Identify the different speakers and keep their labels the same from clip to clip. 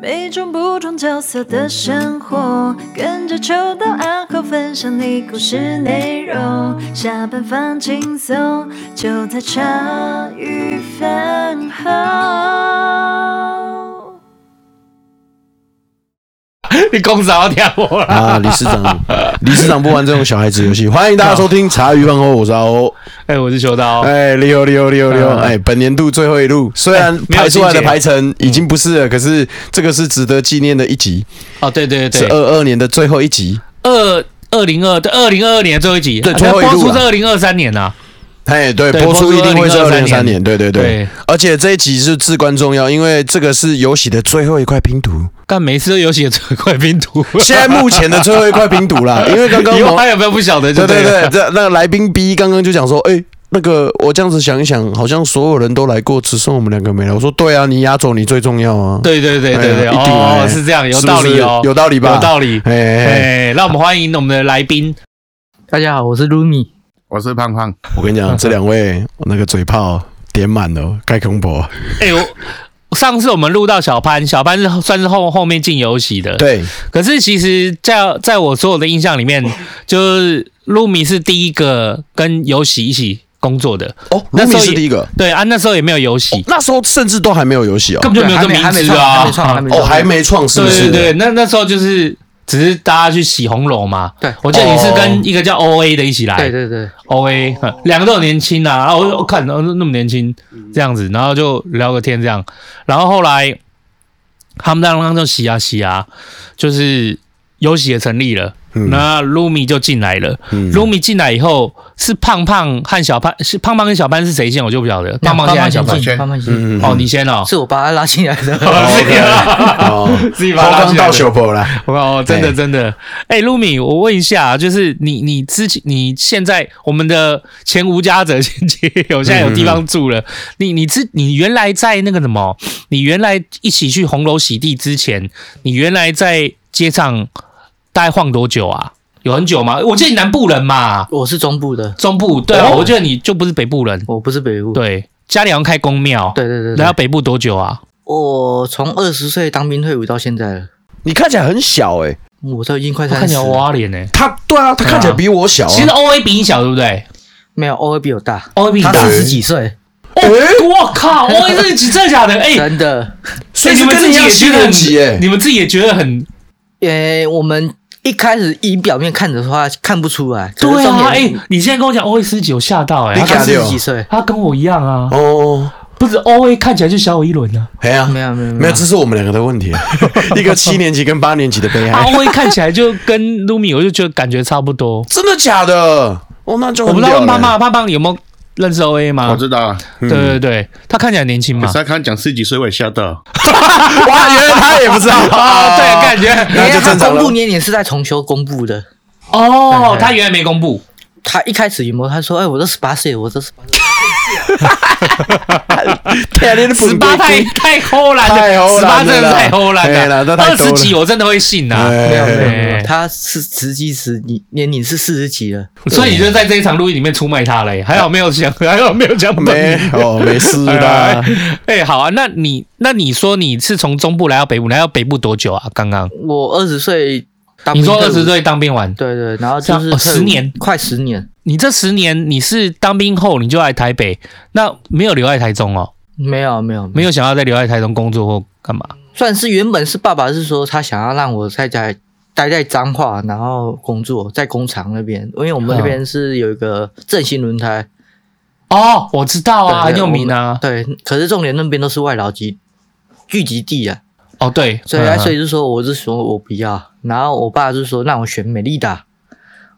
Speaker 1: 每种不同角色的生活，跟着秋到暗号分享你故事内容。下班放轻松，就在茶余饭后。
Speaker 2: 你讲啥我听我啦？
Speaker 3: 啊，理事 长，理事长不玩这种小孩子游戏。欢迎大家收听茶余饭后，我是阿欧。
Speaker 2: 哎、我是秋刀。
Speaker 3: 哎，溜溜溜溜！
Speaker 2: 嗯
Speaker 3: 哎，本年度最后一路，虽然
Speaker 2: 哎没有
Speaker 3: 排出来的
Speaker 2: 心结
Speaker 3: 排程已经不是了，可是这个是值得纪念的一集，
Speaker 2: 哦，对对
Speaker 3: 是
Speaker 2: 对，
Speaker 3: 二二年的最后一集。
Speaker 2: 二二零二对二零二二年的最后一集，
Speaker 3: 对
Speaker 2: 啊
Speaker 3: 最后一
Speaker 2: 播
Speaker 3: 路
Speaker 2: 出
Speaker 3: 啦
Speaker 2: 是二零二三年啊呐、
Speaker 3: 哎，对，
Speaker 2: 对
Speaker 3: 播出一定会是二
Speaker 2: 播出
Speaker 3: 零三
Speaker 2: 2023
Speaker 3: 年，
Speaker 2: 年
Speaker 3: 对对对
Speaker 2: 对。
Speaker 3: 而且这一集是至关重要，因为这个是游戏的最后一块拼图，
Speaker 2: 但每次都有写这块拼 图，
Speaker 3: 现在目前的最后一块拼图啦。因为刚刚
Speaker 2: 以
Speaker 3: 某
Speaker 2: 后还有没有不晓得就
Speaker 3: 对对
Speaker 2: 了
Speaker 3: 对，这那个来宾 B 刚刚就讲说，哎、那个我这样子想一想，好像所有人都来过，只剩我们两个没来。我说对啊，你压轴你最重要啊。
Speaker 2: 对对对对
Speaker 3: 哎
Speaker 2: 对，
Speaker 3: 呀一定
Speaker 2: 哦
Speaker 3: 哎，
Speaker 2: 是这样，有
Speaker 3: 是不
Speaker 2: 道理哦
Speaker 3: 是，有道理吧？
Speaker 2: 有道理。
Speaker 3: 哎。哎哎，
Speaker 2: 哎，让我们欢迎我们的来宾，
Speaker 4: 大家好，我是 Lumi。
Speaker 5: 我是胖胖，
Speaker 3: 我跟你讲，这两位那个嘴炮点满了，盖空博。
Speaker 2: 哎我上次我们录到小潘，小潘是算是后后面进游戏的，
Speaker 3: 对，
Speaker 2: 可是其实在，在我所有的印象里 面，就是露米是第一个跟游戏一起工作的。
Speaker 3: 哦，
Speaker 2: 那
Speaker 3: 卢
Speaker 2: 时
Speaker 3: 米
Speaker 2: 候
Speaker 3: 是
Speaker 2: 也
Speaker 3: 第一个，哦
Speaker 2: 对啊，那时候也没有游戏，
Speaker 3: 那时候甚至都还没有游戏哦。
Speaker 2: 根本就没有这个
Speaker 4: 哦对还
Speaker 2: 名
Speaker 4: 没
Speaker 2: 字啊。
Speaker 4: 还没创还没创
Speaker 3: 哦，还没创是
Speaker 2: 对
Speaker 3: 不
Speaker 2: 对
Speaker 3: 是？
Speaker 2: 对，那那时候就是只是大家去洗红楼嘛。
Speaker 4: 对
Speaker 2: 我记得你是
Speaker 3: 哦
Speaker 2: 跟一个叫 O A 的一起来。
Speaker 4: 对对对，
Speaker 2: O A 两个都很年轻啊，然后我就看然后那么年轻这样子，然后就聊个天这样，然后后来他们当当就洗啊洗啊，就是游戏也成立了，
Speaker 3: 嗯
Speaker 2: 那 Lumi 就进来了。
Speaker 3: 嗯
Speaker 2: Lumi 进来以后是胖胖和小潘，是胖胖跟小潘是谁先我就不晓得，胖胖
Speaker 4: 慢
Speaker 2: 先
Speaker 4: 慢
Speaker 2: 还是小
Speaker 4: 先
Speaker 2: 潘？
Speaker 4: 进，
Speaker 5: 先
Speaker 4: 慢慢先进，
Speaker 3: 嗯
Speaker 2: 哦，你先哦，
Speaker 4: 是我把他拉进来的。
Speaker 3: 哦，
Speaker 2: 自己
Speaker 3: 抛
Speaker 2: 拉
Speaker 3: 刚
Speaker 2: 进来
Speaker 3: 到
Speaker 2: 的
Speaker 3: 小博啦。
Speaker 2: 哦，真
Speaker 3: 对
Speaker 2: 的真的，哎、露米，我问一下，啊就是你你之前你现在我们的前无家者亲戚有现在
Speaker 4: 嗯
Speaker 2: 有地方住了，你你之你原来在那个什么，你原来一起去红楼洗地之前，你原来在街上大概晃多久啊？有很久吗？我记得你南部人嘛，
Speaker 4: 我是中部的，
Speaker 2: 中部对
Speaker 4: 哦
Speaker 2: 啊，我记得你就不是北部人，
Speaker 4: 我不是北部。
Speaker 2: 对，家里好像开公庙，
Speaker 4: 对对对
Speaker 2: 来到
Speaker 4: 对，
Speaker 2: 北部多久啊？
Speaker 4: 我从二十岁当兵退伍到现在了，
Speaker 3: 你看起来很小
Speaker 2: 欸
Speaker 3: 哎，
Speaker 4: 我都已经快
Speaker 2: 我看
Speaker 4: 三
Speaker 2: 起
Speaker 4: 十
Speaker 2: 来。娃脸呢。
Speaker 3: 他对啊，他看起来比我小啊。
Speaker 2: 其实 O A 比你小，对不对
Speaker 4: 没有，O A 比我大，
Speaker 2: ？O A 比你
Speaker 4: 他
Speaker 2: 大
Speaker 4: 四。十几岁，
Speaker 2: 哦
Speaker 3: 诶
Speaker 2: 我靠！我这几真的假的？哎、
Speaker 4: 真的。
Speaker 3: 所以
Speaker 2: 你
Speaker 3: 是
Speaker 2: 们
Speaker 3: 跟
Speaker 2: 自
Speaker 3: 你
Speaker 2: 己也
Speaker 3: 一样
Speaker 2: 觉
Speaker 3: 新
Speaker 2: 得
Speaker 3: 人级
Speaker 2: 很，
Speaker 3: 哎
Speaker 2: 你。们自己也觉得很
Speaker 4: 呃，我们一开始以表面看的话看不出来，可是
Speaker 2: 对
Speaker 4: 重
Speaker 2: 啊！
Speaker 4: 点
Speaker 2: 哎、你现在跟我讲 O A 十九，我吓到哎、
Speaker 3: 你
Speaker 2: 他
Speaker 4: 他
Speaker 3: 看
Speaker 4: 四十几岁，
Speaker 2: 他跟我一样啊，
Speaker 3: 哦，
Speaker 2: 不是 O A 看起来就小我一轮啊，
Speaker 3: 哎呀，
Speaker 4: 没有没有
Speaker 3: 没有，这是我们两个 的问题，一个七年级跟八年级的悲
Speaker 2: 他
Speaker 3: 哀，
Speaker 2: O A 啊看起来就跟 Lumi 我就觉得感觉差不多。
Speaker 3: 真的假的？哦，那就
Speaker 2: 我不
Speaker 3: 很
Speaker 2: 知
Speaker 3: 屌
Speaker 2: 道问
Speaker 3: 了
Speaker 2: 胖胖，胖胖有没有认识 O A
Speaker 5: 我嗯
Speaker 2: 吗？
Speaker 5: 知道，
Speaker 2: 啊嗯对对对，他看起来年轻
Speaker 5: 可
Speaker 2: 嘛
Speaker 5: 是。他刚讲四十几岁，我也吓到。
Speaker 3: 哇，原来他也 不知道
Speaker 2: 啊，对，
Speaker 3: 啊，
Speaker 2: 感觉
Speaker 3: 那就
Speaker 4: 因为他
Speaker 3: 正常了
Speaker 4: 公布年龄是在重修公布的。
Speaker 2: 哦，他原来没公布，
Speaker 4: 他一开始有没有？他说：“哎，我都十八岁，我都十八岁。
Speaker 3: 对
Speaker 2: 十八太太齁烂
Speaker 3: 太齁
Speaker 2: 了，
Speaker 3: 烂
Speaker 2: 十
Speaker 3: 了啦
Speaker 2: 八真的太齁
Speaker 3: 哎
Speaker 2: 烂
Speaker 3: 啦这
Speaker 2: 了。
Speaker 3: 太
Speaker 2: 二
Speaker 3: 多了
Speaker 2: 十几我真的会信啊，
Speaker 3: 哎
Speaker 4: 没有”没有没
Speaker 2: 哎
Speaker 4: 有，他是实际时你年龄是四十几了。
Speaker 2: 所以你就在这一场录音里面出卖他了耶，
Speaker 4: 啊
Speaker 2: 还好没有讲， 还好没有讲本
Speaker 3: 没
Speaker 2: 名。
Speaker 3: 哦，没事啦。
Speaker 2: 哎、好啊，那你那你说你是从中部来到北部，来到北部多久啊？刚刚
Speaker 4: 我二十岁当
Speaker 2: 你
Speaker 4: 兵
Speaker 2: 说
Speaker 4: 退伍，
Speaker 2: 二十岁当兵完，
Speaker 4: 对对，然后就
Speaker 2: 这
Speaker 4: 是
Speaker 2: 样哦
Speaker 4: 退伍
Speaker 2: 十年
Speaker 4: 快十年，
Speaker 2: 你这十年你是当兵后你就来台北，那没有留在台中哦，
Speaker 4: 没有没有
Speaker 2: 没有想要再留在台中工作或干嘛？
Speaker 4: 算是原本是爸爸是说他想要让我在家待在彰化，然后工作在工厂那边，因为我们
Speaker 2: 嗯
Speaker 4: 那边是有一个振兴轮胎，
Speaker 2: 哦，我知道啊，
Speaker 4: 对
Speaker 2: 很有名啊。
Speaker 4: 对，可是重点那边都是外劳集聚集地啊，
Speaker 2: 哦，对，
Speaker 4: 所以、
Speaker 2: 嗯
Speaker 4: 所以就说我是说我不要，然后我爸就说让我选美利达，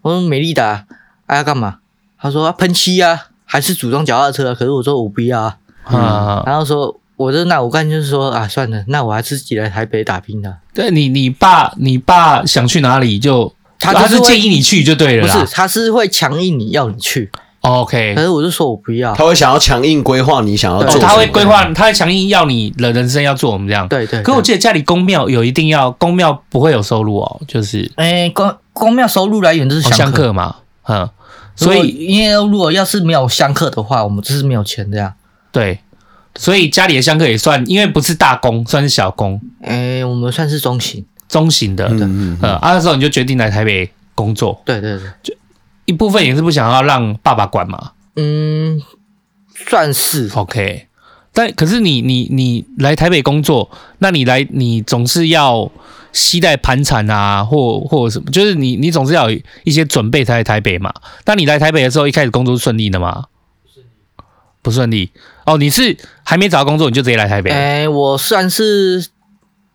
Speaker 4: 我说美利达啊要干嘛？他说啊喷漆啊，还是组装脚踏车啊，可是我说我不要啊。
Speaker 2: 啊，
Speaker 4: 然后说，我就那我干脆就是说啊，算了，那我还自己来台北打拼的。
Speaker 2: 对你你爸你爸想去哪里就
Speaker 4: 他
Speaker 2: 他
Speaker 4: 就是是会
Speaker 2: 建议你去就对了
Speaker 4: 不
Speaker 2: 啦。哦
Speaker 4: 是，他是会强硬你要你去，
Speaker 2: o k
Speaker 4: 可是我就说我不要
Speaker 3: 他。会想要强硬规划你想要
Speaker 2: 哦
Speaker 3: 做，，
Speaker 2: 他会规划，他会强硬要你的人生要做我们这样。
Speaker 4: 对对，
Speaker 2: 可我
Speaker 4: 对
Speaker 2: 记得家里公庙有一定要，公庙不会有收入哦，就是
Speaker 4: 哎，公公庙收入来源就是
Speaker 2: 哦香
Speaker 4: 客，
Speaker 2: 客嘛，嗯，
Speaker 4: 如
Speaker 2: 所
Speaker 4: 果
Speaker 2: 以
Speaker 4: 因为如果要是没有香客的话，我们就是没有钱这样。
Speaker 2: 对，所以家里的香客也算，因为不是大工，算是小工，
Speaker 4: 哎，我们算是中型，
Speaker 2: 中型的。
Speaker 3: 嗯嗯，
Speaker 2: 呃，啊，那时候你就决定来台北工作，
Speaker 4: 对对对，
Speaker 2: 一部分也是不想要让爸爸管嘛。
Speaker 4: 嗯，算是
Speaker 2: OK，但可是你你你来台北工作，那你来你总是要携带盘缠啊，或或什么，就是你你总是要有一些准备才来台北嘛。那你来台北的时候，一开始工作是顺利的吗？不顺利哦，你是还没找到工作你就直接来台北？
Speaker 4: 哎，我算是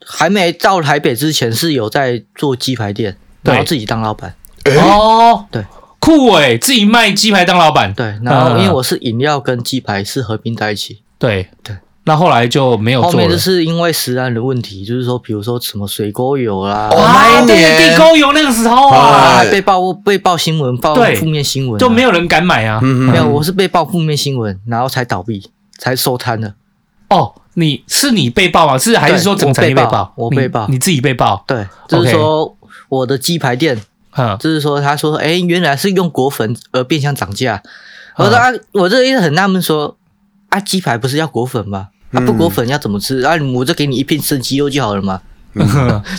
Speaker 4: 还没到台北之前是有在做鸡排店，
Speaker 2: 对
Speaker 4: 然后自己当老板。
Speaker 3: 嗯
Speaker 2: 哦，
Speaker 4: 对，
Speaker 2: 酷诶、自己卖鸡排当老板，
Speaker 4: 对，然后
Speaker 2: 嗯
Speaker 4: 因为我是饮料跟鸡排是合并在一起，
Speaker 2: 对
Speaker 4: 对。
Speaker 2: 那后来就没有
Speaker 4: 后
Speaker 2: 做
Speaker 4: 面
Speaker 2: 了
Speaker 4: 就。是因为食安的问题，就是说比如说什么水沟油啦，
Speaker 3: 哦那
Speaker 2: 啊，
Speaker 3: 一
Speaker 2: 对，
Speaker 3: 年
Speaker 2: 地沟油那个时候
Speaker 4: 啊
Speaker 2: 啊，
Speaker 4: 还被报被报新闻，报
Speaker 2: 对
Speaker 4: 负面新闻啊，
Speaker 2: 就没有人敢买啊。
Speaker 3: 嗯
Speaker 4: 没有，我是被报负面新闻，然后才倒闭，才收摊的。
Speaker 2: 哦，你是你被爆吗？是还是
Speaker 4: 对
Speaker 2: 说整个产业爆？
Speaker 4: 我被爆我被爆
Speaker 2: 你你自己被爆。
Speaker 4: 对，就是
Speaker 2: OK
Speaker 4: 说我的鸡排店，
Speaker 2: 嗯，
Speaker 4: 就是说他说，哎，原来是用果粉而变相涨价。我说啊，我这一直很纳闷说，啊，鸡排不是要果粉吗？啊，不果粉要怎么吃？啊，我就给你一片生鸡肉就好了嘛，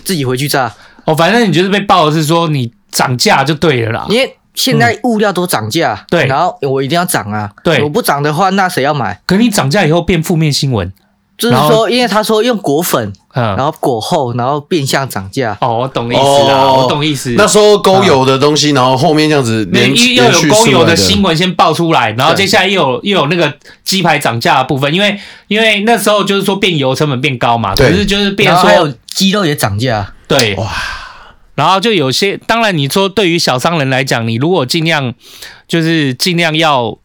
Speaker 4: 自己回去炸。
Speaker 2: 哦，反正你就是被爆的是说你涨价就对了啦。
Speaker 4: 因为现在物料都涨价，
Speaker 2: 对
Speaker 4: 然后我一定要涨啊，
Speaker 2: 对
Speaker 4: 我不涨的话，那谁要买？
Speaker 2: 可你涨价以后变负面新闻，
Speaker 4: 就是
Speaker 2: 然后
Speaker 4: 说，因为他说用果粉，然
Speaker 2: 嗯，
Speaker 4: 后果后，然后变相涨价，
Speaker 2: 哦，我懂意思啦，
Speaker 3: 哦
Speaker 2: 我懂意思。
Speaker 3: 那时候勾油的东西，然后后面这样子
Speaker 2: 那
Speaker 3: 连
Speaker 2: 一又有公有的新
Speaker 3: 心，
Speaker 2: 闻先爆出来，然后
Speaker 4: 对
Speaker 2: 接下来又有又有那个鸡排涨价的部分，因为因为那时候就是说变油成本变高嘛，可
Speaker 3: 对
Speaker 2: 是就是变
Speaker 4: 然后还有
Speaker 2: 说
Speaker 4: 鸡肉也涨价，
Speaker 2: 对
Speaker 3: 哇
Speaker 2: 然后就有些，当然你说对于小商人来讲，你如果尽量就是尽量要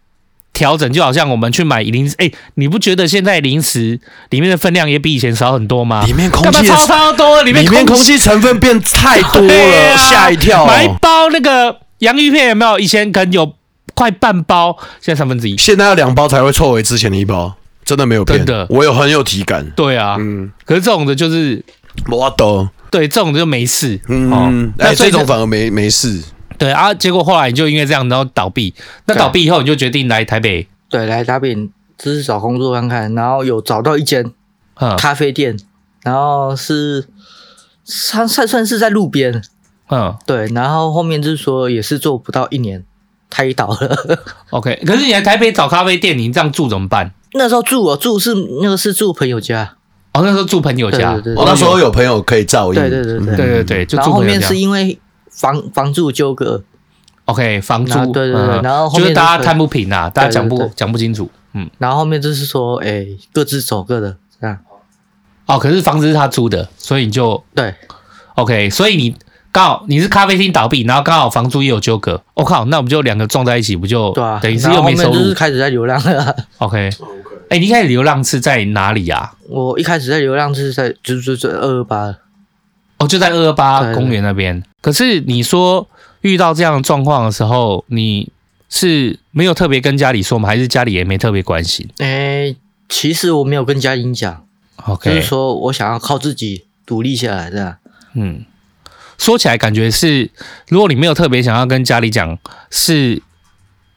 Speaker 2: 调整，就好像我们去买零食，哎，你不觉得现在零食里面的分量也比以前少很多吗？
Speaker 3: 里面空
Speaker 2: 干嘛
Speaker 3: 气
Speaker 2: 超
Speaker 3: 的
Speaker 2: 超多了，里面
Speaker 3: 里面空气成分变太多
Speaker 2: 对
Speaker 3: 了，
Speaker 2: 啊
Speaker 3: 吓一跳。哦
Speaker 2: 买一包那个洋芋片有没有？以前可能有快半包，现在三分之一。
Speaker 3: 现在要两包才会凑回之前的一包，真的没有变
Speaker 2: 真的
Speaker 3: 我有很有体感。
Speaker 2: 对啊，
Speaker 3: 嗯，
Speaker 2: 可是这种的就是
Speaker 3: 我懂。
Speaker 2: 对这种的就没事。
Speaker 3: 嗯
Speaker 2: 哦，
Speaker 3: 哎，
Speaker 2: 那所以
Speaker 3: 这种
Speaker 2: 这
Speaker 3: 反而没没事。
Speaker 2: 对啊，结果后来你就因为这样然后倒闭，那
Speaker 4: 对
Speaker 2: 倒闭以后你就决定来台北，
Speaker 4: 对，来打饼，就是找工作看看，然后有找到一间
Speaker 2: 嗯
Speaker 4: 咖啡店，然后是算算算是在路边，
Speaker 2: 嗯。
Speaker 4: 对，然后后面就是说也是做不到一年，它也倒了。
Speaker 2: OK，可是你来台北找咖啡店，你这样住怎么办？
Speaker 4: 那时候住我住是那个是住朋友家，
Speaker 2: 哦，那时候住朋友家，哦
Speaker 4: 对对对
Speaker 3: 我那时候有朋友可以照应。
Speaker 4: 对对对对
Speaker 3: 嗯
Speaker 2: 对对对就
Speaker 4: 然
Speaker 2: 住
Speaker 4: 后后
Speaker 2: 朋友
Speaker 4: 面
Speaker 2: 家
Speaker 4: 是。因为房房住纠葛，
Speaker 2: OK，房
Speaker 4: 然
Speaker 2: 租，
Speaker 4: 后对对对
Speaker 2: 嗯
Speaker 4: 然后后
Speaker 2: 就
Speaker 4: 面
Speaker 2: 是
Speaker 4: 就
Speaker 2: 大家
Speaker 4: 是
Speaker 2: 摊不平啊，大家讲
Speaker 4: 对
Speaker 2: 不
Speaker 4: 对对
Speaker 2: 讲不清楚，嗯，
Speaker 4: 然后后面就是说，哎，各自走各的这样。
Speaker 2: 哦，可是房子是他租的，所以你就
Speaker 4: 对
Speaker 2: OK，所以你刚好你是咖啡厅倒闭，然后刚好房租也有纠葛，我、靠，那我们就两个撞在一起，不就
Speaker 4: 对啊，
Speaker 2: 哦等于是
Speaker 4: 然
Speaker 2: 又
Speaker 4: 后后
Speaker 2: 没
Speaker 4: 面
Speaker 2: 收
Speaker 4: 就是
Speaker 2: 入
Speaker 4: 开始在流浪了。
Speaker 2: ？OK，哎、你一开始流浪是在哪里啊？
Speaker 4: 我一开始在流浪是在就是就是二二八，
Speaker 2: 哦，就在二二
Speaker 4: 对
Speaker 2: 八
Speaker 4: 对
Speaker 2: 公园那边。可是你说遇到这样的状况的时候，你是没有特别跟家里说吗？还是家里也没特别关心
Speaker 4: 哎、其实我没有跟家人讲，就
Speaker 2: ？OK，
Speaker 4: 是说我想要靠自己独立下来这样。
Speaker 2: 嗯，说起来感觉是，如果你没有特别想要跟家里讲，是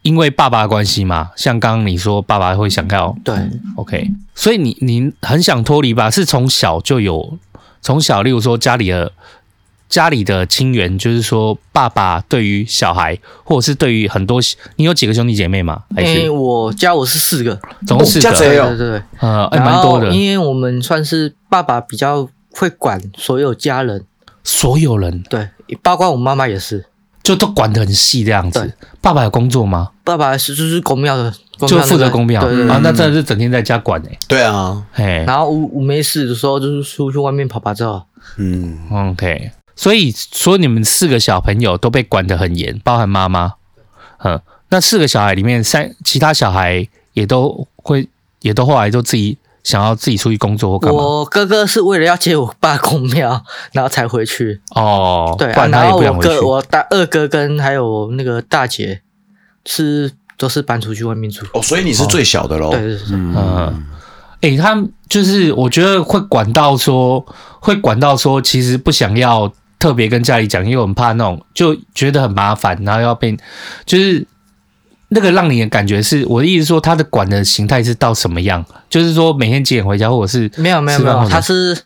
Speaker 2: 因为爸爸的关系嘛？像刚刚你说爸爸会想要
Speaker 4: 对，
Speaker 2: OK，所以你你很想脱离吧？是从小就有，从小例如说家里的家里的亲缘，就是说爸爸对于小孩，或者是对于很多你有几个兄弟姐妹吗？还
Speaker 4: 因
Speaker 2: 是、
Speaker 4: 为哎我家我是四个，
Speaker 2: 总共四
Speaker 3: 哦家
Speaker 2: 个？
Speaker 3: 贼哎
Speaker 4: 对
Speaker 3: 呦
Speaker 4: 对对，
Speaker 2: 呃，哎，
Speaker 4: 然
Speaker 2: 蛮多
Speaker 4: 后
Speaker 2: 的。
Speaker 4: 因为我们算是爸爸比较会管所有家人，
Speaker 2: 所有人
Speaker 4: 对，包括我妈妈也是。
Speaker 2: 就都管得很细这样
Speaker 4: 对
Speaker 2: 子。爸爸有工作吗？
Speaker 4: 爸爸是就是公庙的，公
Speaker 2: 就
Speaker 4: 庙那个
Speaker 2: 负责公庙
Speaker 4: 对对对。
Speaker 2: 啊，那真的是整天在家管哎、
Speaker 3: 对啊，
Speaker 2: 欸。哎
Speaker 4: 然后我我没事的时候就是出去外面跑跑照，
Speaker 3: 嗯，
Speaker 2: ，OK。所以说你们四个小朋友都被管得很严，包含妈妈。嗯，那四个小孩里面三，其他小孩也都会，也都后来都自己想要自己出去工作或干嘛。
Speaker 4: 我哥哥是为了要接我爸公庙， 然后才回去。
Speaker 2: 哦，
Speaker 4: 对、
Speaker 2: 不
Speaker 4: 啊，
Speaker 2: 然他
Speaker 4: 然
Speaker 2: 也
Speaker 4: 后
Speaker 2: 不想
Speaker 4: 我
Speaker 2: 回去
Speaker 4: 哥、。我大二哥跟还有那个大姐是都是搬出去外面住。
Speaker 3: 哦，所以你是最小的喽
Speaker 4: 哦对。对对对，
Speaker 2: 嗯，哎、他们就是我觉得会管到说，会管到说，其实不想要特别跟家里讲，因为我们怕那种就觉得很麻烦，然后要被就是那个让你的感觉是，我的意思说，它的管的形态是到什么样？就是说每天几点回家，或者是
Speaker 4: 没有没有
Speaker 2: 吃
Speaker 4: 没
Speaker 2: 饭后
Speaker 4: 有，
Speaker 2: 呢
Speaker 4: 他是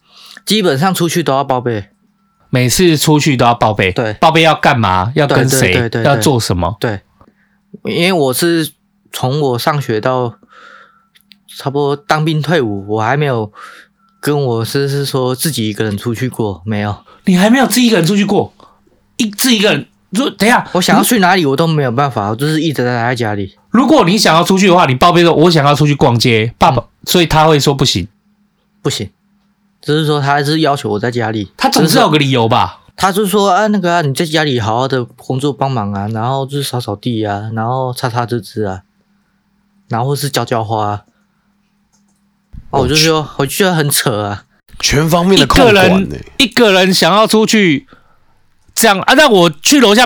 Speaker 4: 基本上出去都要报备。
Speaker 2: 每次出去都要报备，
Speaker 4: 对
Speaker 2: 报备要干嘛，要跟
Speaker 4: 对对
Speaker 2: 谁
Speaker 4: 对对，对
Speaker 2: 要做什么，
Speaker 4: 对，因为我是从我上学到差不多当兵退伍，我还没有跟我是是说自己一个人出去过，没有。
Speaker 2: 你还没有自己一个人出去过，一自己一个人。如等一下，
Speaker 4: 我想要去哪里，我都没有办法，我就是一直待在家里。
Speaker 2: 如果你想要出去的话，你报备说我想要出去逛街，爸
Speaker 4: 嗯
Speaker 2: 爸，所以他会说不行，
Speaker 4: 不行，只是说他是要求我在家里，
Speaker 2: 他总
Speaker 4: 只
Speaker 2: 是
Speaker 4: 是
Speaker 2: 要有个理由吧？
Speaker 4: 他是说啊那个啊你在家里好好的工作帮忙啊，然后就是扫扫地啊，然后擦擦这只啊，然后是浇浇花、啊。哦，我就说我就觉得很扯啊，
Speaker 3: 全方面
Speaker 2: 一
Speaker 3: 的控
Speaker 2: 个
Speaker 3: 管欸呢、
Speaker 2: 人一个人想要出去，这样啊，那我去楼下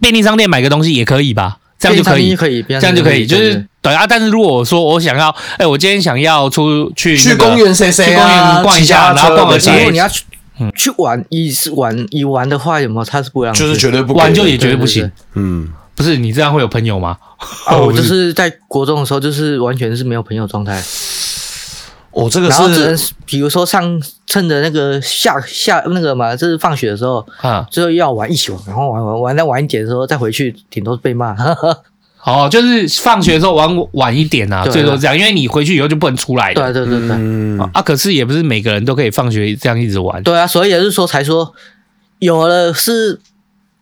Speaker 2: 便利商店买个东西也可以吧？这样就可以，
Speaker 4: 可以，这
Speaker 2: 这样就可以，就
Speaker 4: 对
Speaker 2: 是对啊。但是如果我说我想要，哎，我今天想要出去
Speaker 3: 去
Speaker 2: 那个
Speaker 3: 公园谁谁
Speaker 2: 去公园
Speaker 3: 啊，
Speaker 2: 逛一
Speaker 3: 骑脚
Speaker 2: 下，
Speaker 3: 踏
Speaker 2: 然后
Speaker 3: 车
Speaker 2: 逛个
Speaker 3: 对
Speaker 4: 如果
Speaker 2: 街
Speaker 4: 你，要去去玩，以是玩以玩的话，有没有他是不让的？
Speaker 3: 就是绝对不可以
Speaker 2: 玩就也绝对不
Speaker 4: 对
Speaker 2: 行
Speaker 4: 对。
Speaker 3: 嗯，
Speaker 2: 不是你这样会有朋友吗？
Speaker 4: 啊，我就是在国中的时候，就是完全是没有朋友状态，
Speaker 3: 我、哦这个
Speaker 4: 然后只
Speaker 3: 是
Speaker 4: 能比如说上趁着那个下下那个嘛，就是放学的时候，
Speaker 2: 啊，
Speaker 4: 就是要玩一起玩，然后玩玩玩到晚一点的时候再回去，顶多被骂。
Speaker 2: 哦，就是放学的时候玩晚一点啊，
Speaker 4: 对啊
Speaker 2: 最多这样，因为你回去以后就不能出来
Speaker 4: 对
Speaker 2: 了。
Speaker 4: 啊对对对对
Speaker 3: 嗯，
Speaker 2: 啊，可是也不是每个人都可以放学这样一直玩。
Speaker 4: 对啊，所以也是说才说有了是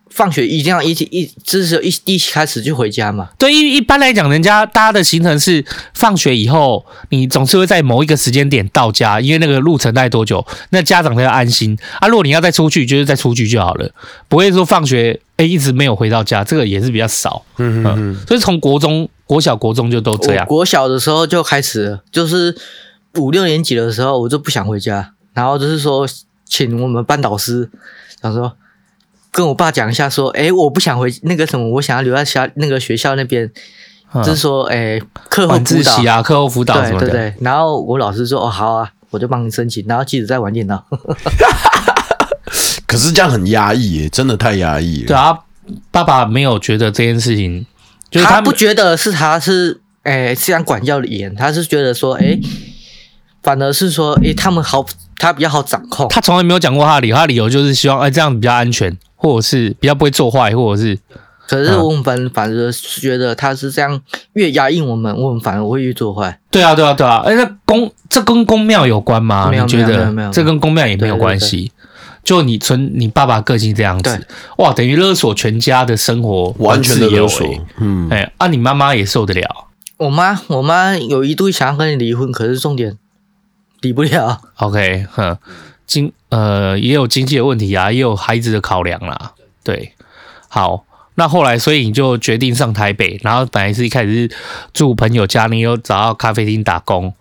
Speaker 4: 放学一定要一起一至少一一起开始就回家嘛。
Speaker 2: 对，一一般来讲，人家大家的行程是放学以后，你总是会在某一个时间点到家，因为那个路程大概多久，那家长才要安心啊。如果你要再出去，就是再出去就好了，不会说放学哎一直没有回到家，这个也是比较少。
Speaker 3: 嗯嗯嗯，
Speaker 2: 所以从国中、国小、国中就都这
Speaker 4: 我
Speaker 2: 样。
Speaker 4: 国小的时候就开始了，就是五六年级的时候，我就不想回家，然后就是说请我们班导师，想说跟我爸讲一下，说，哎，我不想回那个什么，我想要留在学那个学校那边，
Speaker 2: 嗯
Speaker 4: 就是说，哎，课后
Speaker 2: 晚
Speaker 4: 辅
Speaker 2: 自
Speaker 4: 导，
Speaker 2: 习啊，课后辅导什
Speaker 4: 对
Speaker 2: 么
Speaker 4: 对
Speaker 2: 的，
Speaker 4: 对。然后我老师说，哦，好啊，我就帮你申请，然后妻子在玩电脑，
Speaker 2: 嗯
Speaker 3: 可是这样很压抑耶，真的太压抑了。
Speaker 2: 对啊，爸爸没有觉得这件事情，就是
Speaker 4: 他
Speaker 2: 他
Speaker 4: 不
Speaker 2: 们
Speaker 4: 觉得是他是，哎，这样管教的严，他是觉得说，哎，反而是说，哎，他们好，他比较好掌控。
Speaker 2: 他从来没有讲过他的理由，他的理由就是希望哎这样比较安全，或者是比较不会做坏，或者是
Speaker 4: 可
Speaker 2: 嗯
Speaker 4: 是我们反反而是觉得他是这样，越压抑我们，我们反而会越做坏。
Speaker 2: 对啊对啊对啊，哎那公这跟公庙有关吗？
Speaker 4: 没有
Speaker 2: 你觉
Speaker 4: 没有没
Speaker 2: 得
Speaker 4: 有没有
Speaker 2: 这跟公庙也没有
Speaker 4: 对对
Speaker 2: 关系？就你纯你爸爸个性这样子，哇，等于勒索全家的生活
Speaker 3: 完全的
Speaker 2: 自由
Speaker 3: 勒索
Speaker 2: 欸，
Speaker 3: 嗯，
Speaker 2: 哎啊，你妈妈也受得了
Speaker 4: 我妈，我妈有一度想要跟你离婚，可是重点离不了。
Speaker 2: ，OK，哼，经呃也有经济的问题啊，也有孩子的考量啦，对，好。那后来，所以你就决定上台北，然后本来是一开始是住朋友家，你又找到咖啡厅打工，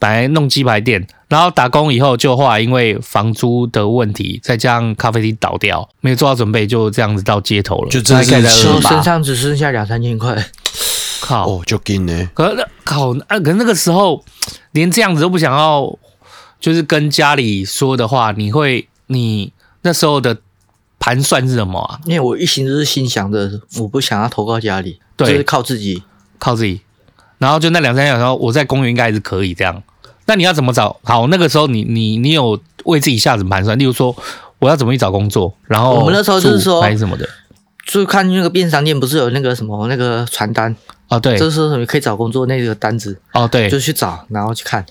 Speaker 2: 本来弄鸡排店，然后打工以后就后来因为房租的问题，再加上咖啡厅倒掉，没有做好准备，就这样子到街头了，
Speaker 3: 就真的是
Speaker 2: 大概在
Speaker 3: 吃
Speaker 2: 二
Speaker 4: 我
Speaker 3: 吧
Speaker 4: 身
Speaker 2: 八，
Speaker 4: 上只剩下两三千块，
Speaker 2: 靠，
Speaker 3: 哦，就给呢，
Speaker 2: 可那靠，啊，可是那个时候连这样子都不想要，就是跟家里说的话，你会你那时候的盘算是什么啊？
Speaker 4: 因为我一心就是心想着，我不想要投靠家里，就
Speaker 2: 对
Speaker 4: 是靠自己。
Speaker 2: 靠自己，然后就那两三天，然后我在公园应该还是可以这样。那你要怎么找？好，那个时候你你你有为自己下什么盘算？例如说，我要怎么去找工作？然后
Speaker 4: 哦我们那时候就是
Speaker 2: 住
Speaker 4: 说
Speaker 2: 还是什么的
Speaker 4: 就看那个便利商店不是有那个什么那个传单，
Speaker 2: 哦，对
Speaker 4: 就是说什么可以找工作那个单子，
Speaker 2: 哦对
Speaker 4: 就去找，然后去看，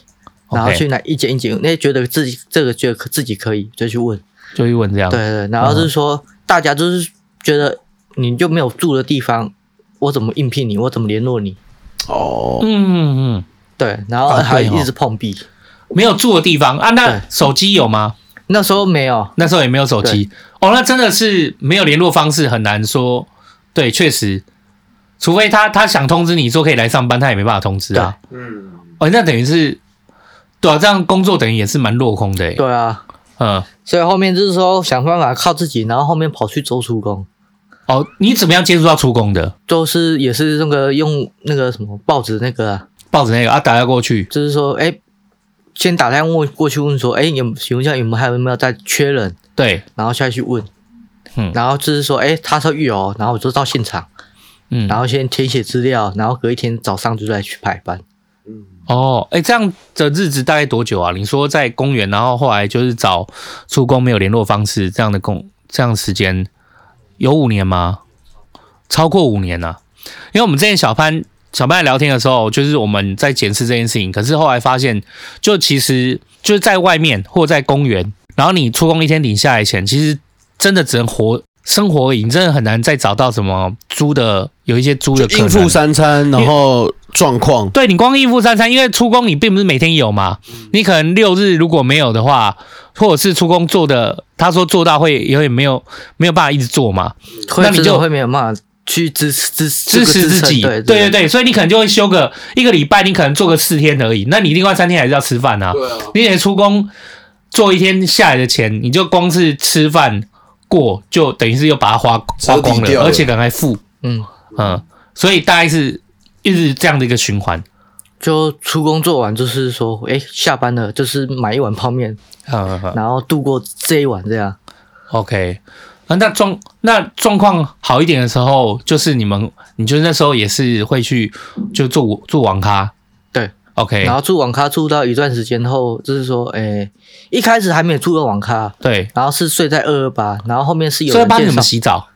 Speaker 2: OK
Speaker 4: 然后去哪一间一间，那觉得自己这个觉得自己可以就去问。
Speaker 2: 就去问这样。
Speaker 4: 对对，然后就是说、大家就是觉得你就没有住的地方，我怎么应聘你？我怎么联络你？
Speaker 3: 哦，
Speaker 2: 嗯，嗯嗯，
Speaker 4: 对，然后
Speaker 2: 啊对
Speaker 4: 还
Speaker 2: 哦
Speaker 4: 一直碰壁。
Speaker 2: 没有住的地方啊，那
Speaker 4: 对
Speaker 2: 手机有吗？
Speaker 4: 那时候没有，
Speaker 2: 那时候也没有手机哦，那真的是没有联络方式，很难说。对，确实，除非他他想通知你说可以来上班，他也没办法通知啊。
Speaker 3: 嗯，
Speaker 2: 哦，那等于是，对啊，这样工作等于也是蛮落空的欸。
Speaker 4: 对啊，
Speaker 2: 嗯，
Speaker 4: 所以后面就是说想办法靠自己，然后后面跑去做出工，
Speaker 2: 哦，你怎么样接触到出工的
Speaker 4: 就是也是那个用那个什么报纸那个啊、
Speaker 2: 报纸那个啊？打掉过去，
Speaker 4: 就是说哎。先打电话问过去问说，哎，有请问一下有没有还有没有在缺人？
Speaker 2: 对，
Speaker 4: 然后下去问，
Speaker 2: 嗯
Speaker 4: 然后就是说，哎，他说育哦，然后我就到现场，
Speaker 2: 嗯，
Speaker 4: 然后先填写资料，然后隔一天早上就再去排班。
Speaker 2: 哦，哎，这样的日子大概多久啊？你说在公园，然后后来就是找出工没有联络方式这样的工，这样时间有五年吗？超过五年了、啊因为我们之前小潘小潘在聊天的时候，就是我们在检视这件事情，可是后来发现，就其实就是在外面或在公园，然后你出工一天领下来钱，其实真的只能活生活而已，你真的很难再找到什么租的，有一些租
Speaker 3: 就
Speaker 2: 的可
Speaker 3: 应付
Speaker 2: 能啊
Speaker 3: 三餐，然后状况，
Speaker 2: 对你光应付三餐，因为出工你并不是每天有嘛，你可能六日如果没有的话，或者是出工做的，他说做到会有点没有没有办法一直做嘛，那
Speaker 4: 那
Speaker 2: 你
Speaker 4: 你
Speaker 2: 就
Speaker 4: 就会没有办法去支支
Speaker 2: 支持自己，
Speaker 4: 对
Speaker 2: 对对对，所以你可能就会休个一个礼拜，你可能做个四天而已，那你另外三天还是要吃饭啊，
Speaker 3: 对啊，
Speaker 2: 你得出工做一天下来的钱，你就光是吃饭过就等于是又把它花花光
Speaker 3: 折抵掉
Speaker 2: 了，
Speaker 3: 了
Speaker 2: 而且可能还付，
Speaker 4: 嗯，
Speaker 2: 嗯，所以大概是一直这样的一个循环，
Speaker 4: 就出工作完就是说，哎，下班了就是买一碗泡面，
Speaker 2: 嗯嗯嗯。
Speaker 4: 然后度过这一晚这样。
Speaker 2: OK，啊，那状那状况好一点的时候，就是你们，你就那时候也是会去就做做网咖
Speaker 4: 对，
Speaker 2: ，OK，
Speaker 4: 然后住网咖住到一段时间后，就是说，哎，一开始还没有住过网咖，
Speaker 2: 对，
Speaker 4: 然后是睡在二二八，然后后面是有
Speaker 2: 所以
Speaker 4: 人
Speaker 2: 帮
Speaker 4: 介
Speaker 2: 你
Speaker 4: 绍
Speaker 2: 们，洗澡、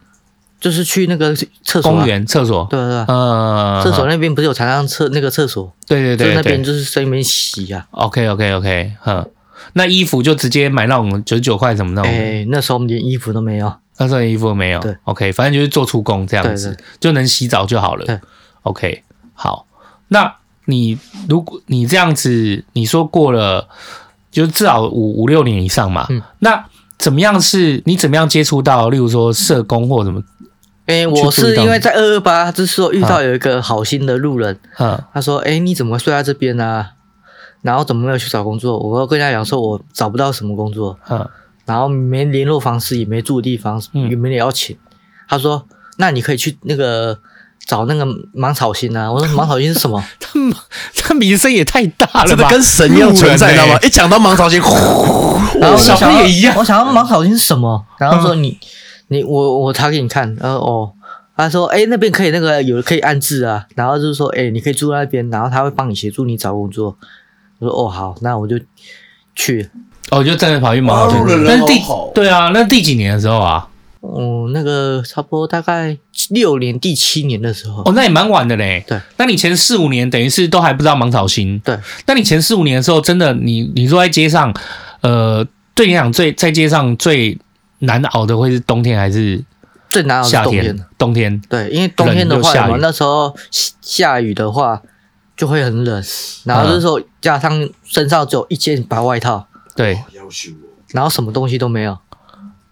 Speaker 4: 就是去那个厕所啊
Speaker 2: 公，园、厕所，
Speaker 4: 对对对，
Speaker 2: 嗯，
Speaker 4: 厕所那边不是有常常厕那个厕所，
Speaker 2: 对对
Speaker 4: 就是
Speaker 2: 对
Speaker 4: 那边
Speaker 2: 对
Speaker 4: 就是在那边洗啊。
Speaker 2: ，OK OK OK，嗯，那衣服就直接买那种九十九块什么那种，
Speaker 4: 哎，那时候我们连衣服都没有，
Speaker 2: 那时候衣服没有
Speaker 4: 对
Speaker 2: ，OK，反正就是做出工这样子
Speaker 4: 对，
Speaker 2: 就能洗澡就好
Speaker 4: 对
Speaker 2: 了。OK，好，那你如果你这样子，你说过了，就至少五五六年以上嘛，
Speaker 4: 嗯
Speaker 2: 那怎么样是你怎么样接触到，例如说社工或什么，
Speaker 4: 哎，
Speaker 2: 去注
Speaker 4: 我
Speaker 2: 意
Speaker 4: 是
Speaker 2: 到啊
Speaker 4: 因
Speaker 2: 你
Speaker 4: 为在二二八，就是说遇到有一个好心的路人，
Speaker 2: 嗯
Speaker 4: 他说：“哎，你怎么睡在这边呢、啊？然后怎么没有去找工作？”我跟他讲说，我找不到什么工作，
Speaker 2: 嗯
Speaker 4: 然后没联络方式，也没住的地方，
Speaker 2: 嗯
Speaker 4: 也没邀请。他说：“那你可以去那个找那个芒草心啊。”我 说：“芒草心是什么
Speaker 2: 他妈 他名声也太大了
Speaker 3: 真的
Speaker 2: 吧，
Speaker 3: 跟神一样存在，你知道吗？
Speaker 2: 欸
Speaker 3: 一讲到芒 草心，呼？”
Speaker 4: 然后我就
Speaker 2: 小
Speaker 4: 想
Speaker 2: 朋
Speaker 4: 要
Speaker 2: 友也一样
Speaker 4: 我想要芒草心是什么？然后说你你我我查给你看。然后哦。他说：“哎、那边可以，那个有可以安置啊。然后就是说，哎、你可以住那边，然后他会帮你协助你找工作。”我说：“哦，好，那我就去。”
Speaker 2: 哦，就真的跑去忙
Speaker 3: 哇
Speaker 2: 好
Speaker 3: 路人
Speaker 2: 那是第
Speaker 3: 人好好
Speaker 2: 对啊，那第几年的时候啊？
Speaker 4: 哦，那个差不多大概六年、第七年的时候，
Speaker 2: 哦，那也蛮晚的嘞。
Speaker 4: 对，
Speaker 2: 那你前四五年等于是都还不知道芒草心。
Speaker 4: 对，
Speaker 2: 那你前四五年的时候，真的你你坐在街上，呃，对你讲最在街上最难熬的会是冬天还是
Speaker 4: 最难熬哦是
Speaker 2: 夏
Speaker 4: 冬
Speaker 2: 天
Speaker 4: 天。？
Speaker 2: 冬天。
Speaker 4: 对，因为冬天的
Speaker 2: 冷又
Speaker 4: 话，
Speaker 2: 下雨
Speaker 4: 我们那时候下下雨的话就会很冷，然后这时候加上身上只有一件白外套，
Speaker 2: 对
Speaker 4: 哦然后什么东西都没有，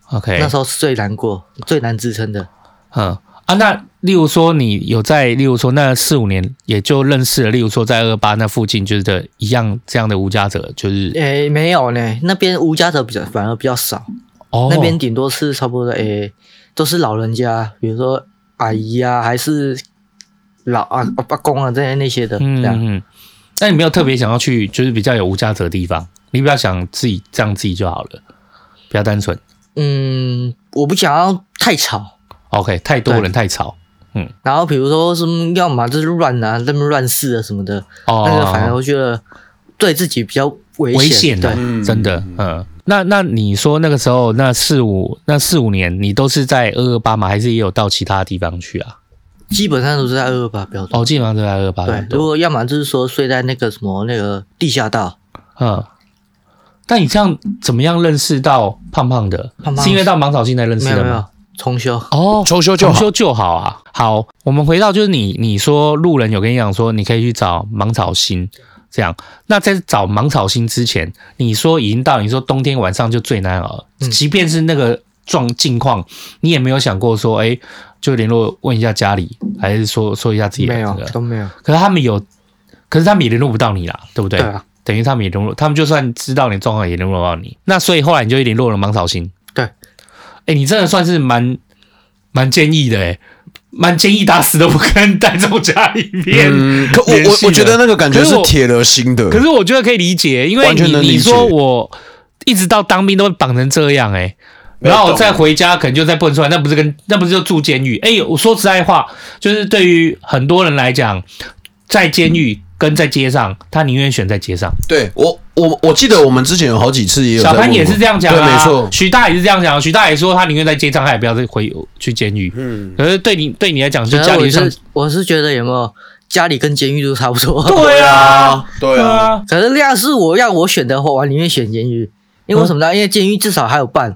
Speaker 2: ，OK
Speaker 4: 那。时候是最难过、最难支撑的。
Speaker 2: 嗯啊，那例如说你有在，例如说那四五年也就认识了，例如说在二八那附近就是的一样这样的无家者，就是
Speaker 4: 诶，没有呢，那边无家者比较反而比较少，
Speaker 2: 哦
Speaker 4: 那边顶多是差不多诶，都是老人家，比如说阿姨啊，还是老啊阿公啊这些那些的，
Speaker 2: 嗯
Speaker 4: 这样。
Speaker 2: 嗯，那你没有特别想要去，就是比较有无家者的地方，你比较想自己这样自己就好了，比较单纯。
Speaker 4: 嗯，我不想要太吵。
Speaker 2: OK，太多人
Speaker 4: 对
Speaker 2: 太吵
Speaker 4: 然后比如说什么，要么就是乱啊，那么乱试啊什么的，
Speaker 2: 哦，
Speaker 4: 那个反而我觉得对自己比较危
Speaker 2: 危险啊的
Speaker 4: 对，，
Speaker 3: 嗯
Speaker 2: 真的，嗯。那那你说那个时候那四五那四五年，你都是在二二八吗？还是也有到其他地方去啊？
Speaker 4: 基本上都是在二二八标准。
Speaker 2: 哦，基本上都在二二八。
Speaker 4: 对，如果要么就是说睡在那个什么那个地下道，
Speaker 2: 嗯。那你这样怎么样认识到胖胖的？
Speaker 4: 胖胖
Speaker 2: 是因为到芒草现在认识
Speaker 4: 没
Speaker 2: 的
Speaker 4: 有
Speaker 2: 吗？
Speaker 4: 没有重修，
Speaker 2: 哦，
Speaker 3: 重修就好
Speaker 2: 重修就好啊。好，我们回到就是你你说路人有跟你讲说，你可以去找芒草心这样。那在找芒草心之前，你说已经到你说冬天晚上就最难熬，
Speaker 4: 嗯
Speaker 2: 即便是那个状境况，你也没有想过说，哎、就联络问一下家里，还是说说一下自己的
Speaker 4: 没有
Speaker 2: 这个
Speaker 4: 都没有。
Speaker 2: 可是他们有，可是他们也联络不到你啦，对不对？
Speaker 4: 对啊，
Speaker 2: 等于他们也联络，他们就算知道你的状况也联络不到你。那所以后来你就联络了芒草心。
Speaker 4: 对
Speaker 2: 哎、你真的算是蛮蛮坚毅的哎、蛮坚毅，打死都不跟带走家里面。
Speaker 3: 嗯，可我
Speaker 2: 联
Speaker 3: 我
Speaker 2: 系
Speaker 3: 我觉得那个感觉
Speaker 2: 可是
Speaker 3: 是
Speaker 2: 我
Speaker 3: 铁了心的，
Speaker 2: 可是我觉得可以理解，因为
Speaker 3: 完全
Speaker 2: 你
Speaker 3: 能理解
Speaker 2: 你说我一直到当兵都被绑成这样哎、然后我再回家，可能就再蹦出来，那不是跟那不是就住监狱？哎，我说实在话，就是对于很多人来讲，在监狱跟在街上，他宁愿选在街上。
Speaker 3: 对我我我记得我们之前有好几次也有在
Speaker 2: 小
Speaker 3: 问
Speaker 2: 潘也
Speaker 3: 过
Speaker 2: 是这样讲、啊，
Speaker 3: 对，没错，
Speaker 2: 徐大也是这样讲，徐啊大也说他宁愿在街上，他也不要再回去监狱。
Speaker 3: 嗯，
Speaker 2: 可是对你对你来讲，就
Speaker 4: 反
Speaker 2: 家
Speaker 4: 正我
Speaker 2: 里上
Speaker 4: 是我是觉得有没有家里跟监狱都差不多。
Speaker 2: 对啊，
Speaker 3: 对啊，
Speaker 2: 啊，
Speaker 4: 可是要是我要我选的话，我宁愿选监狱，因为为什
Speaker 2: 嗯
Speaker 4: 么呢？因为监狱至少还有伴。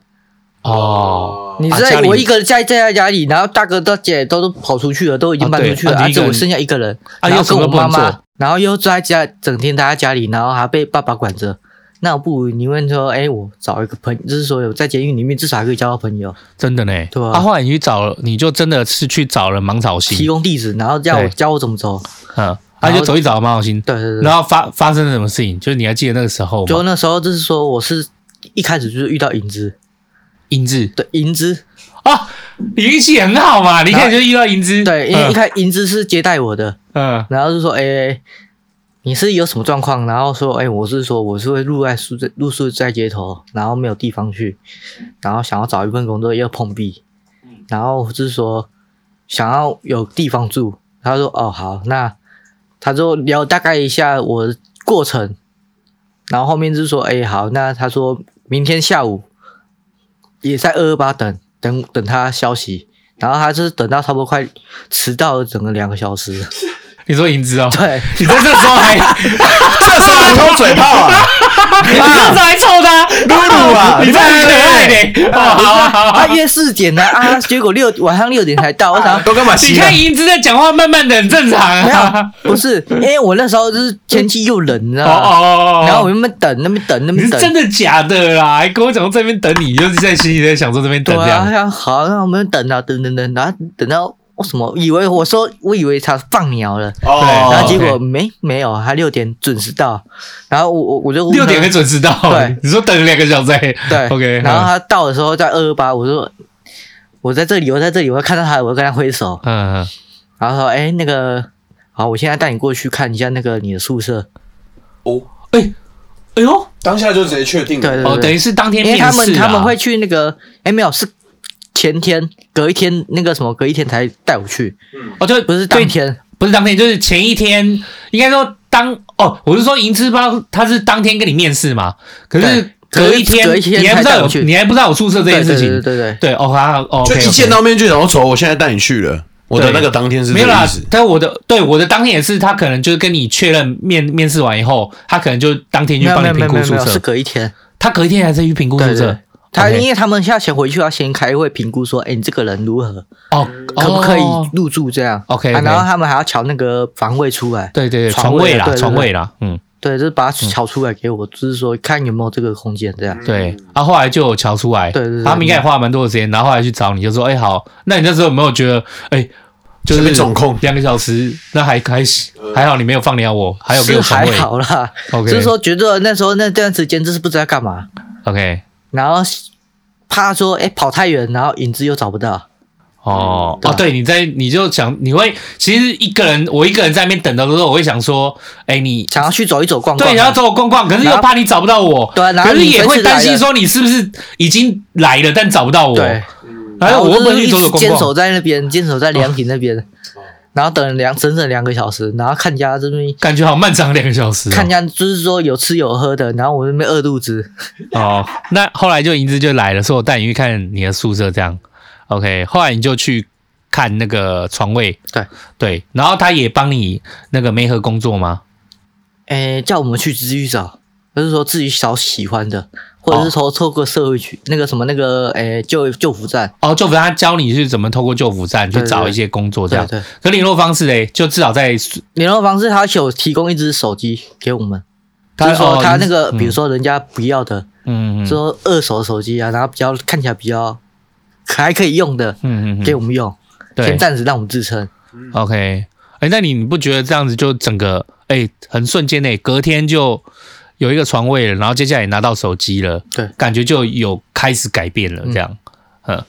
Speaker 2: 哦，
Speaker 4: 你
Speaker 2: 啊
Speaker 4: 知道
Speaker 2: 家里
Speaker 4: 我一个人在在家里，然后大哥大姐都都跑出去了，都已经搬出去了，
Speaker 2: 啊对啊
Speaker 4: 而
Speaker 2: 你一个
Speaker 4: 且
Speaker 2: 人
Speaker 4: 我剩下一个人，
Speaker 2: 啊
Speaker 4: 然后
Speaker 2: 又什
Speaker 4: 跟
Speaker 2: 么
Speaker 4: 我
Speaker 2: 都不
Speaker 4: 妈
Speaker 2: 能做
Speaker 4: 妈，然后又在家整天待在家里，然后还被爸爸管着。那我不如宁愿说，哎，我找一个朋就是说有在监狱里面至少还可以交到朋友，
Speaker 2: 真的呢，
Speaker 4: 对啊
Speaker 2: 后来你去找了，你就真的是去找了芒草
Speaker 4: 提
Speaker 2: 心，
Speaker 4: 供地址，然后叫我
Speaker 2: 对
Speaker 4: 教我怎么走。
Speaker 2: 嗯，他就走一找芒草心，
Speaker 4: 对对对。
Speaker 2: 然后发发生了什么事情？就是你还记得那个时候吗？哦
Speaker 4: 就那时候就是说，我是一开始就是遇到银子，
Speaker 2: 英姿
Speaker 4: 对银子，
Speaker 2: 啊，你运气很好嘛，你一开始就遇到英姿，
Speaker 4: 对，因为
Speaker 2: 嗯
Speaker 4: 一开银子是接待我的，
Speaker 2: 嗯
Speaker 4: 然后就说，哎、你是有什么状况？然后说，哎、我是说我是会入在宿入宿在街头，然后没有地方去，然后想要找一份工作又碰壁，然后就是说想要有地方住。他说，哦，好，那他就聊大概一下我的过程，然后后面就是说，哎、好，那他说明天下午也在二二八等等等他消息。然后他就是等到差不多快迟到了整个两个小时，
Speaker 2: 你说英姿哦，
Speaker 4: 对，
Speaker 2: 你在这时候 还
Speaker 3: 这时候还偷嘴炮啊，
Speaker 2: 你那时候还臭他，露
Speaker 3: 露啊
Speaker 2: 你这很可爱呢，哦，好啊好
Speaker 4: 他
Speaker 2: 啊。
Speaker 4: 约四点呢 啊，结果六晚上六点才到，我想
Speaker 3: 都干嘛
Speaker 2: 你
Speaker 3: 吸啊？
Speaker 2: 看银姿在讲话，慢慢的很正常
Speaker 4: 没
Speaker 2: 啊。
Speaker 4: 有，不是，因为我那时候就是天气又冷，你 知
Speaker 2: 哦
Speaker 4: 道
Speaker 2: 哦
Speaker 4: 吗？
Speaker 2: 哦哦，
Speaker 4: 呃然后我那边等，那边等，那
Speaker 2: 你
Speaker 4: 边
Speaker 2: 是真
Speaker 4: 等，
Speaker 2: 的假的啦？还跟我讲说这边等你，就是在心里在想说这边
Speaker 4: 对
Speaker 2: 等这
Speaker 4: 啊，
Speaker 2: 样。
Speaker 4: 然后好，那我们等啊，等等等，然后等到我什么以为我说我以为他放鸟了，
Speaker 3: 哦
Speaker 2: 对
Speaker 4: 然后
Speaker 2: 就
Speaker 4: 结果
Speaker 2: 哦 OK
Speaker 4: 没没有，他六点准时到，然后我我我就问
Speaker 2: 六
Speaker 4: 他
Speaker 2: 点会准时到，
Speaker 4: 对
Speaker 2: 你说等了两个小时，
Speaker 4: 对
Speaker 2: ，OK，
Speaker 4: 然后他到的时候在二二八，我说我在这里，我在这里，我看到他，我就跟他挥手，
Speaker 2: 嗯，嗯
Speaker 4: 然后说哎那个好，我现在带你过去看一下那个你的宿舍，
Speaker 3: 哦，
Speaker 2: 哎呦，
Speaker 3: 当下就直接确定
Speaker 4: 对对
Speaker 2: 哦，
Speaker 4: 对，
Speaker 2: 等于是当天
Speaker 4: 因为
Speaker 2: 面试
Speaker 4: 他
Speaker 2: 啊，
Speaker 4: 们他们会去那个，哎、没有，是前天隔一天那个什么，隔一天才带我去，
Speaker 2: 哦，就
Speaker 4: 不是当
Speaker 2: 对，
Speaker 4: 天，
Speaker 2: 不是当天，就是前一天，应该说当哦，我是说银之包，他是当天跟你面试嘛，可是
Speaker 4: 对
Speaker 2: 隔一天，
Speaker 4: 隔一天
Speaker 2: 你还不知
Speaker 4: 才
Speaker 2: 道
Speaker 4: 带我
Speaker 2: 有，
Speaker 4: 去
Speaker 2: 你还不知道有宿舍这件事
Speaker 4: 对对
Speaker 2: 情，
Speaker 4: 对对
Speaker 2: 对，哦，好，哦，
Speaker 3: 就一见到面就想要走，我现在带你去了。我的
Speaker 2: 对
Speaker 3: 那个当天是
Speaker 2: 没有
Speaker 3: 这个
Speaker 2: 啦
Speaker 3: 意思，，
Speaker 2: 但我的对我的当天也是，他可能就是跟你确认面面试完以后，他可能就当天
Speaker 4: 对，
Speaker 2: 去
Speaker 4: 没有
Speaker 2: 帮
Speaker 4: 没有
Speaker 2: 你
Speaker 4: 没
Speaker 2: 评估
Speaker 4: 有没有
Speaker 2: 宿
Speaker 4: 没有，是
Speaker 2: 舍，
Speaker 4: 隔一天，
Speaker 2: 他隔一天还在去评估宿
Speaker 4: 对
Speaker 2: 舍
Speaker 4: 对。。他
Speaker 2: OK
Speaker 4: 因为他们下前回去要先开会评估说，哎、你这个人如何，
Speaker 2: 哦，
Speaker 4: 可不可以
Speaker 2: 哦
Speaker 4: 入住这样
Speaker 2: OK，OK
Speaker 4: 啊然后他们还要瞧那个房位出来，
Speaker 2: 对对对，床
Speaker 4: 床
Speaker 2: 位
Speaker 4: 位
Speaker 2: 啦，
Speaker 4: 对对对
Speaker 2: 床位啦，嗯，
Speaker 4: 对，就是把它瞧出来给我，就是说看有没有这个空间这样。
Speaker 2: 对。啊，后来就有瞧出来，
Speaker 4: 对对对
Speaker 2: 他们应该也花蛮多的时间，然后后来去找你，就说，哎，好，那你那时候有没有觉得，哎，就
Speaker 3: 这
Speaker 2: 是
Speaker 3: 边总控
Speaker 2: 两个小时，那还还还好，你没有放鸟我，还有给
Speaker 4: 是
Speaker 2: 我床
Speaker 4: 还
Speaker 2: 位
Speaker 4: 好啦
Speaker 2: OK
Speaker 4: 就是说觉得那时候那段时间就是不知道干嘛，
Speaker 2: ，OK，
Speaker 4: 然后怕说哎、跑太远，然后影子又找不到，
Speaker 2: 哦、
Speaker 4: 对
Speaker 2: 啊，
Speaker 4: 啊
Speaker 2: 对，你在你就想，你会其实一个人，我一个人在那边等的时候，我会想说，哎，你
Speaker 4: 想要去走一走逛逛啊，
Speaker 2: 对，然后找我逛逛，可是
Speaker 4: 然
Speaker 2: 又
Speaker 4: 后
Speaker 2: 怕你找不到我，
Speaker 4: 对然后
Speaker 2: 可是
Speaker 4: 你
Speaker 2: 也
Speaker 4: 随
Speaker 2: 会
Speaker 4: 时
Speaker 2: 担
Speaker 4: 来
Speaker 2: 心
Speaker 4: 了
Speaker 2: 说你是不是已经来了，但找不到我，
Speaker 4: 对，
Speaker 2: 然后我又不能去走走
Speaker 4: 就是一直
Speaker 2: 逛
Speaker 4: 坚
Speaker 2: 逛
Speaker 4: 守。在那边，坚守在凉亭那边，然后等两整整两个小时，然后看人家这边。
Speaker 2: 感觉好漫长两个小时、哦。
Speaker 4: 看人家就是说有吃有喝的，然后我那边饿肚子，
Speaker 2: 哦，那后来就银子就来了，说我带你去看你的宿舍这样。OK，后来你就去看那个床位，
Speaker 4: 对
Speaker 2: 对，然后他也帮你那个媒合工作吗？
Speaker 4: 诶，叫我们去自己找，就是说自己找喜欢的，或者是
Speaker 2: 哦
Speaker 4: 说透过社会局那个什么那个诶救救扶站，
Speaker 2: 哦，就辅他教你是怎么透过救辅站去
Speaker 4: 对对
Speaker 2: 找
Speaker 4: 对
Speaker 2: 一些工作这
Speaker 4: 对
Speaker 2: 样。
Speaker 4: 对，
Speaker 2: 可联络方式嘞，就至少在
Speaker 4: 联络方式他有提供一只手机给我们，就
Speaker 2: 他
Speaker 4: 是说
Speaker 2: 哦
Speaker 4: 他
Speaker 2: 你
Speaker 4: 那个
Speaker 2: 嗯
Speaker 4: 比如说人家不要的，
Speaker 2: 嗯嗯嗯
Speaker 4: 说二手手机啊，然后比较看起来比较还可以用的，
Speaker 2: 嗯嗯，
Speaker 4: 给我们用，
Speaker 2: 对
Speaker 4: 先暂时让我们支撑。
Speaker 2: OK，哎、那你你不觉得这样子就整个哎、很瞬间呢、隔天就有一个床位了，然后接下来拿到手机了，
Speaker 4: 对
Speaker 2: 感觉就有开始改变了这样，嗯。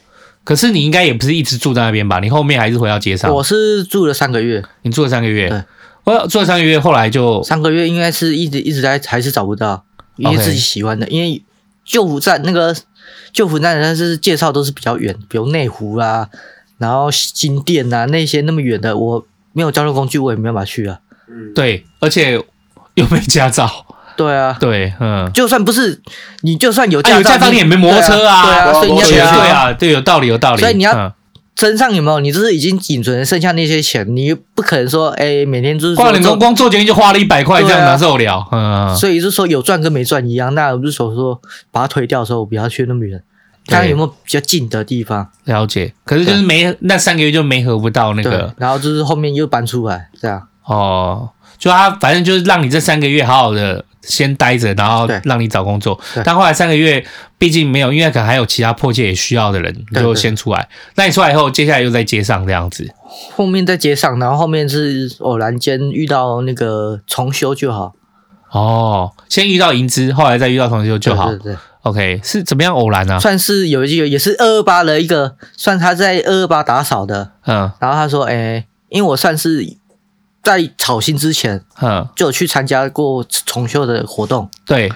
Speaker 2: 可是你应该也不是一直住在那边吧？你后面还是回到街上。
Speaker 4: 我是住了三个月，
Speaker 2: 你住了三个
Speaker 4: 对
Speaker 2: 月，我住了三个月，后来就
Speaker 4: 三个月应该是一直一直在还是找不到，因为
Speaker 2: OK
Speaker 4: 自己喜欢的，因为旧湖站那个旧湖站，但是介绍都是比较远，比如内湖啦、然后新店啊那些那么远的，我没有交通工具，我也没办法去啊。
Speaker 2: 对，而且又没驾照，
Speaker 4: 对啊，
Speaker 2: 对，嗯，
Speaker 4: 就算不是你，就算有
Speaker 2: 啊，
Speaker 4: 驾
Speaker 2: 有驾照你也没摩托车
Speaker 4: 对啊，对啊所以你
Speaker 2: 对对
Speaker 3: 摩托车
Speaker 4: 要
Speaker 3: 啊
Speaker 4: 想啊
Speaker 2: 啊，对，有道理，有道理。
Speaker 4: 所以你要
Speaker 2: 嗯
Speaker 4: 身上有没有？你就是已经仅存剩下那些钱，你又不可能说，哎、每天就是
Speaker 2: 挂
Speaker 4: 说
Speaker 2: 了光光做捷运就花了一百块，这
Speaker 4: 对啊
Speaker 2: 样哪受得了？嗯，
Speaker 4: 所以就是说有赚跟没赚一样。那我不是说说把它推掉的时候，我不要去那么远，
Speaker 2: 对
Speaker 4: 看有没有比较近的地方。
Speaker 2: 了解。可是就是没那三个月就没合不到那
Speaker 4: 对
Speaker 2: 个，
Speaker 4: 然后就是后面又搬出来这样。
Speaker 2: 哦，就他反正就是让你这三个月好好的先待着，然后
Speaker 4: 对
Speaker 2: 让你找工作
Speaker 4: 对。
Speaker 2: 但后来三个月毕竟没有，因为可能还有其他迫切也需要的人，你
Speaker 4: 对
Speaker 2: 就
Speaker 4: 对
Speaker 2: 先出来。那你出来以后，接下来又在街上这样子。
Speaker 4: 后面在街上，然后后面是偶然间遇到那个重修就好，
Speaker 2: 哦，先遇到银资，后来再遇到同修就好。
Speaker 4: 对对对
Speaker 2: OK，是怎么样偶然啊？
Speaker 4: 算是有一个也是二二八的一个，算他在二二八打扫的。
Speaker 2: 嗯
Speaker 4: 然后他说：“哎、因为我算是在炒新之前
Speaker 2: 嗯，
Speaker 4: 就有去参加过重修的活动，
Speaker 2: 对，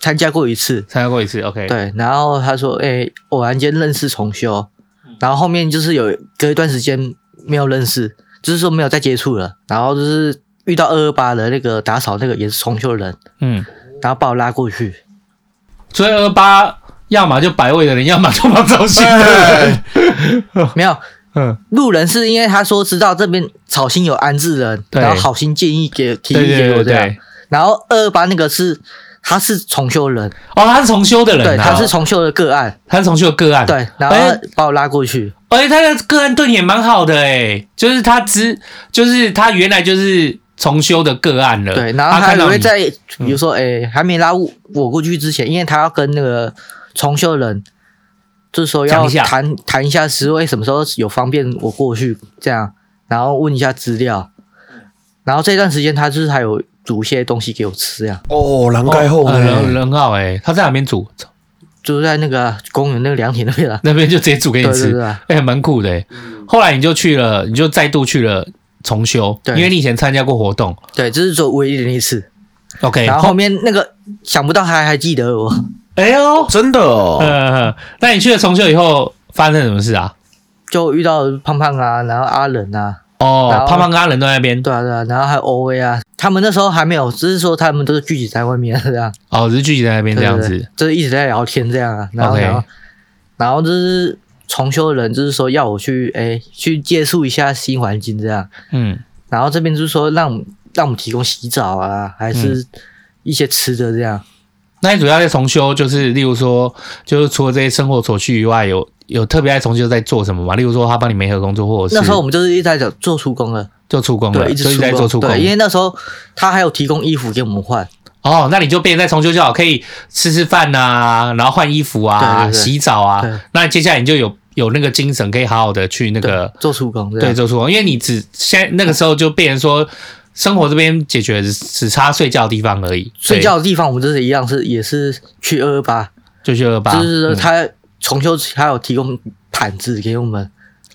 Speaker 4: 参加过一次。
Speaker 2: 参加过一次。OK，
Speaker 4: 对，然后他说：哎、偶然间认识重修，
Speaker 2: 嗯
Speaker 4: 然后后面就是有隔一段时间没有认识，就是说没有再接触了。然后就是遇到二二八的那个打扫那个也是重修的人，
Speaker 2: 嗯，
Speaker 4: 然后把我拉过去。”
Speaker 2: 所以二八要么就百位的人，要么就 帮
Speaker 4: 哎
Speaker 2: 找新的人。
Speaker 4: 没有，
Speaker 2: 嗯，
Speaker 4: 路人是因为他说知道这边草心有安置人，
Speaker 2: 对
Speaker 4: 然后好心建议给提
Speaker 2: 对
Speaker 4: 议
Speaker 2: 对
Speaker 4: 给
Speaker 2: 对
Speaker 4: 我这样
Speaker 2: 对。。
Speaker 4: 然后二二八那个是他是重修人，
Speaker 2: 哦，他是重修的人、啊，
Speaker 4: 对，他是重修的个案，
Speaker 2: 他是重修的个案，
Speaker 4: 对，然
Speaker 2: 哎
Speaker 4: 后把我拉过去，
Speaker 2: 而且他的个案对你也蛮好的哎、就是他知，就是他原来就是重修的个案了，
Speaker 4: 对，然后他
Speaker 2: 看
Speaker 4: 也
Speaker 2: 到
Speaker 4: 会
Speaker 2: 你，嗯
Speaker 4: 在比如说，哎，还没拉我我过去之前，因为他要跟那个重修人。就是说
Speaker 2: 讲
Speaker 4: 要
Speaker 2: 一下
Speaker 4: 谈谈一下，是为什么时候有方便我过去这样，然后问一下资料，然后这段时间他就是还有煮一些东西给我吃呀、
Speaker 3: 哦，狼盖后
Speaker 2: 呃人
Speaker 3: 呢？
Speaker 2: 人好哎、他在哪边煮，
Speaker 4: 就是在那个公园那个凉亭那 边啊。
Speaker 2: 那边就直接煮给
Speaker 4: 对
Speaker 2: 你
Speaker 4: 对
Speaker 2: 吃，
Speaker 4: 对，
Speaker 2: 哎、蛮酷的哎、后来你就去了，你就再度去了重修，
Speaker 4: 对
Speaker 2: 因为你以前参加过活动
Speaker 4: 对，这是做唯一的那一次。
Speaker 2: ，OK，
Speaker 4: 然后后面那个想不到他还记得我，
Speaker 2: 哎呦，
Speaker 3: 真的哦，
Speaker 2: 呃，那你去了重修以后发生什么事啊？
Speaker 4: 就遇到胖胖啊，然后阿冷啊，然
Speaker 2: 哦，
Speaker 4: 后
Speaker 2: 胖胖跟阿仁都在那边，
Speaker 4: 对啊对啊，然后还有 O V 啊，他们那时候还没有，只是说他们都是聚集在外面这样，
Speaker 2: 哦，只是聚集在那边
Speaker 4: 对
Speaker 2: 这样，
Speaker 4: 对
Speaker 2: 子
Speaker 4: 对就是一直在聊天这样啊。然后
Speaker 2: OK
Speaker 4: 然后然后就是重修的人就是说要我去哎去接触一下新环境这样，
Speaker 2: 嗯，
Speaker 4: 然后这边就是说让我们让我们提供洗澡啊，还
Speaker 2: 嗯
Speaker 4: 是一些吃的这样。
Speaker 2: 那你主要在重修，就是例如说，就是除了这些生活所需以外，有有特别在重修在做什么吗？例如说，他帮你媒合工作，或者是
Speaker 4: 那时候我们就是一直在做做出工了。
Speaker 2: 就出工了，
Speaker 4: 对，一
Speaker 2: 就
Speaker 4: 直
Speaker 2: 一直在做出工。
Speaker 4: 对，因为那时候他还有提供衣服给我们换，
Speaker 2: 哦，那你就变成在重修就好，可以吃吃饭呐、然后换衣服啊，
Speaker 4: 对对对
Speaker 2: 洗澡
Speaker 4: 对
Speaker 2: 啊。那接下来你就有有那个精神，可以好好的去那
Speaker 4: 对，
Speaker 2: 个
Speaker 4: 做出工
Speaker 2: 对
Speaker 4: 这样
Speaker 2: 做出工，因为你只现在那个时候就变成说，生活这边解决只只差睡觉的地方而已，
Speaker 4: 睡
Speaker 2: 对
Speaker 4: 觉的地方我们就是一样是也是去二二八，
Speaker 2: 就去二八，
Speaker 4: 就是说
Speaker 2: 嗯
Speaker 4: 他重修他有提供毯子给我们，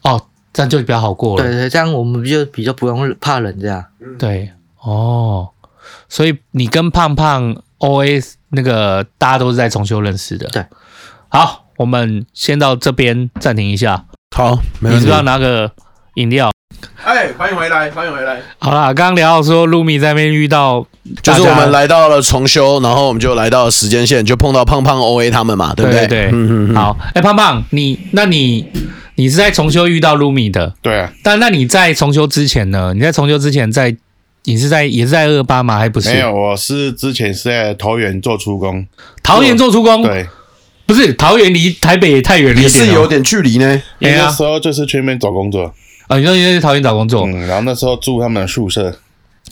Speaker 2: 哦，这样就比较好过了。
Speaker 4: 对对，这样我们就比较不用怕冷这样。
Speaker 2: 对，哦，所以你跟胖胖 O A 那个大家都是在重修认识的。
Speaker 4: 对，
Speaker 2: 好，我们先到这边暂停一下。
Speaker 3: 好，没
Speaker 2: 你
Speaker 3: 问
Speaker 2: 是不是。
Speaker 3: 题
Speaker 2: 要拿个饮料？
Speaker 5: 哎，欢迎回来，欢迎回来。
Speaker 2: 好啦，刚刚聊到说露米在那边遇到
Speaker 3: 就
Speaker 2: 大家，
Speaker 3: 是我们来到了重修，然后我们就来到了时间线，就碰到胖胖 O A 他们嘛，对不
Speaker 2: 对对对
Speaker 3: 对嗯嗯嗯。
Speaker 2: 好，哎、胖胖，你那你你是在重修遇到露米的，
Speaker 5: 对啊，
Speaker 2: 但那你在重修之前呢？你在重修之前在你是在也是在二八吗？还不是？
Speaker 5: 没有，我是之前是在桃园做出工，
Speaker 2: 桃园做出工，
Speaker 5: 对，
Speaker 2: 不是桃园离台北也太远了一
Speaker 3: 也
Speaker 2: 点、哦，
Speaker 3: 是有点距离呢。
Speaker 5: 因为
Speaker 2: 哎呀
Speaker 5: 那时候就是去那边找工作，
Speaker 2: 啊、你说你在桃园找工作，
Speaker 5: 嗯，然后那时候住他们的宿舍，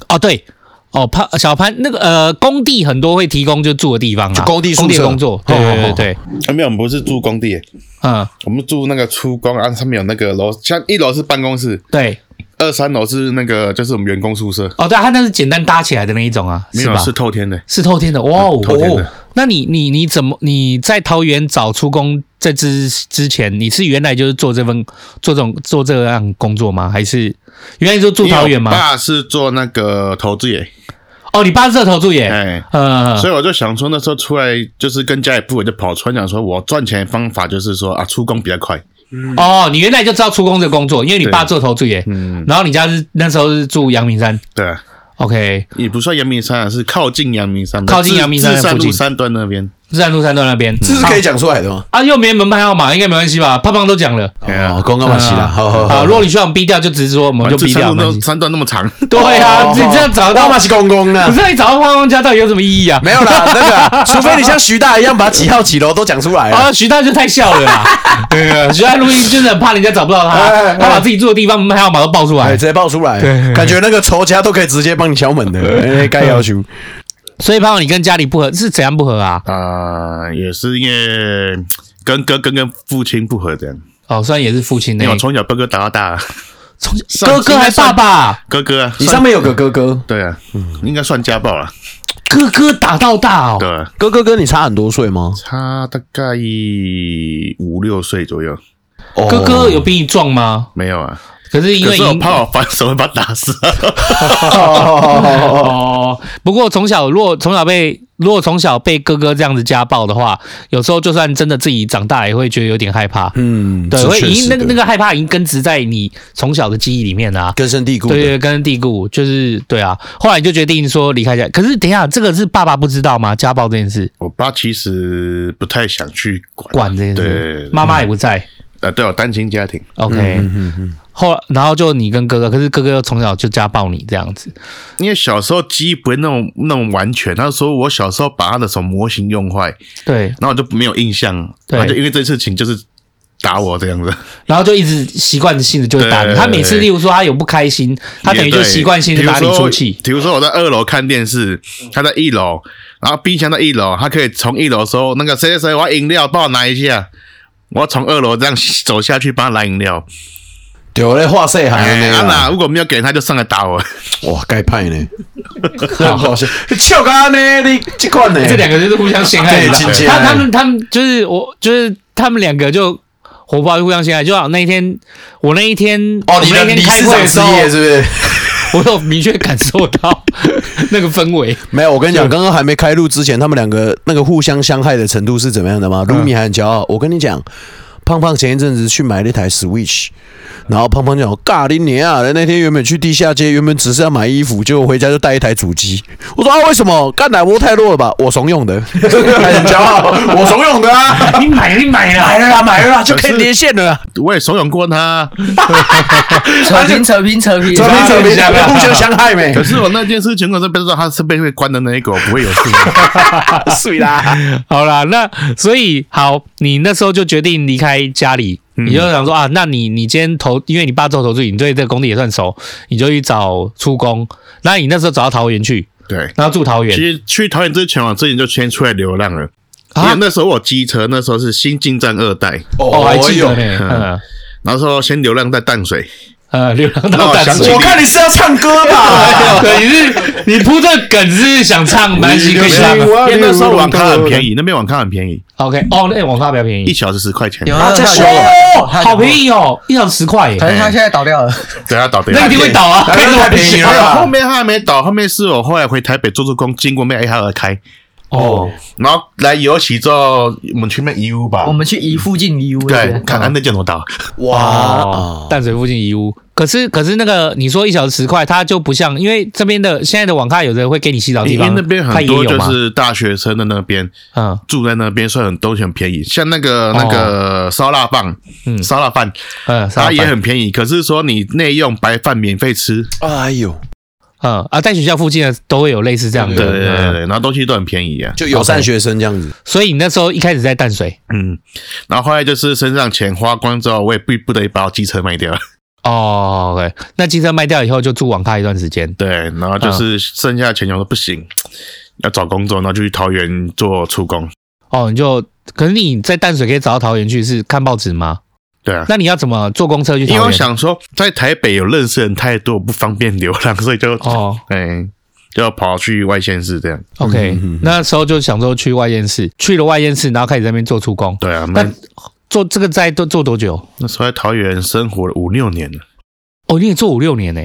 Speaker 2: 哦，对，哦，潘小潘那个呃，工地很多会提供就住的地方啊，
Speaker 3: 就工地宿舍
Speaker 2: 工地的工作，对对对对，
Speaker 5: 啊，没有，我们不是住工地，
Speaker 2: 嗯，
Speaker 5: 我们住那个出工啊，上面有那个楼，像一楼是办公室，
Speaker 2: 对，
Speaker 5: 二三楼是那个就是我们员工宿舍，
Speaker 2: 哦，对啊，他那是简单搭起来的那一种啊，
Speaker 5: 没
Speaker 2: 是
Speaker 5: 有
Speaker 2: 吧？
Speaker 5: 是透天的，
Speaker 2: 是透天的，哇哦，
Speaker 5: 透天的
Speaker 2: 哦那你你你怎么你在桃园找出工这之之前，你是原来就是做这份做这种做这样工作吗？还是原来就住桃园
Speaker 5: 因为
Speaker 2: 吗
Speaker 5: 我？爸是做那个投资业，
Speaker 2: 哦，你爸是热头猪耶，
Speaker 5: 哎，
Speaker 2: 嗯，
Speaker 5: 所以我就想说那时候出来就是跟家里不稳就跑船，想说我赚钱的方法就是说啊出工比较快，
Speaker 2: 哦，你原来就知道出工这个工作，因为你爸做头猪耶，
Speaker 5: 嗯，
Speaker 2: 然后你家是那时候是住阳明山
Speaker 5: 对啊，
Speaker 2: ，OK，
Speaker 5: 也不算阳明山啊，是靠近阳明山，
Speaker 2: 靠近
Speaker 5: 自
Speaker 2: 阳明山的
Speaker 5: 自山
Speaker 2: 附近
Speaker 5: 路山端那边，
Speaker 2: 自然路山段那边，
Speaker 3: 这是可以讲出来的吗？
Speaker 2: 啊，又没门牌号码，应该没关系吧？胖胖都讲了。
Speaker 5: 哎呀
Speaker 3: 哦，公告马西啦，好好
Speaker 2: 啊，
Speaker 3: 好，
Speaker 2: 如果你需要我们逼掉，就直说，我们就
Speaker 5: 哦自
Speaker 2: 逼
Speaker 5: 山
Speaker 2: 掉。
Speaker 5: 路
Speaker 2: 没
Speaker 5: 那
Speaker 2: 关系
Speaker 5: 山段那么长，
Speaker 2: 对
Speaker 3: 哦
Speaker 2: 啊，你这样找
Speaker 3: 那
Speaker 2: 到
Speaker 3: 马，西公公呢
Speaker 2: 不？是你找到胖胖家到底有什么意义啊？
Speaker 3: 哦没有啦，那个啊，除非你像徐大一样把几号几楼都讲出来啊。
Speaker 2: 啊，徐大就太笑了啦。对啊，徐大录音就是很怕人家找不到
Speaker 3: 哎
Speaker 2: 他，
Speaker 3: 哎
Speaker 2: 他把自己住的地方门牌号码都报出
Speaker 3: 哎，
Speaker 2: 来
Speaker 3: 直。接爆出来，感觉那个仇家都可以直接帮你敲门 的，哎，该要求。
Speaker 2: 所以胖胖，你跟家里不合是怎样不合啊？
Speaker 5: 啊、也是因为嗯跟哥跟跟父亲不和这样，
Speaker 2: 哦，虽然也是父亲
Speaker 5: 因
Speaker 2: 那
Speaker 5: 为我从小被哥打到大，啊
Speaker 2: 从
Speaker 5: 上
Speaker 2: 哥哥还爸爸，
Speaker 5: 哥哥啊，
Speaker 3: 你
Speaker 5: 算
Speaker 3: 上面有个哥哥，
Speaker 5: 对啊，应该算家暴了，
Speaker 2: 哥哥打到大哦
Speaker 5: 对。啊、
Speaker 3: 哥哥跟你差很多岁吗？
Speaker 5: 差大概五六岁左右，
Speaker 3: 哦
Speaker 2: 哥哥有比你壮吗？
Speaker 5: 没有啊，
Speaker 2: 可是因
Speaker 5: 可
Speaker 2: 为
Speaker 5: 是我
Speaker 2: 赢
Speaker 5: 怕我反手会把他打死，啊
Speaker 3: 哦
Speaker 2: 哦，不过从小如果从小被如果从小被哥哥这样子家暴的话，有时候就算真的自己长大，也会觉得有点害怕。
Speaker 3: 嗯，
Speaker 2: 对，
Speaker 3: 是
Speaker 2: 会
Speaker 3: 确
Speaker 2: 已经
Speaker 3: 实
Speaker 2: 那个
Speaker 3: 的
Speaker 2: 那个害怕已经根植在你从小的记忆里面啊。
Speaker 3: 根深蒂固的。
Speaker 2: 对对，根深蒂固，就是对啊。后来你就决定说离开家，可是等一下，这个是爸爸不知道吗？家暴这件事，
Speaker 5: 我爸其实不太想去管
Speaker 2: 管这件
Speaker 5: 对
Speaker 2: 事
Speaker 5: 对，
Speaker 2: 妈妈也不在。
Speaker 5: 呃，对我单亲家庭，
Speaker 2: OK，、后然后就你跟哥哥，可是哥哥又从小就家暴你这样子。
Speaker 5: 因为小时候记忆不会那么那么完全，啊他说我小时候把他的手模型用坏，
Speaker 2: 对，
Speaker 5: 然后我就没有印象，
Speaker 2: 对
Speaker 5: 然后就因为这事情就是打我这样子，
Speaker 2: 然后就一直习惯性的就会打你。
Speaker 5: 对
Speaker 2: 他每次，例如说他有不开心，他等于就
Speaker 5: 也对
Speaker 2: 习惯性的打你出气。
Speaker 5: 比如说比如说我在二楼看电视，他在一楼，然后冰箱在一楼，他可以从一楼说那个谁谁谁，我要饮料，帮我拿一下。我要从二楼这样走下去帮他拿饮料。
Speaker 3: 对，我在画色行的
Speaker 5: 哎，
Speaker 3: 那
Speaker 5: 啊
Speaker 3: 个
Speaker 5: 那
Speaker 3: 啊，
Speaker 5: 如果没有给他，就上来打我。
Speaker 3: 哇，该派呢，很好笑，笑咖呢，你这款呢，
Speaker 2: 哎这两个就是互相陷害
Speaker 3: 对
Speaker 2: 的
Speaker 3: 亲切
Speaker 2: 他他们他们就是我就是他们两个就火爆就互相陷害。就好那一天我那一天
Speaker 3: 哦，
Speaker 2: 我
Speaker 3: 你
Speaker 2: 那
Speaker 3: 的
Speaker 2: 一
Speaker 3: 理
Speaker 2: 天开
Speaker 3: 事
Speaker 2: 会的
Speaker 3: 长之
Speaker 2: 时候，
Speaker 3: 夜是不是？
Speaker 2: 我有明确感受到 那个氛围。
Speaker 3: 没有，我跟你讲，刚刚还没开录之前，他们两个那个互相伤害的程度是怎么样的
Speaker 2: 嗯
Speaker 3: 吗？卢米还很骄傲，我跟你讲。胖胖前一阵子去买了一台 Switch，然后胖胖讲：“尬你年啊！那天原本去地下街，原本只是要买衣服，结果回家就带一台主机。”我说：“啊，为什么？干奶窝太弱了吧？我怂 恿的，还很骄傲，我怂恿的啊，
Speaker 2: 你买你买了，
Speaker 3: 买了啦，买了啦，就可以连线了啦。”
Speaker 5: 我也怂恿过他，
Speaker 4: 扯平扯平扯平，
Speaker 3: 扯平扯平，互相伤害 没
Speaker 5: 可？是我那件事情，我真不知道他是被会关的那一个，我不会有事。
Speaker 3: 碎啦！
Speaker 2: 好啦，那所以好，你那时候就决定离开家里，你就想说啊，那你你今天投，因为你爸做投注，你对这个工地也算熟，你就去找出工。那你那时候找到桃园去，
Speaker 5: 对，
Speaker 2: 然后住桃
Speaker 5: 其
Speaker 2: 园
Speaker 5: 实去桃园之前，我之前就先出来流浪了。因为
Speaker 2: 啊，
Speaker 5: 那时候我机车，那时候是新进站二代，
Speaker 2: 哦，还记得
Speaker 3: 哎呦
Speaker 2: 呢，嗯
Speaker 5: 然后说先流浪在淡水，
Speaker 2: 呃，流浪
Speaker 5: 那
Speaker 2: 到
Speaker 5: 我
Speaker 2: 淡
Speaker 5: 想起
Speaker 2: 水
Speaker 3: 我。看你是要唱歌吧？
Speaker 2: 对，你是你铺这个梗是想唱蛮行可以唱啊。
Speaker 5: 因为那时候网咖很便宜，那边网咖很便宜，
Speaker 2: OK，哦，那网咖比较便
Speaker 5: 一
Speaker 2: 宜，
Speaker 5: 小时十块钱。
Speaker 4: 有
Speaker 5: 等
Speaker 4: 啊，
Speaker 3: 在
Speaker 4: 他有
Speaker 3: 修
Speaker 2: 哦，
Speaker 4: 他有
Speaker 2: 好便宜哦，一小时十块耶
Speaker 4: 可，是他现在倒掉了，
Speaker 5: 下倒对
Speaker 2: 那一定会倒啊，
Speaker 3: 太便宜
Speaker 2: 那么便宜
Speaker 3: 太便宜
Speaker 5: 还
Speaker 3: 了
Speaker 5: 有
Speaker 3: 吧
Speaker 5: 后面他还没倒，后面是我后来回台北做做工，经过妹 A 哈尔开，
Speaker 2: 哦，
Speaker 5: 然后来尤其之后，我们去那义乌吧
Speaker 4: 我。们去宜附近宜屋那
Speaker 5: 对，
Speaker 4: 边
Speaker 5: 看看那建怎么倒。
Speaker 2: 哦，淡水附近遗屋。可是可是那个你说一小时十块，它就不像，因为这边的现在的网咖有的会给你洗澡的地
Speaker 5: 因为
Speaker 2: 方，
Speaker 5: 那边
Speaker 2: 它
Speaker 5: 很
Speaker 2: 也
Speaker 5: 多
Speaker 2: 有
Speaker 5: 就
Speaker 2: 嘛，
Speaker 5: 是大学生的那边
Speaker 2: 嗯，
Speaker 5: 住在那边，所以很东西很便宜。像那个那个烧腊饭，
Speaker 2: 嗯
Speaker 5: 烧腊饭，
Speaker 2: 嗯，
Speaker 5: 它也
Speaker 2: 沙发
Speaker 5: 很便宜。可是说你内用白饭免费吃，
Speaker 3: 哎呦，
Speaker 2: 嗯啊，在学校附近的都会有类似这样的，
Speaker 5: 对对对
Speaker 2: 嗯
Speaker 5: 对，然后东西都很便宜啊。
Speaker 3: 就友善学生这样子。
Speaker 2: 所以你那时候一开始在淡水，
Speaker 5: 嗯，然后后来就是身上钱花光之后，我也不不得已把我机车卖掉。
Speaker 2: 哦，OK，那机车卖掉以后就住网咖一段时间，
Speaker 5: 对，然后就是剩下的钱，我说不行，要找工作，然后就去桃园做出工。
Speaker 2: 哦，你就可是你在淡水可以找到桃园去是看报纸吗？
Speaker 5: 对啊，
Speaker 2: 那你要怎么坐公车去桃
Speaker 5: 因为我
Speaker 2: 园？
Speaker 5: 想说，在台北有认识人太多，不方便流浪， 所以就
Speaker 2: 哦
Speaker 5: 哎，就跑去外县市这样。
Speaker 2: ，OK，那
Speaker 5: 嗯
Speaker 2: 时候就想说去外县市，去了外县市，然后开始在那边做出工，
Speaker 5: 对啊，
Speaker 2: 那
Speaker 5: 那
Speaker 2: 做这个在做做多久？
Speaker 5: 那时候在桃园生活了五六年了，
Speaker 2: 哦，你也做五六年呢、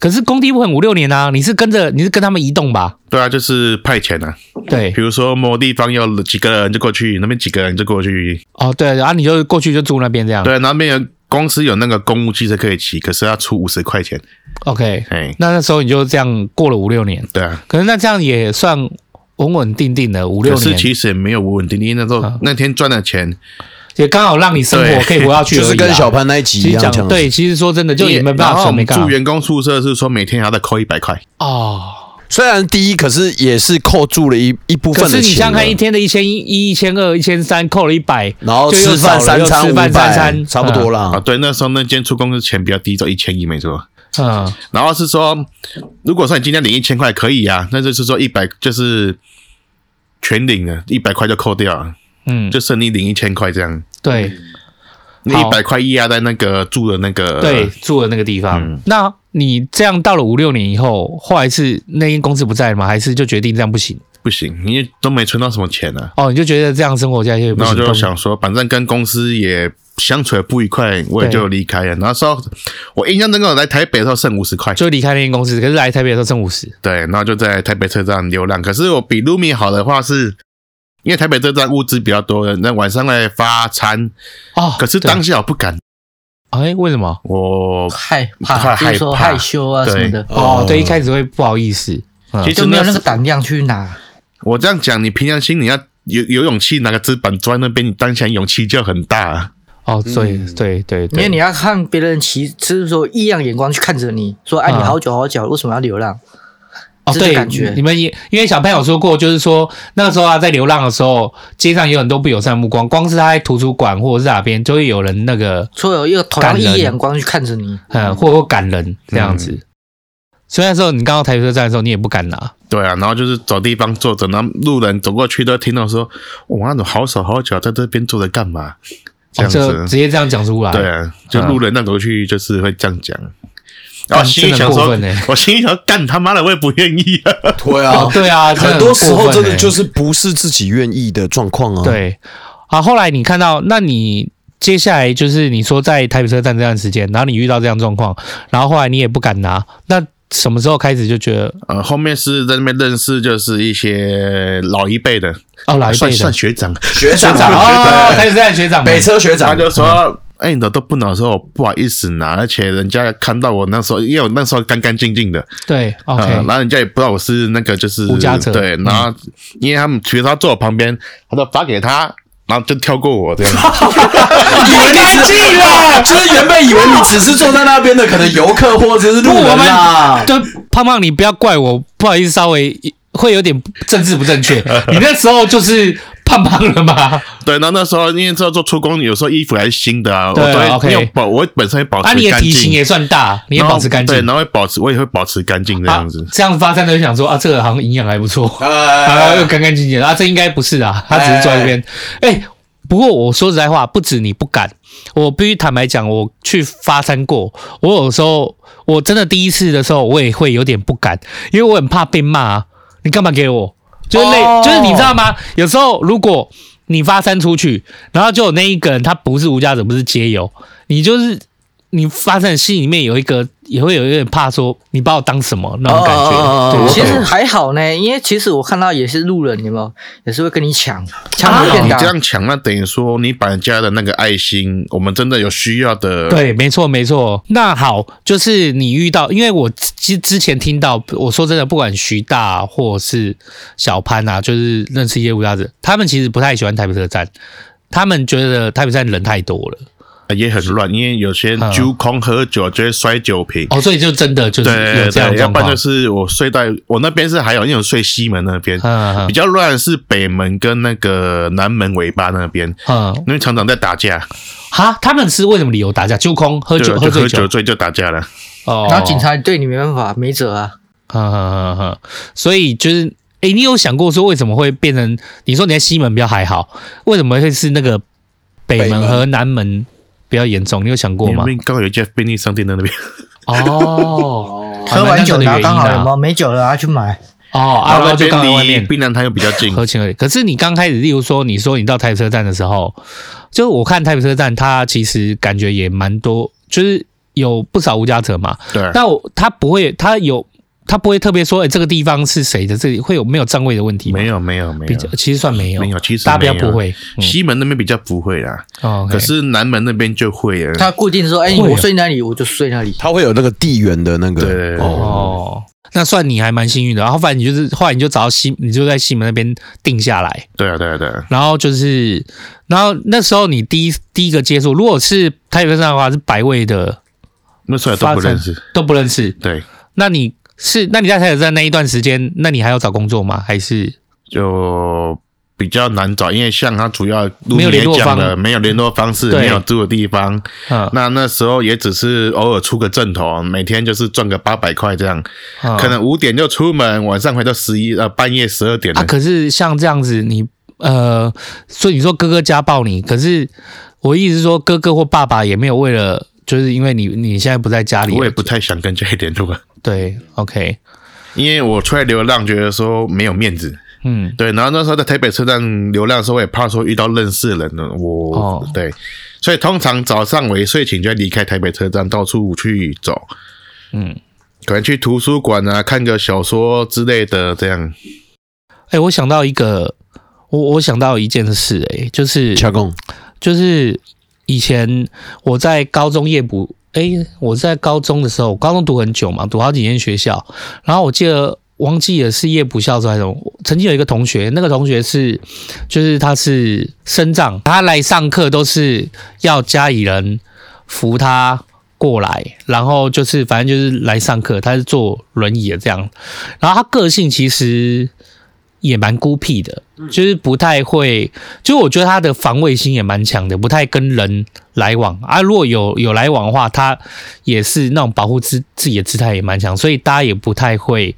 Speaker 2: 可是工地不可能五六年啊，你是跟着你是跟他们移动吧？
Speaker 5: 对啊，就是派遣啊。
Speaker 2: 对
Speaker 5: 比，如说某地方要几个人就过去，那边几个人就过去。
Speaker 2: 哦对，然后你就过去就住那边这样。
Speaker 5: 对，那边有公司有那个公务汽车可以骑，可是要出五十块钱。
Speaker 2: ，OK，
Speaker 5: 哎，
Speaker 2: 那那时候你就这样过了五六年，
Speaker 5: 对啊。
Speaker 2: 可是那这样也算稳稳定定的五六
Speaker 5: 可是
Speaker 2: 年，
Speaker 5: 其实也没有稳定，因为那时候
Speaker 2: 啊
Speaker 5: 那天赚的钱
Speaker 2: 也刚好让你生活
Speaker 5: 对
Speaker 2: 可以活下去而已
Speaker 3: 就
Speaker 2: 啦。
Speaker 3: 是跟小潘那一集
Speaker 2: 其
Speaker 3: 一
Speaker 2: 实
Speaker 3: 样这
Speaker 2: 讲
Speaker 3: 样。，
Speaker 2: 对，其实说真的就也没办
Speaker 5: 然
Speaker 2: 法
Speaker 5: 后我
Speaker 2: 存没
Speaker 5: 们
Speaker 2: 干嘛
Speaker 5: 住员工宿舍是说每天还要再扣一百块，
Speaker 2: 哦。
Speaker 3: 虽然低，可是也是扣住了一一部分
Speaker 2: 可
Speaker 3: 的钱
Speaker 2: 是
Speaker 3: 了。
Speaker 2: 你想想看，一天的一千一、一千二、一千三，扣了一百，
Speaker 3: 然后
Speaker 2: 就又
Speaker 3: 吃饭
Speaker 2: 少
Speaker 3: 三
Speaker 2: 了
Speaker 3: 餐
Speaker 2: 又
Speaker 3: 五
Speaker 2: 吃
Speaker 3: 百，
Speaker 2: 饭三餐
Speaker 3: 差不多
Speaker 5: 啊，
Speaker 3: 啦。
Speaker 5: 对，那时候那间出公司钱比较低，就一千一没错。
Speaker 2: 嗯，
Speaker 5: 然后是说，如果说你今天领一千块可以啊，那就是说一百就是全领了，一百块就扣掉了，
Speaker 2: 嗯，
Speaker 5: 就剩你领一千块这样。
Speaker 2: 对
Speaker 3: 嗯
Speaker 5: 那
Speaker 2: 好
Speaker 5: 一百块压在那个住的那个
Speaker 2: 对，住的那个地方
Speaker 5: 嗯。
Speaker 2: 那你这样到了五六年以后，后来是那间公司不在了吗？还是就决定这样不行？
Speaker 5: 不行，因为都没存到什么钱呢、啊。
Speaker 2: 哦，你就觉得这样生活下去不
Speaker 5: 然
Speaker 2: 行？
Speaker 5: 后我就
Speaker 2: 都
Speaker 5: 想说，反正跟公司也相处也不愉快，我也
Speaker 2: 对
Speaker 5: 就离开了。然后说，我印象中我来台北的时候剩五十块，
Speaker 2: 就离开那间公司，可是来台北的时候挣五十。
Speaker 5: 对，然后就在台北车站流浪。可是我比 Lumi 好的话是，因为台北车站物资比较多，那晚上来发餐。
Speaker 2: 哦，
Speaker 5: 可是
Speaker 2: 对
Speaker 5: 当下我不敢，
Speaker 2: 哎，为什么？
Speaker 5: 我
Speaker 4: 害
Speaker 5: 害
Speaker 4: 怕，
Speaker 5: 怕
Speaker 4: 就是说害羞啊什
Speaker 5: 对
Speaker 4: 么的，
Speaker 2: 哦
Speaker 3: 哦，
Speaker 2: 对，一开始会不好意思。
Speaker 5: 其实
Speaker 4: 就没有
Speaker 5: 那
Speaker 4: 那个
Speaker 5: 是
Speaker 4: 胆量去拿。
Speaker 5: 我这样讲，你平常心你要有有勇气拿个纸板砖那边，你当下勇气就很大、啊。
Speaker 2: 哦，对对对
Speaker 4: 因为
Speaker 2: 对，
Speaker 4: 你要看别人其就是说异样眼光去看着你，说哎，你
Speaker 2: 嗯
Speaker 4: 好久好久，为什么要流浪？
Speaker 2: 哦
Speaker 4: 这种
Speaker 2: 对
Speaker 4: 感觉，
Speaker 2: 你们也因为小朋友说过，就是说那个时候啊，在流浪的时候，街上有很多不友善的目光，光是他在图书馆或者是哪边，就会有人那个
Speaker 4: 说有一个同
Speaker 2: 感
Speaker 4: 样异
Speaker 2: 人
Speaker 4: 样眼光去看着你，
Speaker 2: 呃，或或赶人这样子。所以那时候你刚到台北车站的时候，你也不敢拿，哦
Speaker 5: 对啊，然后就是找地方坐着，然后路人走过去都听到说，哇，那种好手好脚在这边坐着干嘛？
Speaker 2: 哦
Speaker 5: 这样子，
Speaker 2: 就直接这样讲出来。
Speaker 5: 对啊，就路人那走过去就是会这样讲。然后心里
Speaker 2: 真的
Speaker 5: 想
Speaker 2: 很
Speaker 5: 说
Speaker 2: 过分欸，
Speaker 5: 我心里想说，干他妈的，我也不愿意啊。
Speaker 3: 对啊
Speaker 2: 哦，，对啊，真的
Speaker 3: 很多时候
Speaker 2: 过分
Speaker 3: 真的
Speaker 2: 欸
Speaker 3: 就是不是自己愿意的状况啊。，
Speaker 2: 对，啊，后来你看到，那你接下来就是你说在台北车站这段时间，然后你遇到这样状况，然后后来你也不敢拿，那什么时候开始就觉得
Speaker 5: 呃， 后面是在那边认识，就是一些老一辈的，
Speaker 2: 哦，来一辈
Speaker 5: 啊算
Speaker 2: 的
Speaker 5: 算学长，
Speaker 3: 学啊
Speaker 2: 学长哦，台北车站学长们
Speaker 3: 北车学
Speaker 5: 他
Speaker 3: 长，
Speaker 5: 就说：“哎、你的都不拿，我说我不好意思拿，而且人家看到我那时候，因为我那时候干干净净的，
Speaker 2: 对
Speaker 5: 嗯、
Speaker 2: ，OK，、
Speaker 5: 然后人家也不知道我是那个就是
Speaker 2: 无家者嗯
Speaker 5: 对，然后因为他们其实他坐我旁边，他就发给他，然后就跳过我这 样。
Speaker 3: 以为你只是啊就是原本以为你只是坐在那边的，可能游客或者是
Speaker 2: 不，
Speaker 3: 路
Speaker 2: 我
Speaker 3: 人啦
Speaker 2: 们。对胖胖，你不要怪我，不好意思，稍微会有点政治不正 确，你那时候就是胖胖了嘛，
Speaker 5: 对，然后那时候因为之后做出工，有时候衣服还是新的啊，我
Speaker 2: 对
Speaker 5: 都会
Speaker 2: OK
Speaker 5: 因为我保我本身也保持
Speaker 2: 啊，你的
Speaker 5: 干
Speaker 2: 体型
Speaker 5: 净，
Speaker 2: 也算大，你也
Speaker 5: 然后
Speaker 2: 保持干净
Speaker 5: 对，，然后会保持我也会保持干净这样子
Speaker 2: 啊。这样发散的就想说啊，这个好像营养还不错。啊，
Speaker 3: 呃
Speaker 2: 又干干净净的啊，这应该不是啊，他只是坐在这边。哎、不过我说实在话，不止你不敢，我必须坦白讲，我去发餐过，我有时候我真的第一次的时候，我也会有点不敢，因为我很怕被骂、啊。你干嘛给我？就是那，
Speaker 3: 哦
Speaker 2: 就是你知道吗？有时候如果你发餐出去，然后就有那一个人他不是无家者，不是街友，你就是。你发散心里面有一个，也会有一点怕说，你把我当什么那种感觉。
Speaker 3: 哦哦哦哦
Speaker 2: 对
Speaker 3: 我懂
Speaker 4: 其实还好呢，因为其实我看到也是路人，有没有也是会跟你抢抢
Speaker 2: 啊
Speaker 4: 你的便
Speaker 5: 你
Speaker 4: 当
Speaker 5: 这，样抢，那等于说你把人家的那个爱心，我们真的有需要的，
Speaker 2: 对，没错，没错。那好，就是你遇到，因为我之之前听到，我说真的，不管徐大或是小潘啊，就是认识业务家子，他们其实不太喜欢台北车站，他们觉得台北站人太多了，
Speaker 5: 呃也很乱，因为有些
Speaker 2: 嗯
Speaker 5: 酒空喝酒就会摔酒瓶。
Speaker 2: 哦，所以就真的就是有
Speaker 5: 对
Speaker 2: 这样的
Speaker 5: 对，要
Speaker 2: 状
Speaker 5: 不然
Speaker 2: 况
Speaker 5: 就。是我睡在我那边是还有那种睡西门那边，
Speaker 2: 嗯嗯
Speaker 5: 比较乱的是北门跟那个南门尾巴那边，
Speaker 2: 嗯，
Speaker 5: 因为常常在打架，
Speaker 2: 哈，他们是为什么理由打架？就空喝
Speaker 5: 对
Speaker 2: 酒，
Speaker 5: 啊
Speaker 2: 喝
Speaker 5: 就
Speaker 2: 醉
Speaker 5: 喝
Speaker 2: 酒
Speaker 5: 酒，醉就打架了。
Speaker 2: 哦，
Speaker 4: 然后警察也对你没办法，没辙啊。
Speaker 2: 嗯，嗯嗯嗯，所以就是，诶，你有想过说为什么会变成？你说你在西门比较还好，为什么会是那个北
Speaker 3: 北
Speaker 2: 门
Speaker 3: 门
Speaker 2: 和南门比较严重？你有想过
Speaker 5: 因
Speaker 2: 吗？
Speaker 5: 为刚好有一家便利商店在那边，
Speaker 2: 哦，
Speaker 4: 喝完酒
Speaker 2: 然
Speaker 4: 然后
Speaker 2: 后
Speaker 4: 刚好有没有没酒了，然后去买。
Speaker 2: 哦，啊，然后就
Speaker 5: 那
Speaker 2: 刚好
Speaker 5: 边
Speaker 2: 外
Speaker 5: 离
Speaker 2: 面
Speaker 5: 避难摊又比较近，
Speaker 2: 合情合理。可是你刚开始，例如说，你说你到台北车站的时候，就我看台北车站，它其实感觉也蛮多，就是有不少无家者嘛，
Speaker 5: 对，
Speaker 2: 那我他不会，他有他不会特别说，哎、这个地方是谁的？这里会有没有站位的问题吗？
Speaker 5: 没，有没有没
Speaker 2: 比
Speaker 5: 有
Speaker 2: 较，嗯其实算没有，
Speaker 5: 没有其实
Speaker 2: 大家
Speaker 5: 没
Speaker 2: 不要
Speaker 5: 有
Speaker 2: 不会。
Speaker 5: 西门那边比较不会啦，
Speaker 2: 哦，
Speaker 5: 可是南门那边就会了。
Speaker 4: 他固定说，哎，
Speaker 2: 会啊
Speaker 4: 我睡那里我就睡那里。
Speaker 3: 它会有那个地缘的那
Speaker 5: 对对
Speaker 3: 个
Speaker 5: 对
Speaker 2: 哦，那算你还蛮幸运的。然后反正你就是后来你就找到西，你就在西门那边定下来。
Speaker 5: 对啊对啊对啊，
Speaker 2: 然后就是，然后那时候你第一第一个接触，如果是台北上的话，是百位的
Speaker 5: 那时候也都不认识。
Speaker 2: 都不认识。
Speaker 5: 对，
Speaker 2: 那你是那你在台北站那一段时间，那你还要找工作吗？还是
Speaker 5: 就比较难找，因为像他主要路
Speaker 2: 没有
Speaker 5: 也
Speaker 2: 联络
Speaker 5: 讲
Speaker 2: 方
Speaker 5: 了，没有联络方式，
Speaker 2: 对
Speaker 5: 没有住的地方。
Speaker 2: 嗯，
Speaker 5: 那那时候也只是偶尔出个正头，每天就是赚个八百块这样，
Speaker 2: 嗯
Speaker 5: 可能五点就出门，晚上回到十一呃半夜十二点了。
Speaker 2: 啊，可是像这样子你，呃，所以你说哥哥家暴你，可是我意思是说，哥哥或爸爸也没有为了，就是因为你你现在不在家里，啊
Speaker 5: 我也不太想跟家里联络，
Speaker 2: 对，OK，
Speaker 5: 因为我出来流浪，觉得说没有面子。
Speaker 2: 嗯，
Speaker 5: 对，然后那时候在台北车站流浪的时候，我也怕说遇到认识的人了，我、
Speaker 2: 哦
Speaker 5: 对，所以通常早上我一睡醒就离开台北车站，到处去走，
Speaker 2: 嗯，
Speaker 5: 可能去图书馆啊，看个小说之类的，这样。
Speaker 2: 哎、我想到一个，我我想到一件事、哎，就是
Speaker 3: 恰工，
Speaker 2: 就是以前我在高中夜补，诶，我在高中的时候，我高中读很久嘛，读好几年学校，然后我记得。忘记了是夜补校之还是什么？曾经有一个同学，那个同学是，就是他是生长，他来上课都是要家里人扶他过来，然后就是反正就是来上课，他是坐轮椅的这样。然后他个性其实也蛮孤僻的，就是不太会，就我觉得他的防卫心也蛮强的，不太跟人来往啊。如果有有来往的话，他也是那种保护自自己的姿态也蛮强，所以大家也不太会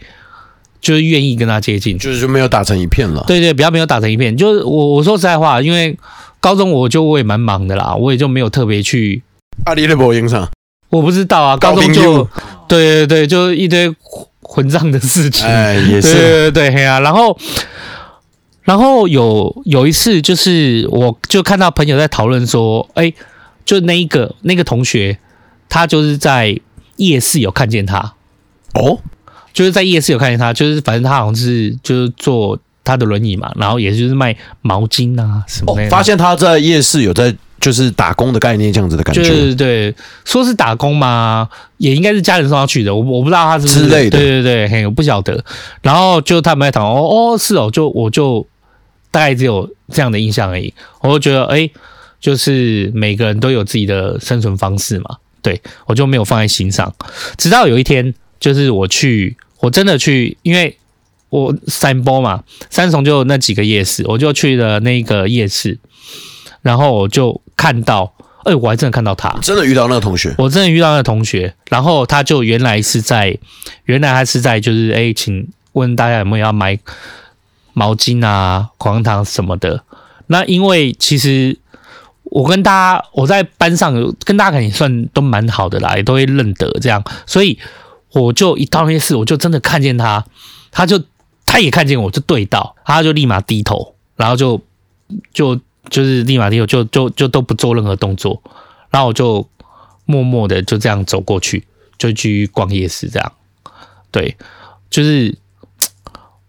Speaker 2: 就是愿意跟他接近。
Speaker 3: 就是就没有打成一片了。
Speaker 2: 对对，比较没有打成一片。就是我我说实在话，因为高中我就我也蛮忙的啦，我也就没有特别去。
Speaker 3: 阿里的博影响，
Speaker 2: 我不知道啊，高中
Speaker 3: 高中
Speaker 2: 就
Speaker 3: 又
Speaker 2: 对对对，就一堆混混账的事情。
Speaker 3: 哎，
Speaker 2: 对
Speaker 3: 也是
Speaker 2: 对对对，嘿啊，然后。然后有有一次，就是我就看到朋友在讨论说，哎，就那一个那个同学，他就是在夜市有看见他，
Speaker 3: 哦，
Speaker 2: 就是在夜市有看见他，就是反正他好像是就是坐他的轮椅嘛，然后也就是卖毛巾啊什么
Speaker 3: 哦
Speaker 2: 的、，
Speaker 3: 发现他在夜市有在就是打工的概念这样子的感
Speaker 2: 就
Speaker 3: 觉，
Speaker 2: 是对，说是打工嘛，也应该是家人送他去的，我我不知道他是不是
Speaker 3: 之类的
Speaker 2: 对对对，嘿，我不晓得。然后就他们在讨论，哦哦是哦，就我就大概只有这样的印象而已。我就觉得，哎，就是每个人都有自己的生存方式嘛，对我就没有放在心上。直到有一天，就是我去，我真的去，因为我三波嘛，三重就有那几个夜市，我就去了那个夜市，然后我就看到，哎、我还真的看到他，
Speaker 3: 真的遇到那个同学，
Speaker 2: 我真的遇到那个同学，然后他就原来是在，原来他是在就是哎、请问大家有没有要买毛巾啊、口香糖什么的？那因为其实我跟大家我在班上有跟大家感情算都蛮好的啦，也都会认得这样，所以我就一到那件事，我就真的看见他，他就他也看见我，就对到，他就立马低头，然后就就就是立马低头，就就就都不做任何动作，然后我就默默的就这样走过去，就去逛夜市这样。对，就是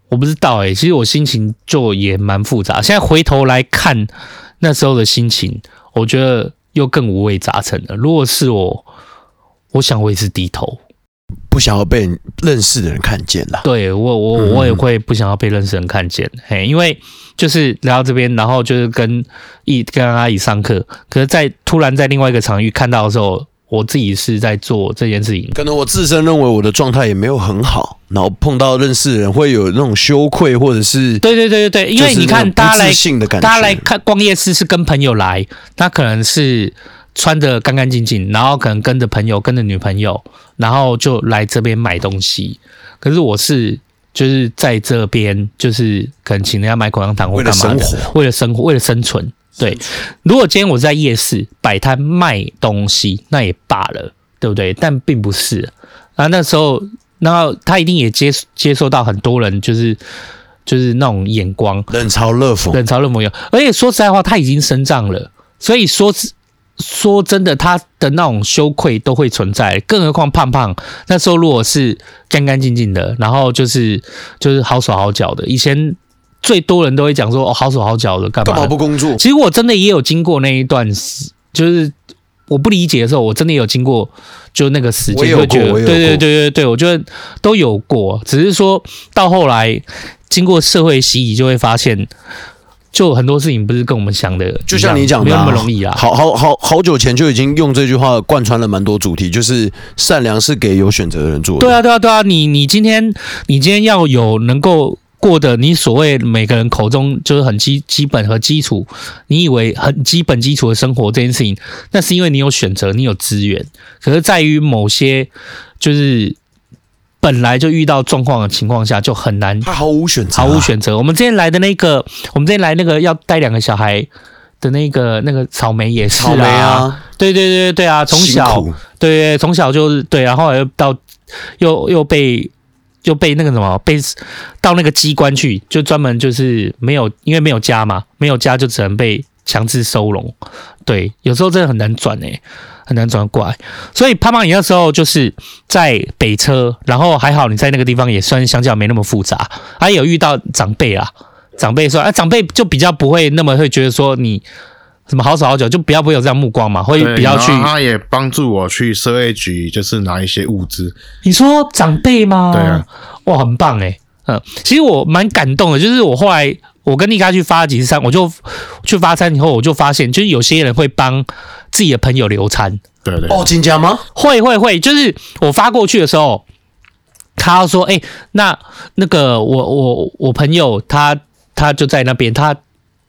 Speaker 2: 我不知道诶、其实我心情就也蛮复杂。现在回头来看那时候的心情，我觉得又更五味杂陈了。如果是我，我想我也是低头，
Speaker 3: 不想要被认识的人看见啦。
Speaker 2: 对我我
Speaker 3: 嗯
Speaker 2: 我也会不想要被认识人看见，嘿，因为就是来到这边，然后就是跟一跟阿姨上课，可是在突然在另外一个场域看到的时候，我自己是在做这件事情，
Speaker 3: 可能我自身认为我的状态也没有很好，然后碰到认识的人会有那种羞愧或者是
Speaker 2: 对对对对对，因为你看大家来
Speaker 3: 性的感觉，
Speaker 2: 大家来看逛夜市是跟朋友来，他可能是穿的干干净净，然后可能跟着朋友、跟着女朋友，然后就来这边买东西。可是我是就是在这边，就是可能请人家买口香糖或
Speaker 3: 为了
Speaker 2: 干嘛的，
Speaker 3: 生活
Speaker 2: 为了生活，为了生存。对，如果今天我在夜市摆摊卖东西，那也罢了，对不对？但并不是啊，那时候，然后他一定也接接受到很多人，就是就是那种眼光，
Speaker 3: 冷嘲热讽，
Speaker 2: 冷嘲热讽有。而且说实在话，他已经生长了，所以说说真的，他的那种羞愧都会存在，更何况胖胖那时候如果是干干净净的，然后就是就是好手好脚的，以前最多人都会讲说哦好手好脚的干嘛
Speaker 3: 干嘛不工作？
Speaker 2: 其实我真的也有经过那一段时，就是我不理解的时候，我真的也有经过，就那个时
Speaker 3: 我
Speaker 2: 间
Speaker 3: 也有
Speaker 2: 就会觉得，
Speaker 3: 过我
Speaker 2: 对
Speaker 3: 也有
Speaker 2: 对
Speaker 3: 过
Speaker 2: 对对对，我觉得都有过，只是说到后来经过社会洗礼，就会发现，就很多事情不是跟我们想的一样，
Speaker 3: 就像你讲
Speaker 2: 没
Speaker 3: 的、
Speaker 2: 有
Speaker 3: 啊，
Speaker 2: 那么容易啦。
Speaker 3: 好好好好久前就已经用这句话贯穿了蛮多主题，就是善良是给有选择的人做的。
Speaker 2: 对啊，对啊，对啊！你你今天你今天要有能够过的，你所谓每个人口中就是很基基本和基础，你以为很基本基础的生活这件事情，那是因为你有选择，你有资源。可是在于某些就是本来就遇到状况的情况下，就很难
Speaker 3: 他毫无选择、啊
Speaker 2: 毫无。选择。我们之前来的那个，我们之前来那个要带两个小孩的那个那个草莓也是
Speaker 3: 草莓
Speaker 2: 啊，
Speaker 3: 啊，
Speaker 2: 对对对对啊，从小
Speaker 3: 辛苦
Speaker 2: 对，从小就是对，然后后来又到又又被又被那个什么被到那个机关去，就专门就是没有因为没有家嘛，没有家就只能被强制收容。对，有时候真的很难转诶、很难转过来。所以胖胖你那时候就是在北车，然后还好你在那个地方也算相较没那么复杂，还、有遇到长辈啦，长辈说啊，长辈就比较不会那么会觉得说你。什么好手好脚，就比较不会有这样目光嘛，会
Speaker 5: 对
Speaker 2: 比较
Speaker 5: 然
Speaker 2: 哎去。
Speaker 5: 后他也帮助我去社会局，就是拿一些物资。
Speaker 2: 你说长辈吗？
Speaker 5: 对啊，
Speaker 2: 哇，很棒哎、嗯，其实我蛮感动的，就是我后来我跟丽佳去发几次餐，我就去发餐以后，我就发现，就是有些人会帮自己的朋友留餐，
Speaker 5: 对对，
Speaker 3: 哦，金家吗？
Speaker 2: 会会会，就是我发过去的时候，他说：“哎、那那个我我我朋友他他就在那边，他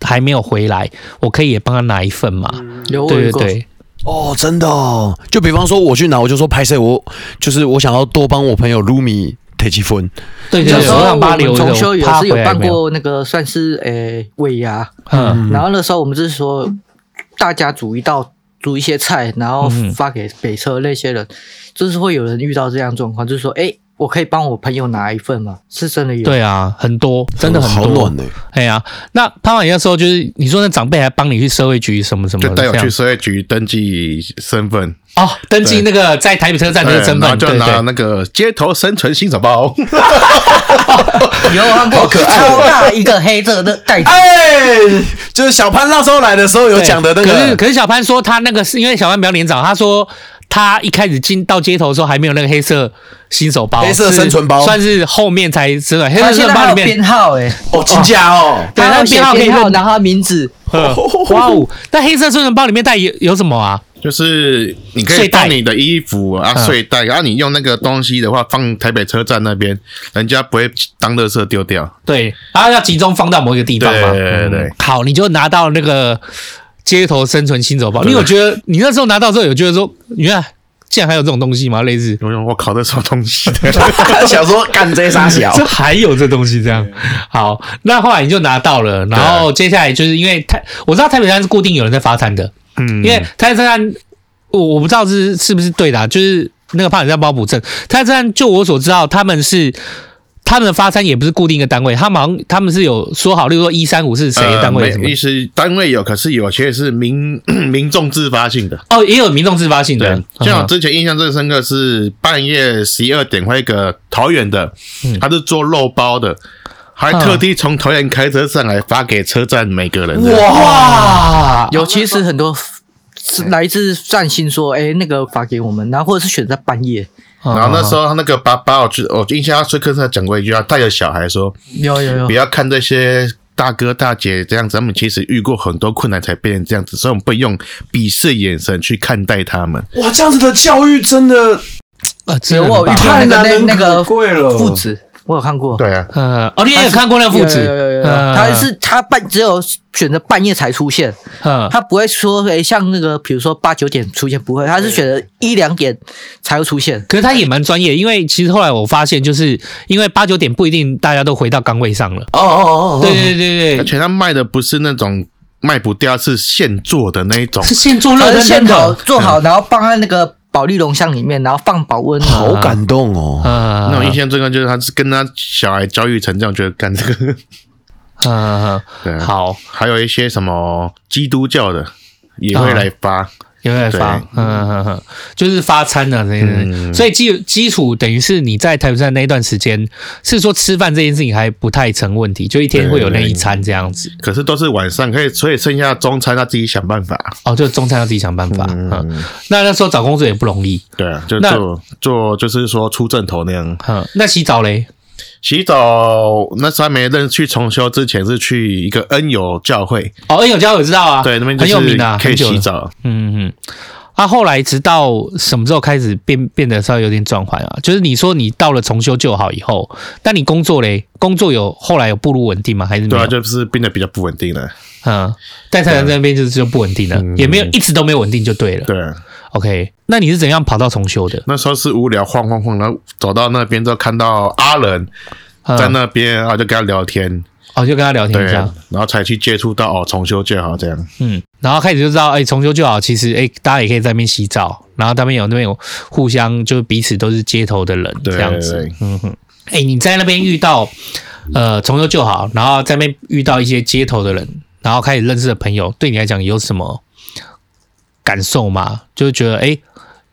Speaker 2: 还没有回来，我可以也帮他拿一份嘛。
Speaker 4: 有我
Speaker 2: 对对
Speaker 4: 有过
Speaker 2: 对，
Speaker 3: 哦，真的哦。就比方说我去拿，我就说拍谁，我就是我想要多帮我朋友 Lumi 提积分。
Speaker 2: 对对
Speaker 4: 小
Speaker 2: 对，
Speaker 4: 时候
Speaker 2: 我让
Speaker 4: 我
Speaker 2: 他
Speaker 4: 们
Speaker 2: 留着，
Speaker 4: 重修
Speaker 2: 我
Speaker 4: 有
Speaker 2: 怕
Speaker 4: 是
Speaker 2: 回
Speaker 4: 有
Speaker 2: 来
Speaker 4: 办
Speaker 2: 没有。
Speaker 4: 过那个算是诶尾牙，
Speaker 2: 嗯，
Speaker 4: 然后那时候我们就是说大家煮一道煮一些菜，然后
Speaker 2: 嗯
Speaker 4: 发给北车那些人，就是会有人遇到这样状况，就是说诶，我可以帮我朋友拿一份吗？是真的有，
Speaker 2: 对啊，很多，真的很
Speaker 3: 哦好
Speaker 2: 多。
Speaker 3: 暖欸呢、
Speaker 2: 哎呀、那潘婉你那时候就是你说那长辈还帮你去社会局什么什么
Speaker 5: 就
Speaker 2: 的，
Speaker 5: 带我
Speaker 2: 这样
Speaker 5: 去社会局登记身份，
Speaker 2: 哦，登记那个在台北车站那个啊身
Speaker 5: 然后
Speaker 2: 份，
Speaker 5: 就
Speaker 2: 对
Speaker 5: 拿
Speaker 2: 对，
Speaker 5: 那个街头生存新手包。
Speaker 4: 有看过超大一个黑色的袋子，
Speaker 3: 哎，就是小潘那时候来的时候有
Speaker 2: 对
Speaker 3: 讲的那
Speaker 2: 可是
Speaker 3: 个，
Speaker 2: 可是小潘说他那个是因为小潘比较年长，他说他一开始进到街头的时候还没有那个黑色新手包，
Speaker 3: 黑色
Speaker 2: 是
Speaker 3: 生存包
Speaker 2: 算是后面才知道黑色
Speaker 4: 它
Speaker 2: 生
Speaker 4: 现
Speaker 2: 存
Speaker 4: 在还
Speaker 2: 包
Speaker 4: 有
Speaker 2: 里面
Speaker 4: 编号诶，
Speaker 3: 哦，金家哦，
Speaker 2: 对
Speaker 4: 它
Speaker 2: 它
Speaker 4: 有
Speaker 2: 编号
Speaker 4: 写
Speaker 2: 可以
Speaker 4: 编号，
Speaker 2: 认
Speaker 4: 然后它名字，
Speaker 2: 呵哇哦，那黑色生存包里面带有有什么啊？
Speaker 5: 就是你可
Speaker 2: 睡
Speaker 5: 以
Speaker 2: 袋
Speaker 5: 放你的衣服啊、
Speaker 2: 嗯
Speaker 5: 睡袋，然后你用那个东西的话，放台北车站那边，人家不会当垃圾丢掉。
Speaker 2: 对，然后要集中放到某一个地方嘛。
Speaker 5: 对对对对
Speaker 2: 嗯好，你就拿到那个街头生存新手包。你有觉得你那时候拿到之后有觉得说，原来竟然还有这种东西吗？类似
Speaker 5: 我说我靠，这什么东西 的？
Speaker 3: 想说干这傻小
Speaker 2: 这还有这东西这样。好，那后来你就拿到了，然后接下来就是因为台，我知道台北站是固定有人在发餐的，
Speaker 5: 嗯，
Speaker 2: 因为台北站我我不知道是是不是对的啊、就是那个胖子站包补证，台北站就我所知道他们是。他们的发餐也不是固定一个单位，他们好像他们是有说好，例如说一三五是谁的单位
Speaker 5: 呃
Speaker 2: 什么
Speaker 5: 没意思单位有，可是有些是民 民众自发性的。
Speaker 2: 哦，也有民众自发性的
Speaker 5: 对，，像我
Speaker 2: 嗯
Speaker 5: 之前印象最深刻是半夜十一二点，会有一个桃园的，
Speaker 2: 嗯
Speaker 5: 他是做肉包的，还特地从桃园开车上来发给车站每个人的。
Speaker 2: 哇，
Speaker 4: 有其实很多。是来自善心说，诶，那个发给我们，然后或者是选在半夜，
Speaker 2: 嗯
Speaker 5: 然后那时候他那个爸爸，我记我印象他最深刻讲过一句话，他带着小孩说：“
Speaker 4: 有有有
Speaker 5: 不，要看这些大哥大姐这样子，他们其实遇过很多困难才变成这样子，所以我们不能用鄙视眼神去看待他们。
Speaker 3: 哇，这样子的教育真的
Speaker 2: 呃，只
Speaker 4: 对，
Speaker 2: 有
Speaker 4: 我有遇过那
Speaker 3: 太
Speaker 4: 个
Speaker 3: 难
Speaker 4: 那
Speaker 3: 能
Speaker 4: 那个
Speaker 3: 可贵了
Speaker 4: 父子，我有看过。
Speaker 5: 对啊，
Speaker 2: 呃，哦，你也有看过那父子
Speaker 4: 有有有有，有，
Speaker 2: 呃
Speaker 4: 他是啊他半只有选择半夜才出现，
Speaker 2: 呃，
Speaker 4: 他不会说诶像那个比如说八九点出现不会，他是选择一两点才会出现。
Speaker 2: 可是他也蛮专业，因为其实后来我发现，就是因为八九点不一定大家都回到岗位上了。
Speaker 3: 哦哦哦，
Speaker 2: 对对对
Speaker 5: 而
Speaker 2: 对对，
Speaker 5: 且他卖的不是那种卖不掉，是现做的那一种
Speaker 2: 是。现做热
Speaker 4: 他是
Speaker 2: 腾
Speaker 4: 现
Speaker 2: 腾
Speaker 4: 烤
Speaker 2: 的，
Speaker 4: 做好，然后放在那个保利龙箱里面，然后放保温。
Speaker 3: 好感动哦。
Speaker 2: 呃，
Speaker 5: 那我印象最深就是他是跟他小孩教育成这样，觉得干这个。
Speaker 2: 呃，
Speaker 5: 对啊，
Speaker 2: 好，
Speaker 5: 还有一些什么基督教的也会来发，
Speaker 2: 有在发
Speaker 5: 对，
Speaker 2: 嗯嗯嗯，就是发餐的那些
Speaker 5: 嗯
Speaker 2: 人，所以基基础等于是你在台北站那一段时间，是说吃饭这件事情还不太成问题，就一天会有那一餐这样子。
Speaker 5: 可是都是晚上，可以所以剩下中餐他自己想办法。
Speaker 2: 哦，就中餐要自己想办法。嗯，那那时候找工作也不容易。
Speaker 5: 对啊，就
Speaker 2: 那
Speaker 5: 做做就是说出正头那样。
Speaker 2: 嗯，那洗澡嘞？
Speaker 5: 洗澡那时候还没认去重修之前是去一个恩友教会，
Speaker 2: 哦，恩永家我知道啊，
Speaker 5: 对，那边就
Speaker 2: 很有
Speaker 5: 是
Speaker 2: 名啊，
Speaker 5: 可以
Speaker 2: 很久了
Speaker 5: 洗。澡。
Speaker 2: 嗯嗯。啊，后来直到什么时候开始变变得稍微有点转换啊？就是你说你到了重修旧好以后，但你工作嘞，工作有后来有步入稳定吗？还是没有
Speaker 5: 对啊，就是变得比较不稳定了。
Speaker 2: 嗯，但台南这边就是就不稳定了，
Speaker 5: 嗯
Speaker 2: 也没有一直都没有稳定就对了。
Speaker 5: 对啊，
Speaker 2: OK，那你是怎样跑到重修的？
Speaker 5: 那时候是无聊晃晃晃，然后走到那边之后看到阿仁
Speaker 2: 嗯
Speaker 5: 在那边，然后就跟他聊天，
Speaker 2: 哦，就跟他聊天
Speaker 5: 对，啊
Speaker 2: 一下
Speaker 5: 然，后才去接触到哦重修就好这样。
Speaker 2: 嗯，然后开始就知道，哎、重修就好，其实哎、大家也可以在那边洗澡，然后那边有那边有互相就是彼此都是街头的人
Speaker 5: 对
Speaker 2: 这样子，
Speaker 5: 对对
Speaker 2: 嗯哼，哎、你在那边遇到呃重修就好，然后在那边遇到一些街头的人，然后开始认识的朋友，对你来讲有什么感受吗？就是觉得哎、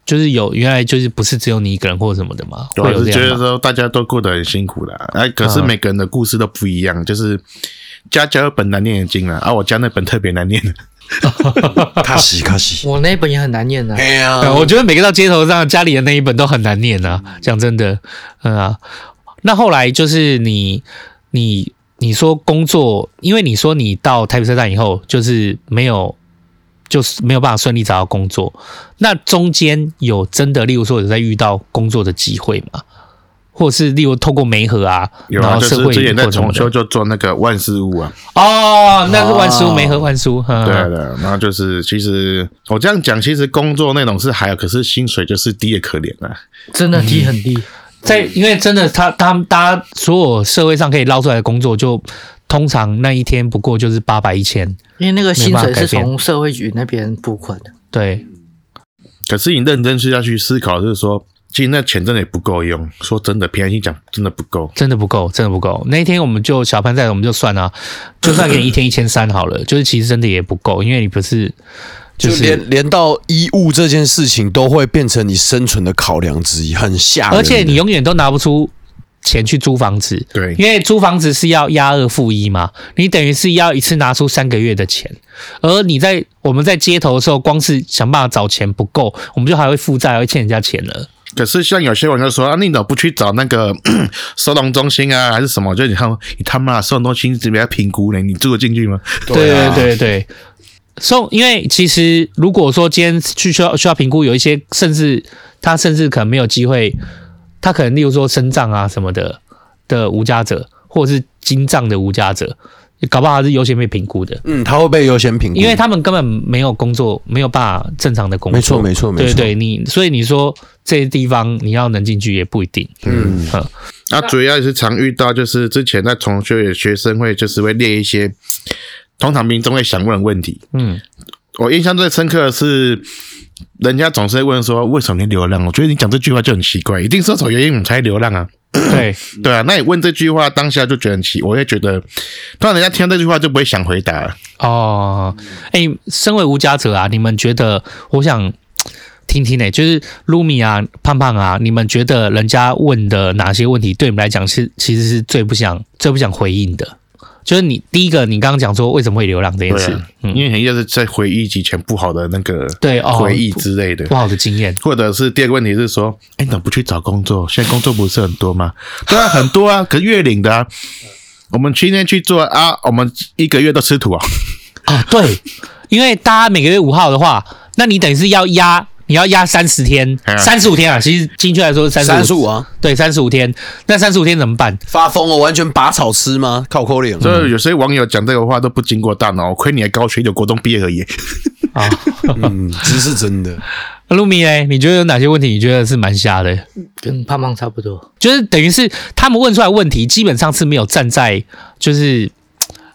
Speaker 2: 就是有原来就是不是只有你一个人或者什么的吗？
Speaker 5: 我
Speaker 2: 会有
Speaker 5: 啊是
Speaker 2: 这
Speaker 5: 觉
Speaker 2: 样
Speaker 5: 得
Speaker 2: 吗？
Speaker 5: 说大家都过得很辛苦啦，哎，可是
Speaker 2: 嗯
Speaker 5: 每个人的故事都不一样，就是家家有本难念的经啦，啊，我家那本特别难念。
Speaker 2: 啊
Speaker 3: 卡西 卡西。
Speaker 4: 我那本也很难念的、啊
Speaker 3: 哎呀
Speaker 5: 嗯
Speaker 2: 对，我觉得每个到街头上家里的那一本都很难念啊，讲真的，嗯啊。那后来就是你你你说工作，因为你说你到台北车站以后，就是没有就是没有办法顺利找到工作，那中间有真的，例如说有在遇到工作的机会吗？或是例如透过媒合啊，
Speaker 5: 有
Speaker 2: 然
Speaker 5: 啊，
Speaker 2: 后
Speaker 5: 就
Speaker 2: 社
Speaker 5: 是
Speaker 2: 会
Speaker 5: 之前在
Speaker 2: 或什么
Speaker 5: 重
Speaker 2: 的
Speaker 5: 修就做那个万事屋啊，
Speaker 2: 哦，那是万书媒合万书，嗯
Speaker 5: 对啊对啊，然后就是其实我这样讲，其实工作内容是还有，可是薪水就是低的可怜啊。
Speaker 4: 真的低很低。
Speaker 2: 在因为真的他他大家所有社会上可以捞出来的工作，就通常那一天不过就是八百一千，
Speaker 4: 因为那个薪水是从社会局那边拨款的，
Speaker 2: 对，
Speaker 5: 可是你认真去下去思考，就是说，其实那钱真的也不够用。说真的，平心讲，真的不够。
Speaker 2: 真的不够，真的不够。那一天我们就小潘在，我们就算 啊，就算给你一天一千三好了，就是其实真的也不够，因为你不是
Speaker 3: 就
Speaker 2: 就是
Speaker 3: 连连到衣物这件事情都会变成你生存的考量之一，很吓人的。
Speaker 2: 而且你永远都拿不出钱去租房子，
Speaker 5: 对
Speaker 2: 因为租房子是要押二付一嘛，你等于是要一次拿出三个月的钱，而你在我们在街头的时候，光是想办法找钱不够，我们就还会负债，还会欠人家钱了。
Speaker 5: 可是像有些人就说啊，你怎么不去找那个 收容中心啊，还是什么？就你看，你他妈的收容中心这边评估呢，你住得进去吗？
Speaker 2: 对
Speaker 3: 啊
Speaker 2: 对对对。so, 因为其实如果说今天去需要需要评估，有一些甚至他甚至可能没有机会，他可能例如说身障啊什么的的无家者，或者是金障的无家者，搞不好他是优先被评估的。
Speaker 3: 嗯，他会被优先评估，
Speaker 2: 因为他们根本没有工作，没有办法正常的工作。
Speaker 3: 没错没错没
Speaker 2: 对
Speaker 3: 错
Speaker 2: 对，你所以你说这些地方你要能进去也不一定。嗯，
Speaker 5: 那主要也是常遇到，就是之前在重修的学生会，就是会列一些通常民众会想问的问题。
Speaker 2: 嗯，
Speaker 5: 我印象最深刻的是，人家总是会问说为什么你流浪？我觉得你讲这句话就很奇怪，一定是有什么原因我们才流浪啊。
Speaker 2: 对，
Speaker 5: 对啊，那你问这句话当下就觉得很奇，我会觉得，当然人家听到这句话就不会想回答了。
Speaker 2: 哦，哎、身为无家者啊，你们觉得，我想听听呢、欸就是露米啊、胖胖啊，你们觉得人家问的哪些问题，对你们来讲是其实是最不想、最不想回应的？就是你第一个，你刚刚讲说为什么会流浪这件
Speaker 5: 对
Speaker 2: 事，
Speaker 5: 啊，
Speaker 2: 嗯，
Speaker 5: 因为人家是在回忆以前不好的那个
Speaker 2: 对哦
Speaker 5: 回忆之类的。
Speaker 2: 不好的经验，
Speaker 5: 或者是第二个问题是说，哎，你怎么不去找工作？现在工作不是很多吗？对啊，很多啊，可是月领的啊。我们今天去做啊，我们一个月都吃土啊。
Speaker 2: 啊，对， 因为大家每个月五号的话，那你等于是要压，你要压三十天、
Speaker 5: 哎呀
Speaker 2: 三十五天啊。其实精确来说是三
Speaker 3: 三
Speaker 2: 十
Speaker 3: 十
Speaker 2: 五，
Speaker 3: 五啊，
Speaker 2: 对，三十五天。那三十五天怎么办？
Speaker 3: 发疯哦，完全拔草吃吗？靠扣
Speaker 2: 嗯
Speaker 3: 脸，
Speaker 5: 所以有些网友讲这个话都不经过大脑，亏你还高学历，国中毕业而已。
Speaker 2: 啊，
Speaker 3: 嗯，这是真 的。
Speaker 2: 那啊露米嘞，你觉得有哪些问题？你觉得是蛮瞎的，
Speaker 4: 跟胖胖差不多。
Speaker 2: 就是等于是他们问出来的问题，基本上是没有站在就是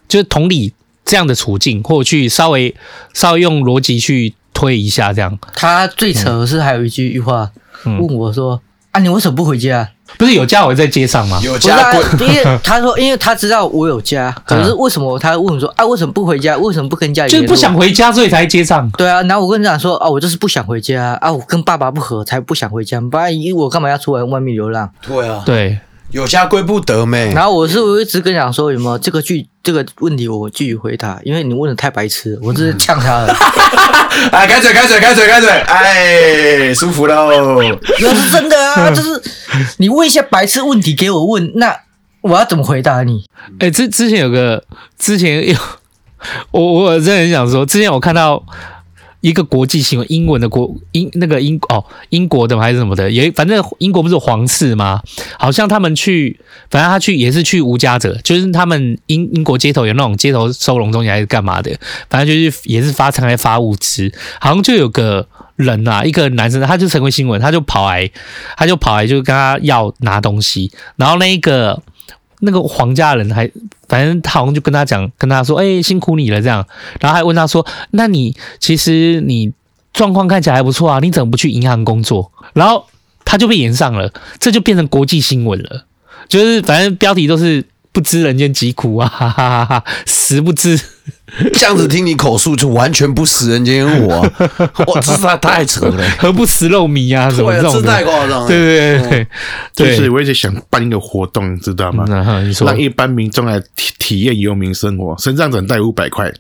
Speaker 2: 就是同理这样的处境，或者去稍微稍微用逻辑去推一下这样。
Speaker 4: 他最扯的是还有一句话、
Speaker 2: 嗯
Speaker 4: 问我说：“啊，你为什么不回家？
Speaker 2: 不是有家伟在街上吗？
Speaker 3: 有
Speaker 4: 不是
Speaker 3: 家
Speaker 4: 啊
Speaker 3: 棍，，
Speaker 4: 因为他说，因为他知道我有家，可是为什么他问我说啊，为什么不回家？为什么不跟家里？
Speaker 2: 就是嗯不想。回家，所以才街上。
Speaker 4: 对啊，然后我跟你讲说啊，我就是不想回家啊，我跟爸爸不和，才不想回家，不然我干嘛要出来外面流浪？
Speaker 3: 对啊，
Speaker 2: 对，
Speaker 3: 有家归不得
Speaker 2: 嗯
Speaker 3: 咩？
Speaker 4: 然后我是我一直跟你讲说有没有这个拒这个问题，我拒绝回答，因为你问的太白痴了，我真是呛他 了。
Speaker 3: 哎，开嘴，开嘴，开嘴，开嘴，哎，舒服 喽。
Speaker 4: 那是真的 啊，就是你问一些白痴问题给我问，那我要怎么回答你？
Speaker 2: 哎、之之前有个，之前有， 我我真的很想说，之前我看到一个国际新闻，英文的国英那个英哦英国的嘛还是什么的，也反正英国不是有皇室吗？好像他们去，反正他去也是去无家者，就是他们英英国街头有那种街头收容中心还是干嘛的，反正就是也是发常来发物资，好像就有个。人啊，一个男生，他就成为新闻，他就跑来，他就跑来，就跟他要拿东西，然后那一个那个皇家人还，反正他好像就跟他讲，跟他说，哎、辛苦你了这样，然后还问他说，那你其实你状况看起来还不错啊，你怎么不去银行工作？然后他就被延上了，这就变成国际新闻了， 就是反正标题都是不知人间疾苦啊，哈哈哈哈，实不知。
Speaker 3: 这样子听你口述，就完全不食人间烟 火、啊。哇，这太太扯了。
Speaker 2: 何不食肉糜啊？什么
Speaker 3: 对
Speaker 2: 这
Speaker 3: 啊，
Speaker 2: 种
Speaker 3: 这太
Speaker 2: 的？
Speaker 3: 夸张了。
Speaker 2: 对对对对，
Speaker 5: 就
Speaker 2: 对
Speaker 5: 是我一直想办一个活动，你知道吗？
Speaker 2: 嗯哼你说
Speaker 5: 让一般民众来体体验游民生活，身上只能带五 百块，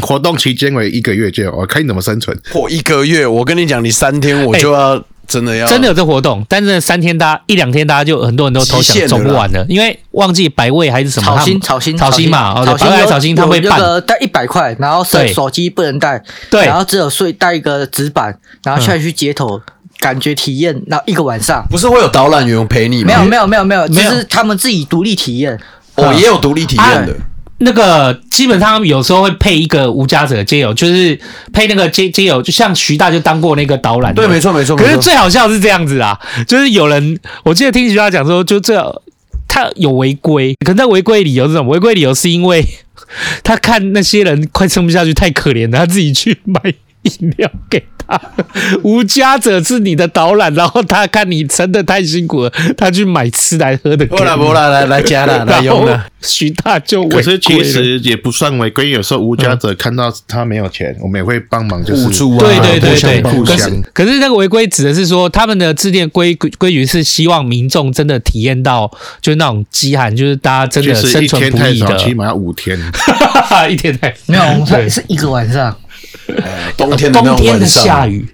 Speaker 5: 活动期间为一个月就有，我看你怎么生存。
Speaker 3: 我一个月，我跟你讲，你三天我就要、真
Speaker 4: 哦
Speaker 3: 的要
Speaker 2: 哎真的有这活动，但是三天大家一两天大家就很多人都投
Speaker 3: 极
Speaker 2: 降
Speaker 3: 限
Speaker 2: 走不
Speaker 3: 了啦
Speaker 2: 完了，因为忘记百位还是什么
Speaker 4: 炒
Speaker 2: 他
Speaker 4: 心，
Speaker 2: 们
Speaker 4: 炒心，
Speaker 2: 炒心嘛，哦对，
Speaker 4: 炒
Speaker 2: 百位还是
Speaker 4: 心有，
Speaker 2: 炒心他们会
Speaker 4: 有那
Speaker 2: 办，
Speaker 4: 个带一百块，然后手
Speaker 2: 对
Speaker 4: 手机不能带，
Speaker 2: 对嗯
Speaker 4: 然后只有睡带一个纸板，然后下去街头，感觉体验，然后一个晚上。
Speaker 3: 不是会有导览员陪你吗？
Speaker 4: 没有没有没有没有，就
Speaker 2: 没有嗯
Speaker 4: 是他们自己独立体验。
Speaker 3: 哦，也有独立体验的。
Speaker 2: 那个基本上有时候会配一个无家者街友，就是配那个街街友，就像徐大就当过那个导览，
Speaker 3: 对，没。错没错。
Speaker 2: 啊可
Speaker 3: 没
Speaker 2: 是
Speaker 3: 错
Speaker 2: 最好笑的是这样子啊，就是有人，我记得听徐大讲说，就这他有违规，可那违规理由是什么？违规理由是因为 他看那些人快撑不下去，太可怜了，他自己去买饮料给他。无家者是你的导览，然后他看你真的太辛苦了，他去买吃来喝的给
Speaker 3: 不
Speaker 2: 你。
Speaker 3: 啦不啦，来来加啦，来
Speaker 2: 然
Speaker 3: 用
Speaker 2: 后
Speaker 3: 啦。
Speaker 2: 徐大就违
Speaker 5: 可
Speaker 2: 规
Speaker 5: 是其
Speaker 2: 了嗯
Speaker 5: 实也不算违规，有时候无家者看到他没有钱，我们也会帮忙，就是
Speaker 3: 互助啊
Speaker 2: 对对
Speaker 5: 互
Speaker 2: 对
Speaker 5: 相
Speaker 2: 对，
Speaker 5: 互
Speaker 2: 可
Speaker 5: 相
Speaker 2: 是。可是那个违规指的是说，他们的制定规规规矩是希望民众真的体验到，就是那种饥寒，就是大家真
Speaker 5: 就
Speaker 2: 的
Speaker 5: 是
Speaker 2: 生
Speaker 5: 一
Speaker 2: 存
Speaker 5: 天
Speaker 2: 不
Speaker 5: 太
Speaker 2: 易
Speaker 5: 少，
Speaker 2: 的，
Speaker 5: 起码要五 天。
Speaker 2: 一天太少
Speaker 4: 没有，我们
Speaker 2: 对
Speaker 4: 才是一个晚上。
Speaker 3: 冬天的
Speaker 2: 冬
Speaker 3: 那种
Speaker 2: 天的
Speaker 3: 晚
Speaker 2: 下
Speaker 3: 上，
Speaker 2: 雨，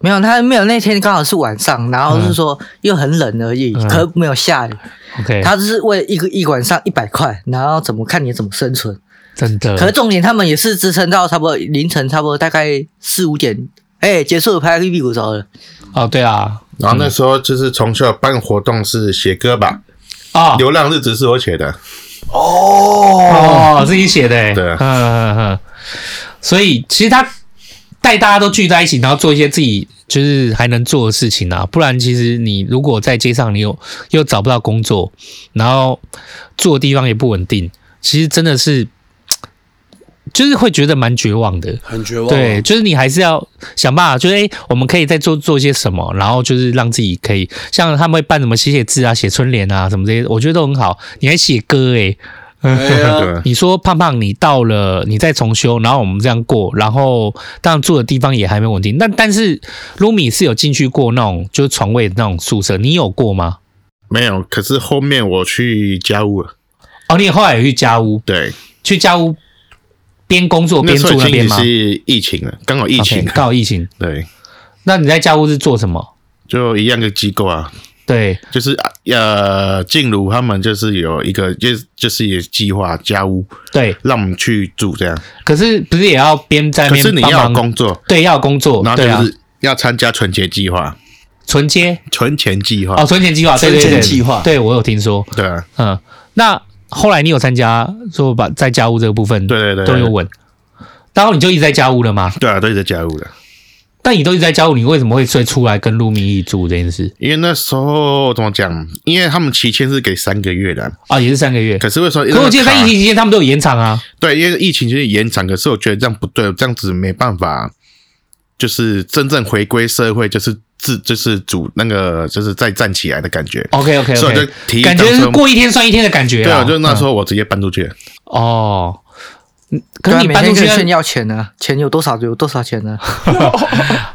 Speaker 4: 没有，他没有那天刚好是晚上，然后是说又很冷而已，
Speaker 2: 嗯
Speaker 4: 可没有下雨。
Speaker 2: ，OK，
Speaker 4: 他只是为了一个一晚上一百块，然后怎么看你怎么生存。
Speaker 2: 真的
Speaker 4: 可是重点，他们也是支撑到差不多凌晨，差不多大概四五点，哎、结束了拍个屁股走了。
Speaker 2: 哦，对啊，
Speaker 5: 然后那时候就是从小办活动是写歌吧，
Speaker 2: 啊
Speaker 5: 《流浪日子》是我写的，
Speaker 2: 哦，自己写的欸，
Speaker 5: 对
Speaker 2: 嗯嗯嗯，所以其实他带大家都聚在一起，然后做一些自己就是还能做的事情啊，不然其实你如果在街上，你又又找不到工作，然后住的地方也不稳定，其实真的是就是会觉得蛮绝望的。
Speaker 3: 很绝望。
Speaker 2: 对，，就是你还是要想办法，就是诶，我们可以再做做一些什么，然后就是让自己可以，像他们会办什么写写字啊、写春联啊什么这些，我觉得都很好。你还写歌诶、
Speaker 3: 哎呀，
Speaker 5: 对，
Speaker 2: 你说胖胖，你到了，你再重修，然后我们这样过，然后当然住的地方也还没稳定。那但是卢米是有进去过那种就是床位那种宿舍，你有过吗？
Speaker 5: 没有。可是后面我去家务了，
Speaker 2: 哦，你后来有去家屋，
Speaker 5: 对，
Speaker 2: 去家屋边工作边
Speaker 5: 时候
Speaker 2: 住
Speaker 5: 已
Speaker 2: 那
Speaker 5: 经
Speaker 2: 边
Speaker 5: 也
Speaker 2: 吗？
Speaker 5: 是疫情了，刚好疫情啊
Speaker 2: OK，，刚好疫情。
Speaker 5: 对，
Speaker 2: 那你在家屋是做什么？
Speaker 5: 就一样的机构啊，
Speaker 2: 对，
Speaker 5: 就是呃，静茹他们就是有一个，就是就是也计划家务，
Speaker 2: 对，
Speaker 5: 让我们去住这样。
Speaker 2: 可是不是也要边在那
Speaker 5: 可
Speaker 2: 边
Speaker 5: 是你
Speaker 2: 帮
Speaker 5: 要
Speaker 2: 忙
Speaker 5: 有工作，
Speaker 2: 对要有工作，
Speaker 5: 然后
Speaker 2: 对啊
Speaker 5: 就，是要参加存钱计划、
Speaker 2: 存接
Speaker 5: 存钱计划
Speaker 2: 哦，，存钱计划，对对
Speaker 3: 存
Speaker 2: 对，
Speaker 3: 钱计划
Speaker 2: 对我有听说，
Speaker 5: 对啊，
Speaker 2: 嗯，那后来你有参加说把在家务这个部分，
Speaker 5: 对对对
Speaker 2: 都有稳，然后你就一直在家务了嘛？
Speaker 5: 对啊，对着家务的。
Speaker 2: 但你都一直在家务，你为什么会睡出来跟陆明一起住这件事
Speaker 5: 因为那时候怎么讲？因为他们期限是给三个月的，
Speaker 2: 啊？也是三个月，
Speaker 5: 可是为什么？
Speaker 2: 可我记得在疫情期间他们都有延长 啊，
Speaker 5: 对，因为疫情就是延长，可是我觉得这样不对，这样子没办法，就是真正回归社会，就是自就是主那个就是再站起来的感觉。
Speaker 2: OK OK
Speaker 5: 所以我
Speaker 2: OK，
Speaker 5: 就提议
Speaker 2: 哦感觉
Speaker 5: 当
Speaker 2: 是
Speaker 5: 初
Speaker 2: 过一天算一天的感觉
Speaker 5: 对
Speaker 2: 啦。
Speaker 5: 啊，就那
Speaker 2: 嗯
Speaker 5: 时候我直接搬出去，
Speaker 2: 哦，嗯可
Speaker 4: 对
Speaker 2: 是
Speaker 4: 啊，
Speaker 2: 你
Speaker 4: 每
Speaker 2: 搬
Speaker 4: 天
Speaker 2: 出去
Speaker 4: 跟炫耀钱呢，钱有多少有多少钱呢？啊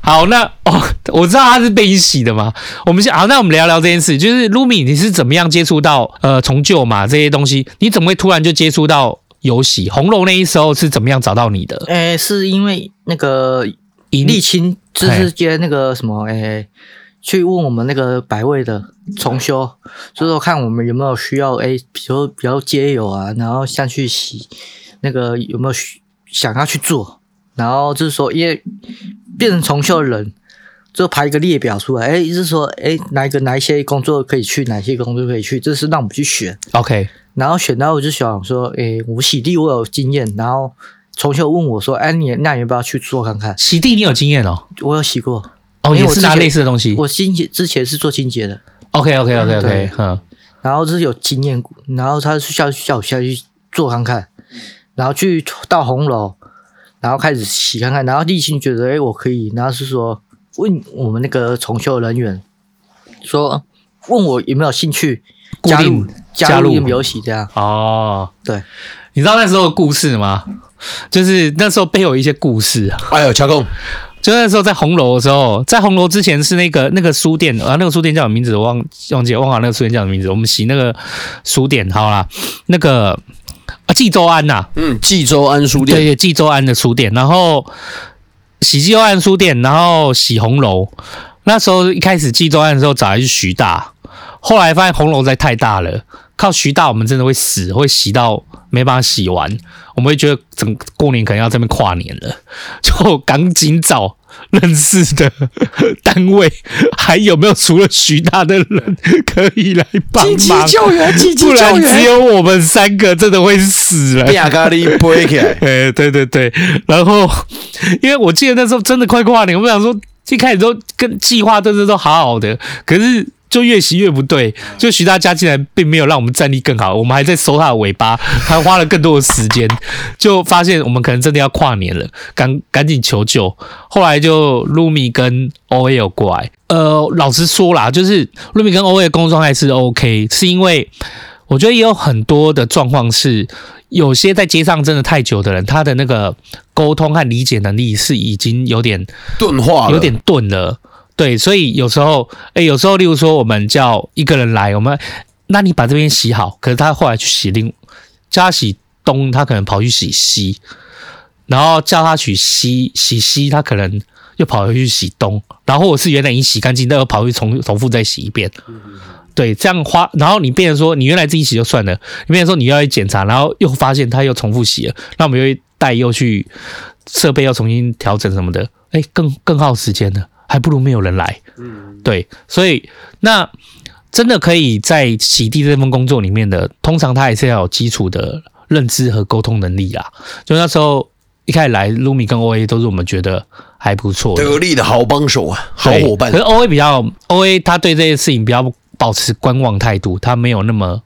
Speaker 2: 好，那哦，我知道他是被你洗的嘛。我们先好，那我们聊聊这件事，就是 Lumi 你是怎么样接触到呃从旧嘛这些东西？你怎么会突然就接触到游戏？红楼那一时候是怎么样找到你的？
Speaker 4: 诶，哎是因为那个
Speaker 2: 盈
Speaker 4: 沥青就是接那个什么，诶，去问我们那个百位的重修，就是说看我们有没有需要，诶，比如比较街友啊，然后像去洗那个有没有需想要去做，然后就是说，因为变成重修的人。就排一个列表出来，诶，就是说，诶，哪一个哪一些工作可以去，哪些工作可以去，这是让我们去选。
Speaker 2: OK，
Speaker 4: 然后选到我就想说，诶，我洗地我有经验，然后重修问我说，哎，你那你要不要去做看看？
Speaker 2: 洗地你有经验哦，
Speaker 4: 我有洗过，
Speaker 2: 哦
Speaker 4: 因为
Speaker 2: 也
Speaker 4: 我
Speaker 2: 是
Speaker 4: 之
Speaker 2: 拿
Speaker 4: 前
Speaker 2: 类似的东西。
Speaker 4: 我清洁之前是做清洁的，
Speaker 2: OK OK OK
Speaker 4: 嗯
Speaker 2: OK，
Speaker 4: 对
Speaker 2: 嗯，
Speaker 4: 然后就是有经验过，然后他是叫叫我下去做看看，然后去到红楼，然后开始洗看看，然后立青觉得，诶，哎我可以，然后是说问我们那个重修人员说，问我有没有兴趣
Speaker 2: 固
Speaker 4: 加入
Speaker 2: 定加
Speaker 4: 加入
Speaker 2: 入
Speaker 4: 游戏这样，
Speaker 2: 哦，
Speaker 4: 对。
Speaker 2: 你知道那时候的故事吗？就是那时候背后有一些故事啊。
Speaker 3: 哎呦，乔工，
Speaker 2: 就那时候在红楼的时候，在红楼之前是那个那个书店，啊，那个书店叫什么名字？我忘忘记了忘了那个书店叫什么名字。我们洗那个书店，好啦，那个啊济州庵呐、
Speaker 3: 嗯，济州安书
Speaker 2: 对
Speaker 3: 店，
Speaker 2: 对，济州庵的书店，然后洗济州庵书店，然后洗红楼。那时候一开始济州庵的时候找的是徐大，后来发现红楼实在太大了，靠徐大我们真的会死，会洗到没办法洗完，我们会觉得整过年可能要这边跨年了， 就赶紧找。认识的 单位还有没有除了徐大的人可以来帮忙？
Speaker 3: 援，积
Speaker 2: 不然只有我们三个真的会死了。
Speaker 3: 变咖喱背起来，
Speaker 2: 哎、对对对，然后因为我记得那时候真的快跨年，我们想说一开始都跟计划真的都好好的，可是就越洗越不对，就徐大家竟然并没有让我们战力更好，我们还在收他的尾巴，还花了更多的时间，就发现我们可能真的要跨年了，赶赶紧求救。后来就露米跟 O A 有过来，呃，老实说啦，就是露米跟 O A 的工作状态是 O、k 是因为。我觉得也有很多的状况是，有些在街上真的太久的人，他的那个沟通和理解能力是已经有点
Speaker 3: 钝化了，
Speaker 2: 有点钝了。对，所以有时候，哎，有时候，例如说，我们叫一个人来，我们，那你把这边洗好，可是他后来去洗另，叫他洗东，他可能跑去洗西，然后叫他去洗洗西，他可能又跑回去洗东，然后或者是原来已经洗干净，但又跑去重重复再洗一遍。对，这样花，然后你变成说你原来自己洗就算了，你变成说你要去检查，然后又发现他又重复洗了，那我们又会带又去设备要重新调整什么的，哎，更更耗时间了，还不如没有人来。嗯，对，所以那真的可以在洗地这份工作里面的，通常他还是要有基础的认知和沟通能力啦。就那时候一开始来，Lumi 跟 OA 都是我们觉得还不错的，
Speaker 3: 得力的好帮手啊，好
Speaker 2: 对
Speaker 3: 伙伴
Speaker 2: 可。是 O A 比较 O A，他对这些事情比较保持观望态度，他没有那么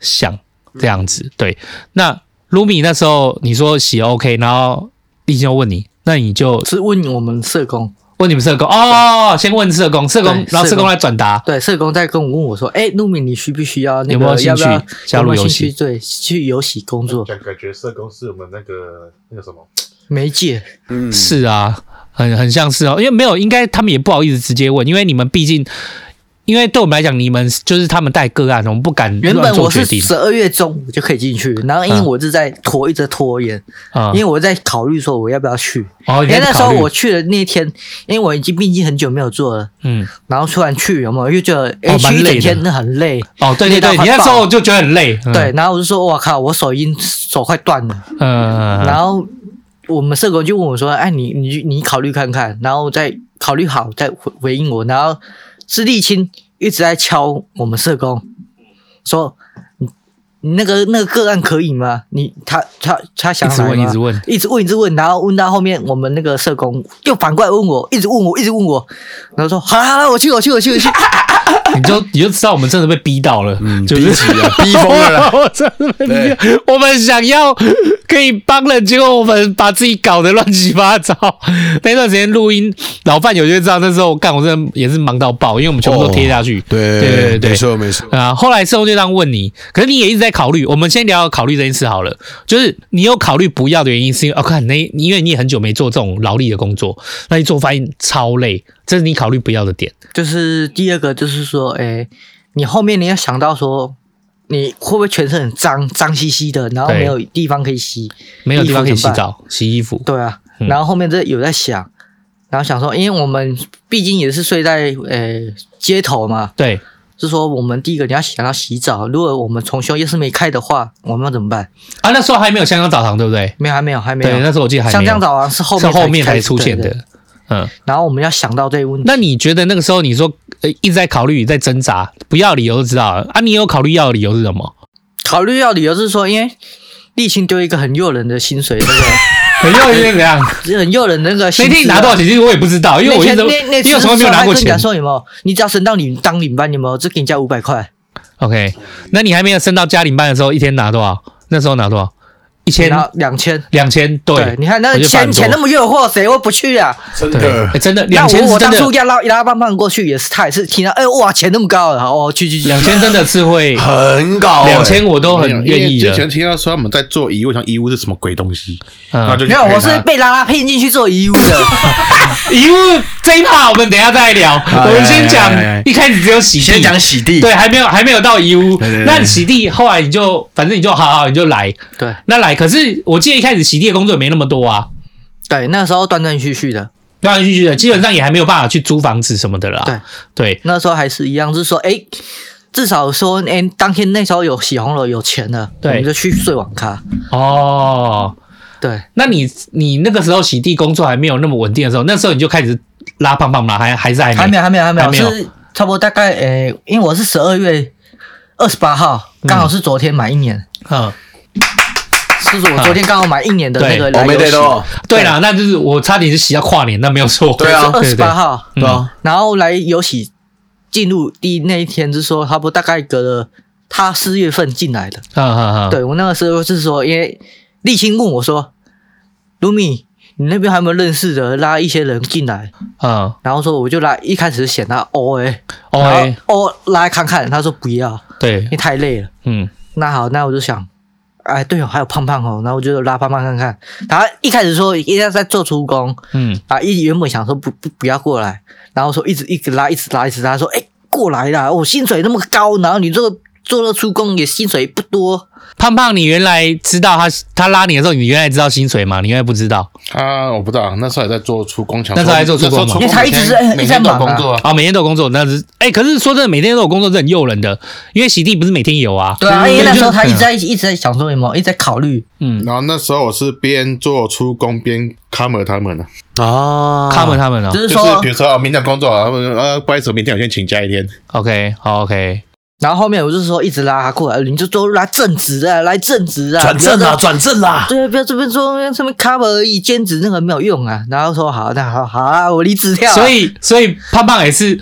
Speaker 2: 想这样子。对，那卢米那时候你说洗 O、k 然后立青就问你，那你就是
Speaker 4: 问我们社工，
Speaker 2: 问你们社工哦，先问社工，社工
Speaker 4: 对，
Speaker 2: 然后社
Speaker 4: 社
Speaker 2: 工
Speaker 4: 工
Speaker 2: 来转达。
Speaker 4: 对，社工在跟我问我说：“哎、陆敏，你需不需要那个
Speaker 2: 有没有兴
Speaker 4: 要
Speaker 2: 趣
Speaker 4: 不要
Speaker 2: 加入
Speaker 4: 有没有
Speaker 2: 游
Speaker 4: 兴
Speaker 2: 戏
Speaker 4: 趣对，去游戏工作
Speaker 5: 感感觉社工是我们那个那个什么，
Speaker 4: 媒介。
Speaker 3: 嗯，
Speaker 2: 是啊，很很像是哦，因为没有，应该他们也不好意思直接问，因为你们毕竟，因为对我们来讲，你们就是他们带个案，我们不敢
Speaker 4: 原
Speaker 2: 乱
Speaker 4: 本
Speaker 2: 做
Speaker 4: 我是
Speaker 2: 决定
Speaker 4: 十二月中我就可以进去，然后因为
Speaker 2: 嗯
Speaker 4: 我是在拖，一直拖延，
Speaker 2: 啊
Speaker 4: 因为我在考虑说我要不要去。
Speaker 2: 哦，你
Speaker 4: 因
Speaker 2: 在
Speaker 4: 为那时
Speaker 2: 考
Speaker 4: 候
Speaker 2: 虑
Speaker 4: 我去的那天，因为我已经毕竟很久没有做了，
Speaker 2: 嗯
Speaker 4: 然后突然去有没有又觉得
Speaker 2: 哦
Speaker 4: 哎、
Speaker 2: 蛮
Speaker 4: 去一
Speaker 2: 累的
Speaker 4: 整天那很累，
Speaker 2: 哦，对对
Speaker 4: 那道
Speaker 2: 对，你那
Speaker 4: 环
Speaker 2: 时候
Speaker 4: 保
Speaker 2: 就觉得很累，嗯
Speaker 4: 对，，然后我就说我靠，我手已经手快断了。
Speaker 2: 嗯，
Speaker 4: 然后我们社工就问我说：“哎，你你你考虑看看，然后再考虑好再回回应我。”然后是沥青一直在敲我们社工，说：“你你那个那个个案可以吗？你他他他想
Speaker 2: 一直
Speaker 4: 来
Speaker 2: 问
Speaker 4: 吗
Speaker 2: 一直问，
Speaker 4: 一直问一直问，然后问到后面，我们那个社工又反过来问我，一直问我，一直问我，然后说：好啦好啦，我去我去我去我去。
Speaker 2: 你就你就知道我们真的被逼到了，就是
Speaker 3: 嗯逼 急了 逼疯了啦
Speaker 2: 我真的被逼到，我 们想要可以帮人，结果我们把自己搞得乱七八糟。那段时间录音，老饭友就会知道那时候干我真的也是忙到爆，因为我们全部都贴下去。对
Speaker 3: 对
Speaker 2: 对对
Speaker 3: 没错没错。
Speaker 2: 啊，后来社工就这样问你，可是你也一直在考虑。我们先聊聊考虑这件事好了，就是你有考虑不要的原因，是因为哦，看那因为你也很久没做这种劳力的工作，那你做发现超累，这是你考虑不要的点。
Speaker 4: 就是第二个就是说，哎，你后面你要想到说，你会不会全身很脏，脏兮兮的，然后
Speaker 2: 对
Speaker 4: 没有地方可以吸，
Speaker 2: 没有地方可以
Speaker 4: 衣服
Speaker 2: 洗
Speaker 4: 怎么办
Speaker 2: 澡、洗衣服，
Speaker 4: 对啊，
Speaker 2: 嗯
Speaker 4: 然后后面这有在想，然后想说，因为我们毕竟也是睡在呃街头嘛，
Speaker 2: 对，
Speaker 4: 是说我们第一个你要想到洗澡，如果我们从胸夜市没开的话，我们要怎么办？
Speaker 2: 啊，那时候还没有香港澡堂，对不对？
Speaker 4: 没有，啊还没有，还没
Speaker 2: 对，那
Speaker 4: 有。
Speaker 2: 时候我记得还
Speaker 4: 像
Speaker 2: 没
Speaker 4: 这
Speaker 2: 有
Speaker 4: 样澡堂是后
Speaker 2: 是
Speaker 4: 面
Speaker 2: 后面才
Speaker 4: 开始
Speaker 2: 出现。
Speaker 4: 对对
Speaker 2: 的。嗯，
Speaker 4: 然后我们要想到这个问题，
Speaker 2: 那你觉得那个时候你说呃一直在考虑，在挣扎，不要理由就知道了啊？你有考虑要的理由是什 么？
Speaker 4: 考虑到理由是说，因为沥青丢一个很诱人的薪水，那
Speaker 2: 很诱人怎样？
Speaker 4: 个很诱人那个薪
Speaker 2: 那
Speaker 4: 资啊。
Speaker 2: 天你拿多少钱？其实我也不知道，因为我一直
Speaker 4: 那天
Speaker 2: 都
Speaker 4: 那那
Speaker 2: 因为我从来没有拿过钱
Speaker 4: 讲。说有没有？你只要升到领当领班，有没有？只给你加五百块，
Speaker 2: OK，那你还没有升到家领班的时候，一天拿多少？那时候拿多少？一千、
Speaker 4: 然后两千。
Speaker 2: 两千，对
Speaker 4: 你看那
Speaker 2: 我
Speaker 4: 个
Speaker 2: 觉得
Speaker 4: 钱
Speaker 2: 蛮多
Speaker 4: 钱那么诱惑，谁会不去啊？
Speaker 3: 真
Speaker 2: 对，欸真的
Speaker 4: 那
Speaker 2: 两千
Speaker 4: 我
Speaker 2: 是
Speaker 4: 我
Speaker 2: 真
Speaker 4: 当初
Speaker 2: 的，
Speaker 4: 要拉拉棒棒过去也是，他也是听到，哎、哇，钱那么高了，好 哦，去去去，
Speaker 2: 两千真的是 会
Speaker 3: 很高欸
Speaker 2: 两千我都很
Speaker 5: 哦因为
Speaker 2: 愿意
Speaker 5: 之前
Speaker 2: 的。
Speaker 5: 听到说他们在做衣物，像衣物是什么鬼东西，
Speaker 2: 嗯
Speaker 5: 那就去
Speaker 4: 没有，
Speaker 5: 陪
Speaker 4: 我
Speaker 5: 他
Speaker 4: 是被拉拉骗进去做遗物 的，
Speaker 2: 遗物这一趴我们等一下再聊，我们先讲
Speaker 3: 哎哎哎
Speaker 2: 一开始只有洗地，
Speaker 3: 先讲洗地，
Speaker 2: 对，还没有还没有到遗屋
Speaker 3: 对对对。
Speaker 2: 那洗地后来你就反正你就好好你就来，
Speaker 4: 对
Speaker 2: 那来。可是我记得一开始洗地的工作也没那么多啊，
Speaker 4: 对，那时候断断续续的，
Speaker 2: 断断续续的，基本上也还没有办法去租房子什么的啦。对
Speaker 4: 那时候还是一样，就是说，哎、至少说，哎、当天那时候有洗红楼有钱了，
Speaker 2: 对
Speaker 4: 我们就去睡网咖，
Speaker 2: 哦，
Speaker 4: 对，
Speaker 2: 那你你那个时候洗地工作还没有那么稳定的时候，那时候你就开始拉胖胖啦，还还是还没
Speaker 4: 还哎没有，还没有，还没
Speaker 2: 还
Speaker 4: 有，
Speaker 2: 没有
Speaker 4: 是差不多大概，哎、因为我是十二月二十八号，刚好是昨天满一年，
Speaker 2: 嗯，
Speaker 4: 是我昨天刚好满一年的那个
Speaker 3: 我
Speaker 4: 来
Speaker 3: 没
Speaker 4: 游
Speaker 3: 得
Speaker 4: 戏，
Speaker 3: 到，
Speaker 2: 对啦，那就是我差点是洗到跨年，那没有错。
Speaker 3: 对啊
Speaker 4: 二十八
Speaker 2: 对
Speaker 4: 号。
Speaker 3: 对啊，
Speaker 4: 然后来有喜进入第一那一天是说，差不多大概隔了他四月份进来的。
Speaker 2: 嗯嗯嗯，
Speaker 4: 对我那个时候是说，因为沥青问我说：“卢米，你那边还有没有认识的？拉一些人进来。
Speaker 2: 嗯”，
Speaker 4: 然后说我就拉，一开始是嫌他 O A
Speaker 2: 哦哎，
Speaker 4: O 拉来看看，他说不要，
Speaker 2: 对
Speaker 4: 因为，太累了。
Speaker 2: 嗯
Speaker 4: 那好，那我就想。哎，对哦，还有胖胖哦，然后我就拉胖胖看看。然后一开始说一直在做出工，
Speaker 2: 嗯，
Speaker 4: 啊，一原本想说不不不要过来，然后说一直一直拉，一直拉，一直拉，说哎、过来啦，我、薪水那么高，然后你这个做了出工也薪水不多，
Speaker 2: 胖胖，你原来知道他他拉你的时候，你原来知道薪水吗？你原来不知道
Speaker 5: 啊，我不知道，那时候还在做出工，想
Speaker 2: 那时候还在做出工嘛
Speaker 5: 那时候
Speaker 4: 因为他一直是
Speaker 5: 每天每天
Speaker 4: 一直在
Speaker 5: 都有
Speaker 4: 忙啊
Speaker 5: 工作啊。
Speaker 2: 啊、每天都有工作，那是哎、可是说真的，每天都有工作是很诱人的，因为洗地不是每天有啊。
Speaker 4: 对啊，因为那时候他一直
Speaker 2: 在
Speaker 4: 在一直在想说什么，一直在考虑，
Speaker 2: 嗯，
Speaker 5: 然后那时候我是边做出工边 cover 他们的，
Speaker 3: 啊，
Speaker 2: 他们他们哦、
Speaker 4: 就是
Speaker 5: 就
Speaker 4: 说，
Speaker 5: 是比如说啊，明天有工作啊，他们说呃，不好意思，明天我先请假一天。
Speaker 2: OK，好 OK，
Speaker 4: 然后后面我就是说一直拉他过来，你就多拉正职啊，来正职啊，
Speaker 3: 转正
Speaker 4: 不要
Speaker 3: 啦，
Speaker 4: 这。
Speaker 3: 转正
Speaker 2: 啊
Speaker 3: 啦，
Speaker 4: 对，啊不要这边说这边 cover 而已，兼职那个没有用啊。然后说好，那好好啊，我离职掉啊。
Speaker 2: 所以所以胖胖也是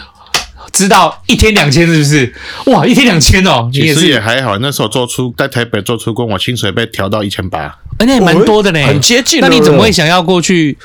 Speaker 2: 知道一天两千是不是？哇，一天两千哦，你
Speaker 5: 其
Speaker 2: 也
Speaker 5: 实也
Speaker 2: 是，
Speaker 5: 还好，那时候做出在台北做出工，我薪水被调到一千八。
Speaker 2: 而且蛮多的呢，
Speaker 3: 很接近
Speaker 2: 那
Speaker 3: 了
Speaker 2: 你怎么会想要过去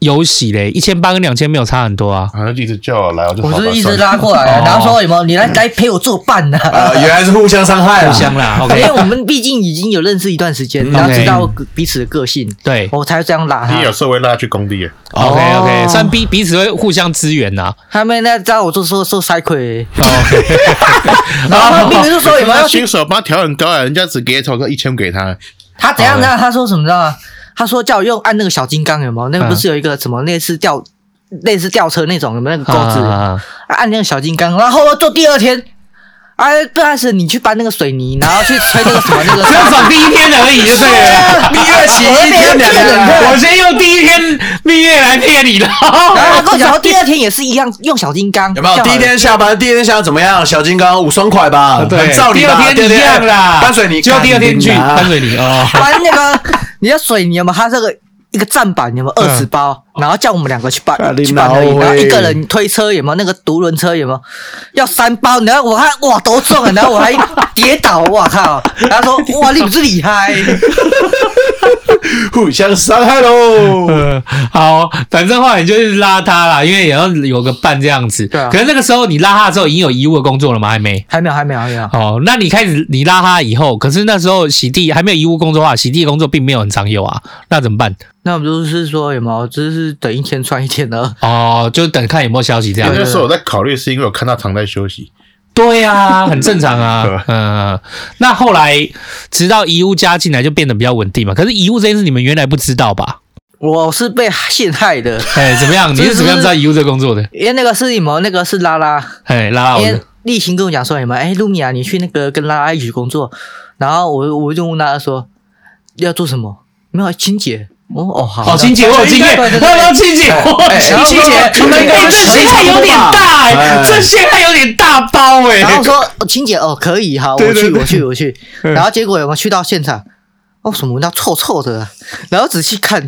Speaker 2: 游洗嘞？一千八跟两千没有差很多啊。
Speaker 5: 好像一直叫我来，我就
Speaker 4: 我
Speaker 5: 好
Speaker 4: 就是
Speaker 5: 吧
Speaker 4: 一直
Speaker 5: 算了
Speaker 4: 拉过来啊，
Speaker 2: 哦
Speaker 4: 然后说什么你来来陪我作伴呐、啊
Speaker 3: 啊，原来是互相伤害
Speaker 2: 互
Speaker 3: 啊啦，
Speaker 2: 相啦
Speaker 4: 因为
Speaker 2: ，OK，
Speaker 4: 我们毕竟已经有认识一段时间，
Speaker 3: 嗯
Speaker 4: 然后
Speaker 2: OK
Speaker 4: 知道彼此的个性，
Speaker 2: 对
Speaker 4: 我才这样拉
Speaker 5: 你有
Speaker 4: 他。
Speaker 5: 时候会拉去工地耶，啊
Speaker 2: ，OK OK，
Speaker 3: 哦
Speaker 2: 算彼彼此会互相支援啊呐。
Speaker 4: 他们那知道我做做做塞亏，
Speaker 5: 哦
Speaker 2: OK，
Speaker 4: 然后他们并不是说有没有
Speaker 5: 那
Speaker 4: 去
Speaker 5: 薪，水我帮他调很高啊，人家只给超过一千给他，
Speaker 4: 他怎样怎样，他说什么你知道吗？他说叫我用按那个小金刚有没有？那个
Speaker 2: 嗯
Speaker 4: 不是有一个什么类似吊类似吊车那种有没有那个钩
Speaker 5: 嗯
Speaker 4: 子？啊
Speaker 2: 啊
Speaker 4: 按那个小金刚，然后做第二天。哎，不开始你去搬那个水泥，然后去吹那个什么那个
Speaker 2: 只要 爽第一天而已，就对了。
Speaker 3: 蜜月期一天两个人
Speaker 2: 我先用第一天蜜月来骗你了。
Speaker 4: 然后他跟我讲说，第二天也是一样，用小金刚。
Speaker 3: 有没有？
Speaker 4: 叫
Speaker 3: 第一天下班，第二天下班怎么样？小金刚五双块吧，很照你
Speaker 2: 啊第
Speaker 3: 吧
Speaker 2: 二天一样啦，
Speaker 3: 搬水泥，
Speaker 2: 就第二天去搬水泥哦。
Speaker 4: 搬那个， 你的水泥有没有？它这个一个站板有没有二十包？然后叫我们两个去搬
Speaker 3: 啊你
Speaker 4: 去搬而已，
Speaker 3: 老
Speaker 4: 然后
Speaker 3: 欸
Speaker 4: 一个人推车有没有？那个独轮车有没有？要三包，然后我还哇多重啊！然后我还跌倒，我靠！然后说哇你不是厉害，
Speaker 3: 互相伤害 喽。
Speaker 2: 呃， 好，反正后来你就是拉他啦，因为也要有个伴这样子。
Speaker 4: 对啊
Speaker 2: 可是那个时候你拉他的时候，已经有义务的工作了吗？还没。
Speaker 4: 还没有，还没有，还没有。
Speaker 2: 哦，那你开始你拉他以后，可是那时候洗地还没有义务工作的话，洗地的工作并没有很常有啊，那怎么办？
Speaker 4: 那我们就是说，有没有就是等一天算一天的？
Speaker 2: 哦，就等看有没有消息这样
Speaker 5: 那。个时候我在考虑，是因为我看到常在休息，
Speaker 2: 对啊，很正常
Speaker 5: 对
Speaker 2: 啊
Speaker 5: 吧。
Speaker 2: 嗯，那后来直到遗物加进来，就变得比较稳定嘛。可是遗物这件事你们原来不知道吧？
Speaker 4: 我是被陷害的，
Speaker 2: 哎，怎么样？你
Speaker 4: 这
Speaker 2: 是怎么样
Speaker 4: 是
Speaker 2: 知道遗物 这工作的？
Speaker 4: 因为那个是有没有那个是拉拉，
Speaker 2: 哎，拉拉我
Speaker 4: 因
Speaker 2: 的
Speaker 4: 为丽琴跟我讲说，有没有哎，露米啊，你去那个跟拉拉一起工作，然后我我就问拉拉说要做什么？没有清洁。哦哦好，
Speaker 2: 哦，清
Speaker 4: 洁。
Speaker 2: 洁 我有经验，
Speaker 4: 对对对
Speaker 2: 他
Speaker 4: 对
Speaker 2: 说清洁，我
Speaker 4: 哎
Speaker 2: 清洁，
Speaker 3: 然后
Speaker 2: 哎，这陷害有点大哎，
Speaker 3: 哎
Speaker 2: 这陷害有点大包哎
Speaker 4: 然，后说哦清洁哦可以好，我去我去我去。
Speaker 2: 嗯
Speaker 4: 然后结果有没有去到现场？哦，什么闻到臭臭的、啊？然后仔细看，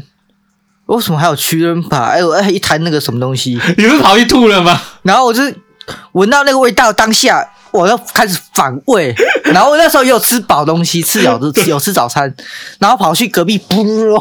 Speaker 4: 哦为什么还有驱蚊吧？哎呦哎，一滩那个什么东西。
Speaker 2: 你不是跑去吐了吗？
Speaker 4: 然后我就闻到那个味道，当下我要开始反胃。 然后我那时候也有吃饱东西，吃有 的有吃早餐，然后跑去隔壁，噗，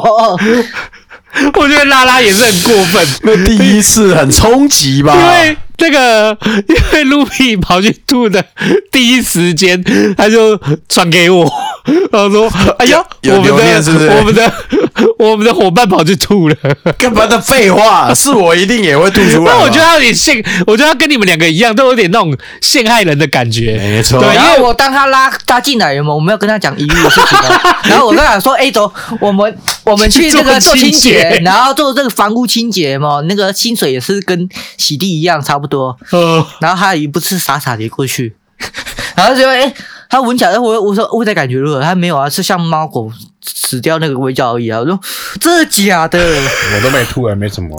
Speaker 2: 我觉得拉拉也是很过分，
Speaker 3: 那第一次很冲击吧？
Speaker 2: 因为那个，因为露比跑去吐的第一时间，他就传给我， 然后说：“哎呀，
Speaker 3: 有
Speaker 2: 我们
Speaker 3: 留
Speaker 2: 的
Speaker 3: 念是不是
Speaker 2: 我们的 我们的伙伴跑去吐了。”
Speaker 3: 干嘛的废话？是我一定也会吐出来吧。
Speaker 2: 那我觉得他有点陷，我觉得他跟你们两个一样，都有点那种陷害人的感觉。
Speaker 3: 没错，
Speaker 2: 对
Speaker 4: 然后我当他拉拉进来嘛，我没有跟他讲一律的事情啊。 然后我跟他讲说：“哎、走，我们我们去那个做
Speaker 2: 做
Speaker 4: 清洁
Speaker 2: 清洁，
Speaker 4: 然后做这个房屋清洁嘛，那个薪水也是跟洗地一样差不多。
Speaker 2: 呃，
Speaker 4: 然后他也不是傻傻的过去， 然后就哎、他闻起来，我我说味道感觉如何？他没有啊，是像猫狗死掉那个味道而已啊。我说真的假的？
Speaker 5: 我都没吐，啊也没什 么。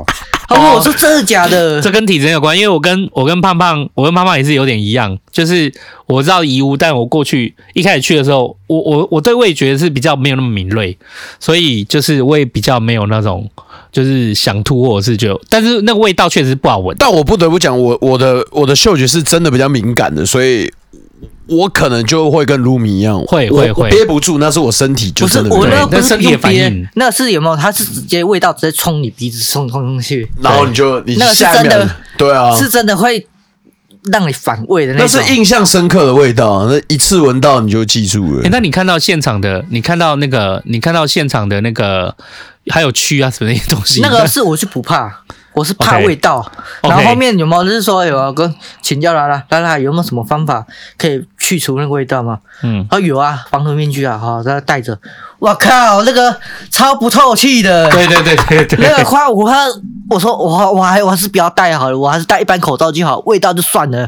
Speaker 4: 他问我说真的假的？
Speaker 2: 这跟体质有关，因为我跟我跟胖胖，我跟胖胖也是有点一样，就是我知道遗物，但我过去一开始去的时候，我我我对味觉是比较没有那么敏锐，所以就是我也比较没有那种就是想吐或者是就，但是那个味道确实不好闻。
Speaker 3: 但我不得不讲，我我的我的嗅觉是真的比较敏感的，所以我可能就会跟卢米一样，
Speaker 2: 会
Speaker 3: 我
Speaker 2: 会
Speaker 3: 我
Speaker 2: 会
Speaker 3: 憋不住，那是我身体就
Speaker 4: 不是
Speaker 3: 真的
Speaker 4: 我
Speaker 3: 敏
Speaker 4: 那
Speaker 2: 对
Speaker 3: 感
Speaker 4: 个不
Speaker 2: 那
Speaker 4: 是
Speaker 2: 身体的
Speaker 4: 用
Speaker 2: 反
Speaker 4: 憋
Speaker 2: 应，
Speaker 4: 那是有没有？他是直接味道直接冲你鼻子冲冲冲去。
Speaker 3: 然后你就你
Speaker 4: 那个是
Speaker 3: 下一秒
Speaker 4: 真的
Speaker 3: 对啊，
Speaker 4: 是真的会让你反胃的
Speaker 3: 那
Speaker 4: 那种。
Speaker 3: 是印象深刻的味道，那一次闻到你就记住
Speaker 2: 诶
Speaker 3: 了。
Speaker 2: 欸那你看到现场的，你看到那个，你看到现场的那个，还有蛆啊什么那些东西，
Speaker 4: 那个是我是不怕，我是怕
Speaker 2: OK
Speaker 4: 味道。
Speaker 2: OK
Speaker 4: 然后后面有没有就是说有没有跟请教拉拉拉拉有没有什么方法可以去除那个味道吗？
Speaker 2: 嗯，
Speaker 4: 啊有啊，防毒面具啊，哈、大家戴着。我靠，那个超不透气的。
Speaker 2: 对对对对对，
Speaker 4: 那个夸我还我说我我还我还是不要戴好了，我还是戴一般口罩就好，味道就算了，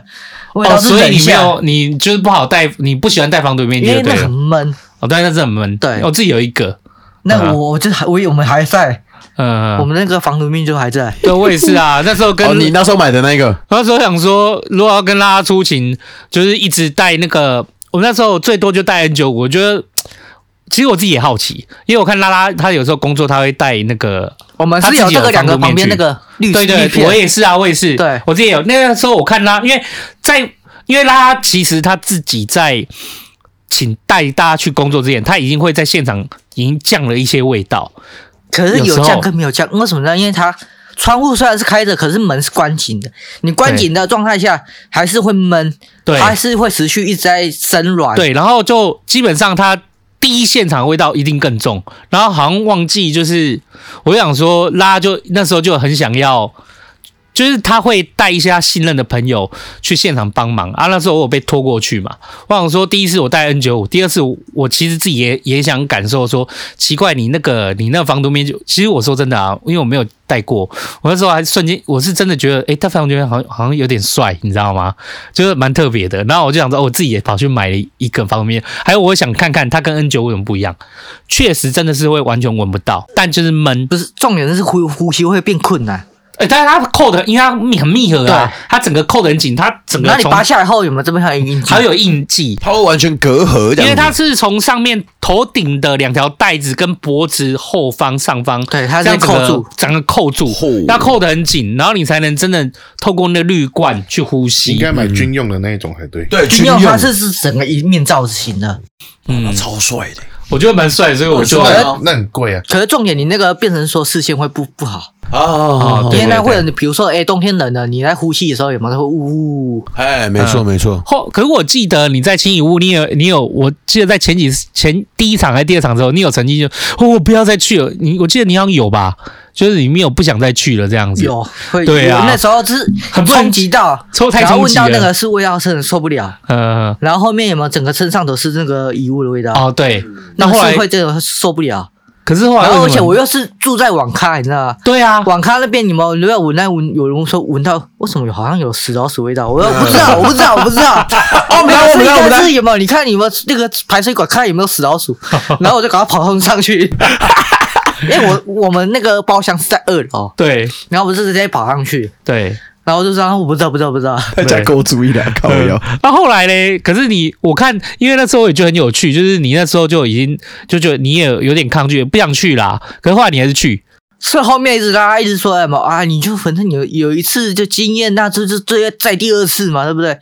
Speaker 4: 味道
Speaker 2: 哦，
Speaker 4: 是
Speaker 2: 所
Speaker 4: 忍
Speaker 2: 以
Speaker 4: 一
Speaker 2: 你没
Speaker 4: 下，
Speaker 2: 有，你就是不好戴，你不喜欢戴防毒面具
Speaker 4: 因为
Speaker 2: 就
Speaker 4: 那
Speaker 2: 对
Speaker 4: 很
Speaker 2: 了。
Speaker 4: 闷。
Speaker 2: 哦，但是那是很闷。
Speaker 4: 对
Speaker 2: 我自己有一个，
Speaker 4: 那
Speaker 2: 嗯
Speaker 4: 我我就还我以为我们还在，
Speaker 2: 嗯，
Speaker 4: 我们那个防毒面具还在。
Speaker 2: 对，我也是 啊。那时候跟、
Speaker 3: 哦，你那时候买的那个，
Speaker 2: 那时候想说，如果要跟拉拉出勤，就是一直带那个，我那时候最多就带 N 九五。我觉得，其实我自己也好奇，因为我看拉拉她有时候工作，她会带那个，
Speaker 4: 我们是有这个两个旁边那个绿
Speaker 2: 对
Speaker 4: 绿
Speaker 2: 对，
Speaker 4: 片，
Speaker 2: 我也是啊，我也是，
Speaker 4: 对
Speaker 2: 我自己有。那个时候我看拉，因为在因为拉拉其实她自己在。请带大家去工作之前，她已经会在现场已经降了一些味道，
Speaker 4: 可是
Speaker 2: 有时
Speaker 4: 有
Speaker 2: 候
Speaker 4: 降跟没有降，为什么呢？因为它窗户虽然是开着，可是门是关紧的。你关紧的状态下，还是会闷，
Speaker 2: 对
Speaker 4: 还是会持续一直在生软。，
Speaker 2: 对，然后就基本上它第一现场的味道一定更重，然后好像忘记就是，我就想说拉就那时候就很想要，就是他会带一些他信任的朋友去现场帮忙啊。那时候我有被拖过去嘛，我想说第一次我带 N 九五，第二次我我其实自己也也想感受说，奇怪你那个你那个防毒面具，其实我说真的啊，因为我没有戴过，我那时候还瞬间我是真的觉得，诶，他防毒面具好像好像有点帅，你知道吗？就是蛮特别的。然后我就想说，哦，我自己也跑去买了一个方便面，还有我想看看它跟 N 九有什么不一样。确实真的是会完全闻不到，但就是闷。
Speaker 4: 不是重点是呼呼吸会变困难。
Speaker 2: 哎，但是它扣的，因为它密很密合啊
Speaker 4: 对，
Speaker 2: 它整个扣的很紧，它整个
Speaker 4: 那你
Speaker 2: 从
Speaker 4: 拔下来后有没有这边还有印记？
Speaker 2: 还有印记。
Speaker 3: 它会完全隔阂这样子，
Speaker 2: 因为它是从上面头顶的两条带子跟脖子后方、上方，
Speaker 4: 对它是
Speaker 2: 这样整个
Speaker 4: 扣住，
Speaker 2: 整个扣住
Speaker 3: 吼，
Speaker 2: 要扣得很紧，然后你才能真的透过那滤罐去呼吸。
Speaker 5: 应该买军用的那一种才对。
Speaker 3: 对
Speaker 4: 军用
Speaker 3: 用
Speaker 4: 它是是整个一面罩型的，
Speaker 3: 嗯，超帅的。
Speaker 2: 我觉得蛮帅，所以我
Speaker 3: 我
Speaker 2: 就
Speaker 3: 觉得
Speaker 5: 那那很贵啊，
Speaker 4: 可是重点，你那个变成说视线会不不好，
Speaker 3: 啊，
Speaker 4: 因
Speaker 2: 对
Speaker 4: 为那会有，比如说，哎，冬天冷了，你在呼吸的时候有没有会呜？
Speaker 3: 哎，没错没错，
Speaker 2: 后，可是我记得你在轻影屋，你有你有，我记得在前几前第一场还是第二场之后，你有曾经就哦，我不要再去了。你我记得你好像有吧，就是你没有不想再去了这样子。
Speaker 4: 有会
Speaker 2: 对啊
Speaker 4: 我那时候就是
Speaker 2: 很不能
Speaker 4: 冲击到，
Speaker 2: 抽太
Speaker 4: 然后
Speaker 2: 冲
Speaker 4: 闻
Speaker 2: 击
Speaker 4: 到那个
Speaker 2: 了。
Speaker 4: 是味道，真的受不了。
Speaker 2: 呃，
Speaker 4: 然后后面有没有整个身上都是那个遗物的味道？
Speaker 2: 哦对，那
Speaker 4: 嗯那
Speaker 2: 后来
Speaker 4: 是会真的受不了。
Speaker 2: 可是后来为
Speaker 4: 然
Speaker 2: 什么，
Speaker 4: 后而且我又是住在网咖，你知道吗？
Speaker 2: 对啊，
Speaker 4: 网咖那边你们有没有闻到闻？有人说闻到为什么有好像有死老鼠味道？我说不知道，我不知道，我不知 道。哦，没有，是应该是有没有？你看有没有那个排水管看有没有死老鼠？然后我就赶快跑上上去， 因为我我们那个包厢是在二楼，
Speaker 2: 对
Speaker 4: 然后我就直接跑上去，
Speaker 2: 对。
Speaker 4: 然后我就说啊我不知道，不知道，不知道。
Speaker 3: 大家给我注意了，靠腰。
Speaker 2: 那、后来嘞？可是你，我看，因为那时候也觉得很有趣，就是你那时候就已经就觉得你也有点抗拒，不想去啦。可是后来你还是去，
Speaker 4: 是后面一直大家一直说什么啊？你就反正有有一次就经验，那就就这再第二次嘛，对不对？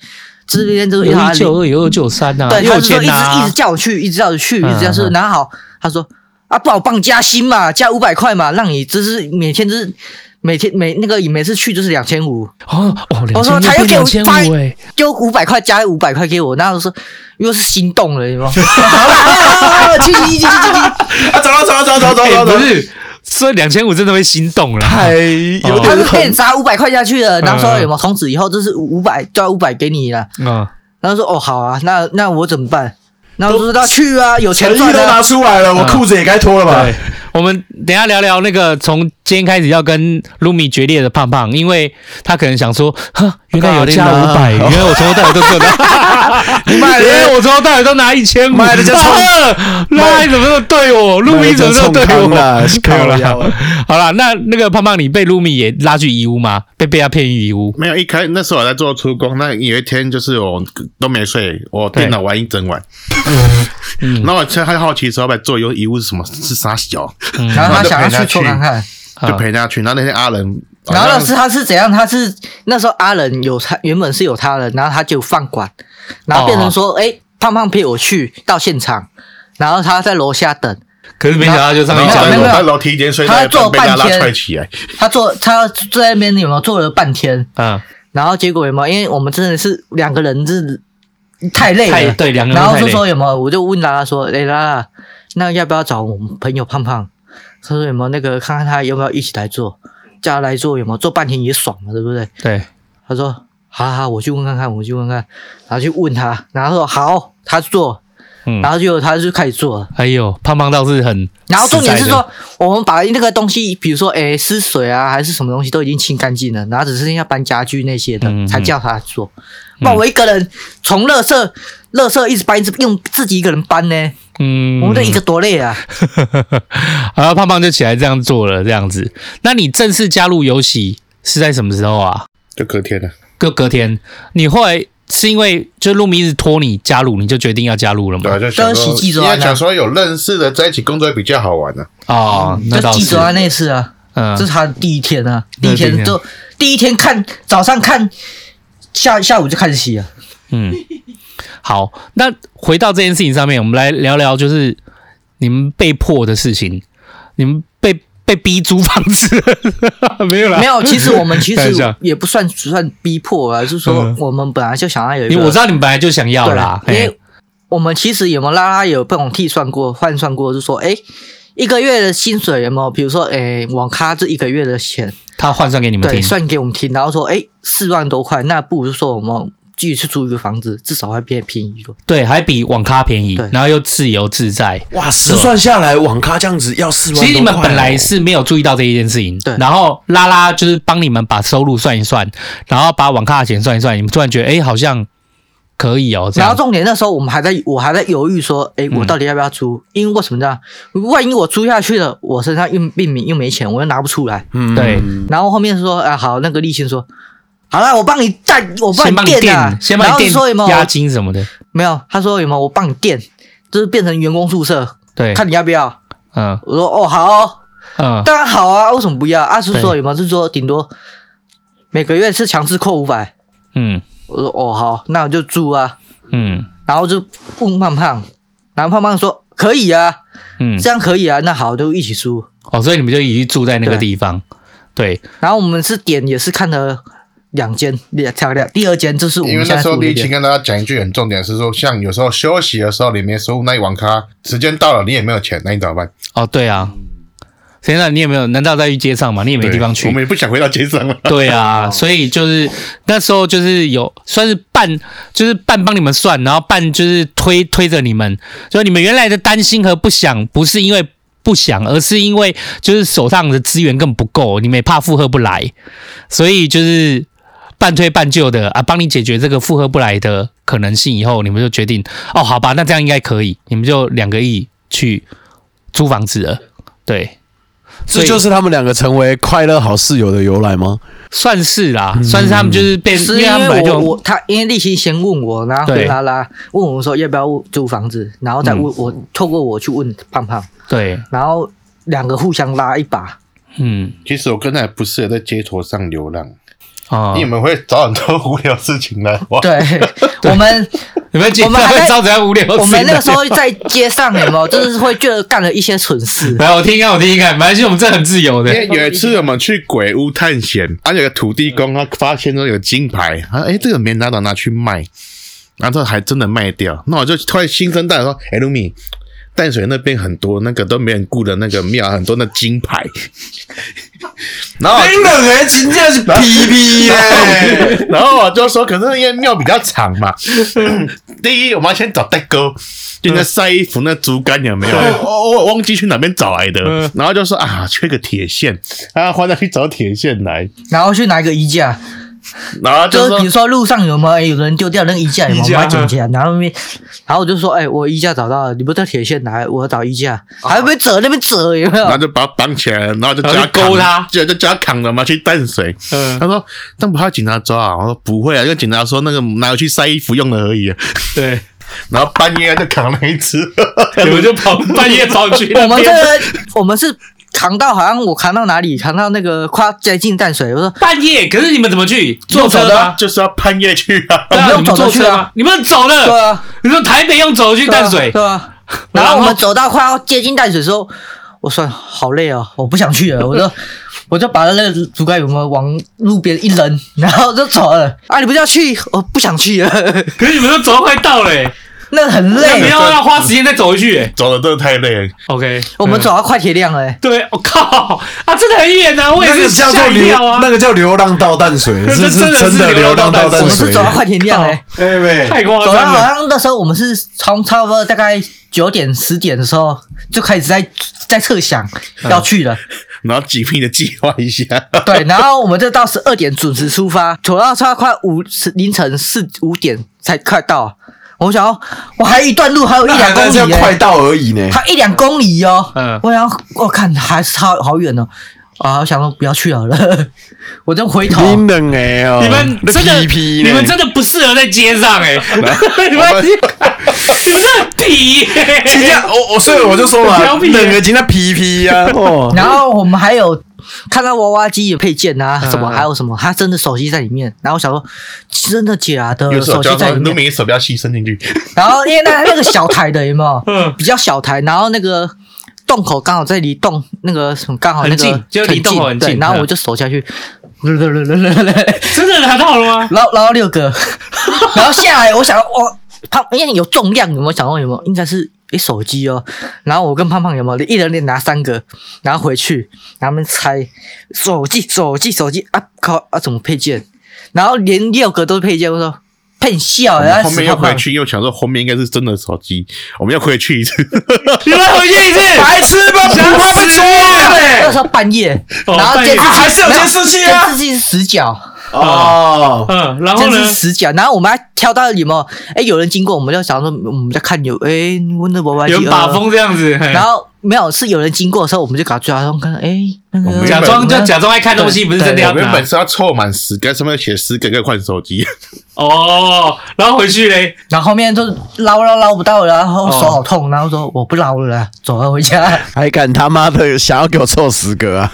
Speaker 4: 这边就是
Speaker 2: 有
Speaker 4: 他
Speaker 2: 一九二，有二九三啊呐，
Speaker 4: 对，他
Speaker 2: 六
Speaker 4: 就说
Speaker 2: 千
Speaker 4: 一直一
Speaker 2: 呐
Speaker 4: 直，叫我去，一直叫我去，一直叫
Speaker 2: 嗯
Speaker 4: 说，
Speaker 2: 嗯
Speaker 4: 然后好，他说啊，不好帮加薪嘛，加五百块嘛，让你就是每天就是每天每那个每次去就是两千五，
Speaker 2: 哦哦，
Speaker 4: 我说他又给
Speaker 2: 两
Speaker 4: 我
Speaker 2: 千
Speaker 4: 发
Speaker 2: 五哎，
Speaker 4: 就五百块加五百块给我，然后我说又是心动了，有没有？好啦好啦好啦去去去去去，
Speaker 3: 啊，走了走了走了走
Speaker 2: 哎不是，这两千五真的会心动了，
Speaker 3: 太有
Speaker 4: 他
Speaker 3: 点
Speaker 4: 就给你
Speaker 3: 痛。
Speaker 4: 砸五百块下去了，然后说
Speaker 2: 嗯嗯
Speaker 4: 有没有？从此以后就是五百抓五百给你了。
Speaker 2: 嗯，
Speaker 4: 然后说哦好啊，那那我怎么办？然后我说那去啊，有钱
Speaker 3: 诚意
Speaker 4: 赚
Speaker 3: 都拿
Speaker 4: 啊。
Speaker 3: 出来了，我裤子也该脱了吧
Speaker 2: 对？，我们等一下聊聊那个从今天开始要跟卢米决裂的胖胖，因为他可能想说，哈，原来有加
Speaker 3: 搞定
Speaker 2: 五
Speaker 3: 了
Speaker 2: 百，原来我从头到尾都只有拿，你
Speaker 3: 买了
Speaker 2: 原来我从头到尾都拿一千五，
Speaker 3: 买了就冲
Speaker 2: 啊 那你怎么那么对我？卢米怎么那么对我？
Speaker 3: 了？
Speaker 2: 没有
Speaker 3: 靠腰
Speaker 2: 啦
Speaker 3: 啊，
Speaker 2: 好啦，那那个胖胖，你被卢米也拉去义乌吗？被被他骗去义乌？
Speaker 5: 没有一开那时候我在做出工，那有一天就是我都没睡，我电脑玩一整晚，然后我就很好奇说要不要做有遗物是什么是啥小，
Speaker 4: 然后他
Speaker 5: 就
Speaker 4: 想要
Speaker 5: 陪他
Speaker 4: 去戳
Speaker 5: 去
Speaker 4: 看看，
Speaker 5: 就陪他去。然后那天阿仁，
Speaker 4: 然后
Speaker 5: 好
Speaker 4: 那
Speaker 5: 像
Speaker 4: 是他是怎样？他是那时候阿仁有他原本是有他人，然后他就放管，然后变
Speaker 2: 哦
Speaker 4: 成说哎、胖胖陪我去到现场，然后他在楼下等，
Speaker 2: 可是没想到就上去
Speaker 5: 然后
Speaker 2: 讲
Speaker 4: 没有没
Speaker 5: 我
Speaker 4: 有
Speaker 5: 在楼梯间睡，
Speaker 4: 他
Speaker 5: 在
Speaker 4: 坐
Speaker 5: 被他
Speaker 4: 半
Speaker 5: 拉
Speaker 4: 天
Speaker 5: 踹起来，
Speaker 4: 他坐他坐在那边有没有坐了半天？
Speaker 2: 嗯，
Speaker 4: 然后结果有没有？因为我们真的是两个人是太累
Speaker 2: 太
Speaker 4: 了，
Speaker 2: 对两个人
Speaker 4: 然
Speaker 2: 都
Speaker 4: 后
Speaker 2: 太
Speaker 4: 就
Speaker 2: 累。
Speaker 4: 说有没有？我就问拉拉说：“哎、拉拉，那要不要找我们朋友胖胖？他说有没有那个看看他要不要一起来做，叫他来做有没有？做半天也爽了，对不对
Speaker 2: 对，？”
Speaker 4: 他说：“好好好，我去问看看，我去问看。”然后去问他，然后说好，他做，
Speaker 2: 嗯
Speaker 4: 然后就他就开始做了。
Speaker 2: 哎呦，胖胖倒是很，
Speaker 4: 然后重点是说，我们把那个东西，比如说诶湿水啊，还是什么东西，都已经清干净了，然后只剩下搬家具那些的，
Speaker 2: 嗯嗯嗯
Speaker 4: 才叫他做。不然我一个人从垃圾、垃圾一直搬，一直用自己一个人搬呢，
Speaker 2: 嗯，
Speaker 4: 我们这一个多累啊！
Speaker 2: 然后胖胖就起来这样做了，这样子。那你正式加入游戏是在什么时候啊？
Speaker 5: 就隔天了。
Speaker 2: 就隔天，你后来是因为就路米一直拖你加入，你就决定要加入了
Speaker 5: 对啊，
Speaker 2: 吗？
Speaker 5: 就想
Speaker 4: 当时记者
Speaker 5: 说，
Speaker 4: 啊
Speaker 5: 因为想说有认识的在一起工作比较好玩啊呢。
Speaker 2: 哦，那
Speaker 4: 就
Speaker 2: 倒
Speaker 4: 记
Speaker 2: 是
Speaker 4: 者，啊那次啊，
Speaker 2: 嗯
Speaker 4: 这是他的第一天啊，
Speaker 2: 那
Speaker 4: 第
Speaker 2: 是第一天
Speaker 4: 一天就第一天看早上看，下下午就开始洗啊。
Speaker 2: 嗯，好。那回到这件事情上面，我们来聊聊就是你们被迫的事情，你们被被逼租房子，没有啦，
Speaker 4: 没有，其实我 们其
Speaker 2: 看一
Speaker 4: 实
Speaker 2: 下
Speaker 4: 也不算不算逼迫啊，就是说
Speaker 2: 嗯
Speaker 4: 我们本来就想要有一
Speaker 2: 你
Speaker 4: 个
Speaker 2: 我知道你们本来就想要
Speaker 4: 对
Speaker 2: 啦，
Speaker 4: 因
Speaker 2: 嘿
Speaker 4: 为我们其实有没有拉拉有被我们替算过、换算过，就说哎，一个月的薪水有没有？比如说哎，网咖这一个月的钱，
Speaker 2: 他换算给你们嗯
Speaker 4: 对，
Speaker 2: 听，
Speaker 4: 算给我们听，然后说哎，四万多块，那不如说我们继续去租一个房子，至少会变便宜多。
Speaker 2: 对，还比网咖便宜
Speaker 4: 对，
Speaker 2: 然后又自由自在。
Speaker 3: 哇，实算下来，网咖这样子要四万多
Speaker 2: 其
Speaker 3: 块哦。
Speaker 2: 实你们本来是没有注意到这一件事情，
Speaker 4: 对
Speaker 2: 然后拉拉就是帮你们把收入算一算，然后把网咖的钱算一算，你们突然觉得，哎、好像可以哦，这
Speaker 4: 然后
Speaker 2: 样。嗯
Speaker 4: 重点那时候我们还在，我还在犹豫说，哎，我到底要不要租？因为为什么这样？万一我租下去了，我身上又并没又没钱，我又拿不出来。
Speaker 3: 嗯
Speaker 2: 对，
Speaker 4: 然后后面说，啊，好，那个立信说，好了，我帮你占，我
Speaker 2: 先帮
Speaker 4: 你
Speaker 2: 你
Speaker 4: 垫啊，
Speaker 2: 先
Speaker 4: 然
Speaker 2: 帮
Speaker 4: 后
Speaker 2: 你
Speaker 4: 说有没
Speaker 2: 垫押
Speaker 4: 有？
Speaker 2: 金什么的，
Speaker 4: 没有，他说有没有？我帮你垫，就是变成员工宿舍，
Speaker 2: 对，
Speaker 4: 看你要不要。
Speaker 2: 嗯
Speaker 4: 我说哦，好哦
Speaker 2: 嗯，
Speaker 4: 当然好啊，为什么不要？阿叔
Speaker 2: 对
Speaker 4: 说有没有？是说顶多每个月是强制扣五百。
Speaker 2: 嗯
Speaker 4: 我说哦，好，那我就住啊。
Speaker 2: 嗯
Speaker 4: 然后就问胖胖，然然后胖胖说可以啊，
Speaker 2: 嗯，
Speaker 4: 这样可以啊，那好，就一起输。
Speaker 2: 哦，所以你们就一起住在那个地方，对，
Speaker 4: 然后我们是点也是看了两间，两两两，第二间就是我
Speaker 5: 因为
Speaker 4: 们现
Speaker 5: 那
Speaker 4: 在
Speaker 5: 时候
Speaker 4: 住的
Speaker 5: 第一
Speaker 4: 那
Speaker 5: 期
Speaker 4: 间。
Speaker 5: 跟大家讲一句很重点是说，像有时候休息的时候，你没收入那一网咖，时间到了你也没有钱，那你怎么办？
Speaker 2: 哦，对啊。现在你也没有？难道在去街上吗？你也没地方去
Speaker 5: 对我。们也不想回到街上了。
Speaker 2: 对啊，所以就是那时候就是有算是半，就是半帮你们算，然后半就是推推着你们，就你们原来的担心和不想，不是因为不想，而是因为就是手上的资源根本不够，你们也怕负荷不来，所以就是半推半就的啊，帮你解决这个负荷不来的可能性以后，你们就决定哦，好吧，那这样应该可以，你们就两个亿去租房子了，对。所
Speaker 3: 这
Speaker 2: 以
Speaker 3: 就是他们两个成为快乐好室友的由来吗？
Speaker 2: 算是啦，算是他们就是被，
Speaker 4: 嗯是
Speaker 2: 因为他们本来
Speaker 4: 我
Speaker 2: 就
Speaker 4: 我他因为立新先问我，然后
Speaker 2: 对嗯
Speaker 4: 拉拉问我说要不要租房子，然后再问我、透过我去问胖胖，
Speaker 2: 对，
Speaker 4: 然后两个互相拉一把，
Speaker 2: 嗯，
Speaker 5: 其实我跟他也不适合在街头上流浪，
Speaker 2: 哦，
Speaker 5: 因为我
Speaker 2: 你
Speaker 5: 们会找很多无聊事情来玩。
Speaker 4: 对 我 们
Speaker 2: 们今
Speaker 4: 我们
Speaker 2: 天
Speaker 4: 还在
Speaker 2: 会招人无聊，
Speaker 4: 我们那个时，候在街上有没有，就是会觉得干了一些 蠢事，
Speaker 2: 来我听一看，我听一看，反正我们这很自由
Speaker 5: 因
Speaker 2: 的，
Speaker 5: 为有一次我们去鬼屋探险，而、啊、有个土地公他发现说有金牌，他说：“哎、这个没拿到，拿去卖。”然后这还真的卖掉。那我就突然心生大喜说：“哎、卢米，淡水那边很多那个都没人顾的那个庙，很多那金牌。”然后我
Speaker 3: 冰冷哎人情这 是逼逼耶！
Speaker 5: 然后我就说，可是因为庙比较长 嘛，第一我们要先找代沟，就那晒衣服那竹竿有没有？我我忘记去哪边找来的，
Speaker 2: 嗯
Speaker 5: 然后就说啊，缺个铁线，啊，换他去找铁线来，
Speaker 4: 然后去拿一个衣架，
Speaker 5: 然后就
Speaker 4: 就是
Speaker 5: 说
Speaker 4: 比如说路上有没有、哎有人丢掉那个衣架，有没有
Speaker 2: 衣架
Speaker 4: 把它捡起来？然后那边，然后我就说，哎、我衣架找到了，你不带铁线来，我要找衣架，
Speaker 2: 哦
Speaker 4: 还被折那边折有没
Speaker 5: 然后
Speaker 4: 有？
Speaker 5: 就把他绑起来，然后就叫
Speaker 2: 然
Speaker 5: 他
Speaker 2: 后就勾他
Speaker 5: 扛就就叫他扛了嘛，去淡水。
Speaker 2: 嗯
Speaker 5: 他说：“但不怕警察抓啊？”我说：“不会啊，因为警察说那个拿去晒衣服用的 而已、啊。
Speaker 2: 对，”
Speaker 5: 然后半夜就扛了一 只，
Speaker 2: 我们就跑半夜跑去
Speaker 4: 我
Speaker 2: 那
Speaker 4: 们这
Speaker 2: 边，
Speaker 4: 个我们是扛到好像我扛到哪里，扛到那个快要接近淡水，我说
Speaker 2: 半夜，可是你们怎么去？坐车吗？
Speaker 5: 就是要半夜去啊。
Speaker 2: 对啊
Speaker 4: 我
Speaker 2: 你们
Speaker 4: 们用走
Speaker 2: 坐
Speaker 4: 的去啊
Speaker 2: 车吗？你们走
Speaker 4: 对
Speaker 2: 了，
Speaker 4: 啊，
Speaker 2: 你说台北用走去
Speaker 4: 对啊
Speaker 2: 淡水，
Speaker 4: 对啊。
Speaker 2: 然
Speaker 4: 然
Speaker 2: 后
Speaker 4: 后我们走到快要接近淡水的时候，我算好累哦，我不想去了，我就我就把那个竹竿有没有往路边一扔，然后就走了。啊，你不是要去？我不想去了，
Speaker 2: 可是你们都走到快到了，欸
Speaker 4: 那个很
Speaker 2: 那你们
Speaker 4: 累。
Speaker 2: 要要花时间再走回去欸
Speaker 5: 走的真的太累了，
Speaker 2: ，OK，
Speaker 4: 啊我们
Speaker 2: 嗯
Speaker 4: 走。到快铁亮了、欸，
Speaker 2: 对，我靠啊，真的很远啊！我也
Speaker 3: 那
Speaker 2: 是
Speaker 3: 个叫
Speaker 2: 吓
Speaker 3: 做
Speaker 2: 一
Speaker 3: 流
Speaker 2: 跳啊，，
Speaker 3: 那个叫流浪到淡水，
Speaker 2: 这
Speaker 3: 是是
Speaker 2: 真的是
Speaker 3: 真的
Speaker 2: 流
Speaker 3: 流
Speaker 2: 浪
Speaker 3: 浪
Speaker 2: 到
Speaker 3: 到
Speaker 2: 淡
Speaker 3: 淡
Speaker 4: 我们
Speaker 3: 水
Speaker 4: 是走。到快铁亮、欸，哎，
Speaker 3: 对呗，
Speaker 2: 太夸
Speaker 4: 走啊到
Speaker 2: 张
Speaker 4: 好
Speaker 2: 了。
Speaker 4: 像那时候我们是从差不多大概九点十点的时候就开始在在测想要去了，
Speaker 5: 然后几拼的计划一下。
Speaker 4: 对，然后我们就到十二点准时出发，走到差快五十凌晨四五点才快到。我想说，我还有一段路，还有一
Speaker 3: 那
Speaker 4: 两
Speaker 3: 还
Speaker 4: 公
Speaker 3: 在叫
Speaker 4: 里、
Speaker 3: 快
Speaker 4: 欸，
Speaker 3: 到而已呢。
Speaker 4: 还一两公里哦。
Speaker 2: 嗯
Speaker 4: 我想，我看还是差好远哦。啊，我想说不要去好了， 我就回头。
Speaker 3: 冰冷哎哦，
Speaker 2: 你们
Speaker 3: 那
Speaker 2: 真的，
Speaker 3: 皮皮呢
Speaker 2: 你们真的不适合在街上哎、 你们你们这皮、欸，
Speaker 3: 人家我我啊哦所以我就说嘛，
Speaker 2: 调皮耶啊
Speaker 3: 冷个今天皮皮呀，哦，
Speaker 4: 然后我们还有看到娃娃机有配件啊，什么
Speaker 2: 嗯
Speaker 4: 还有什么，他真的手机在里面。然后我想说，真的假的？
Speaker 5: 有
Speaker 4: 手
Speaker 5: 手
Speaker 4: 机
Speaker 5: 叫
Speaker 4: 在
Speaker 5: 说
Speaker 4: 里面
Speaker 5: 卢。米手不要牺牲进去，
Speaker 4: 然后因为那那个小台的有没有？
Speaker 2: 嗯
Speaker 4: 比较小台，然后那个洞口刚好在离洞那个什么刚好那个
Speaker 2: 很近就离洞口很近
Speaker 4: 对
Speaker 2: 嗯
Speaker 4: 然后我就手下去，
Speaker 2: 真的拿到了吗？
Speaker 4: 然后然后六个， 然后下来我想我胖，因为有重量，有没有想到有没有？应该是。一手机哦，然后我跟胖胖有没有一人连拿三个，然后回去，然后他们猜手机手机手机啊靠啊怎么配件，然后连六个都是配件，我说骗笑，然后
Speaker 5: 后面
Speaker 4: 死
Speaker 5: 又
Speaker 4: 胖胖
Speaker 5: 回去，又想说后面应该是真的手机，我们又回去一次。
Speaker 3: 啊
Speaker 2: 你们回去一次，
Speaker 3: 白痴吧，不怕被抓
Speaker 4: 那
Speaker 3: 嘞。
Speaker 4: 时候半夜，
Speaker 2: 哦
Speaker 4: 然后
Speaker 2: 半夜
Speaker 4: 监视器
Speaker 2: 啊
Speaker 3: 还是有监视器啊
Speaker 4: 监视器是死角，
Speaker 3: 哦，
Speaker 2: 嗯，啊然后
Speaker 4: 监视
Speaker 2: 呢
Speaker 4: 器？死角，然后我们还挑到有没有？哎，有人经过，我们就想说我们在看有哎温的娃娃机
Speaker 2: 有人把
Speaker 4: 呃
Speaker 2: 风这样子，哎嘿
Speaker 4: 然后没有是有人经过的时候，我们就搞追踪看，哎，那
Speaker 5: 我
Speaker 4: 个
Speaker 5: 们
Speaker 2: 假装就假装爱看东西，
Speaker 4: 对
Speaker 2: 不是真的要
Speaker 5: 我原
Speaker 2: 拿
Speaker 5: 本是要凑满十个，上面写十个要换手机，
Speaker 2: 哦。然后回去嘞，
Speaker 4: 然后后面就捞捞捞不到了，然后
Speaker 2: 哦
Speaker 4: 手好痛，然后说我不捞了啦，走了回 家。
Speaker 3: 还敢他妈的想要给我凑十个啊！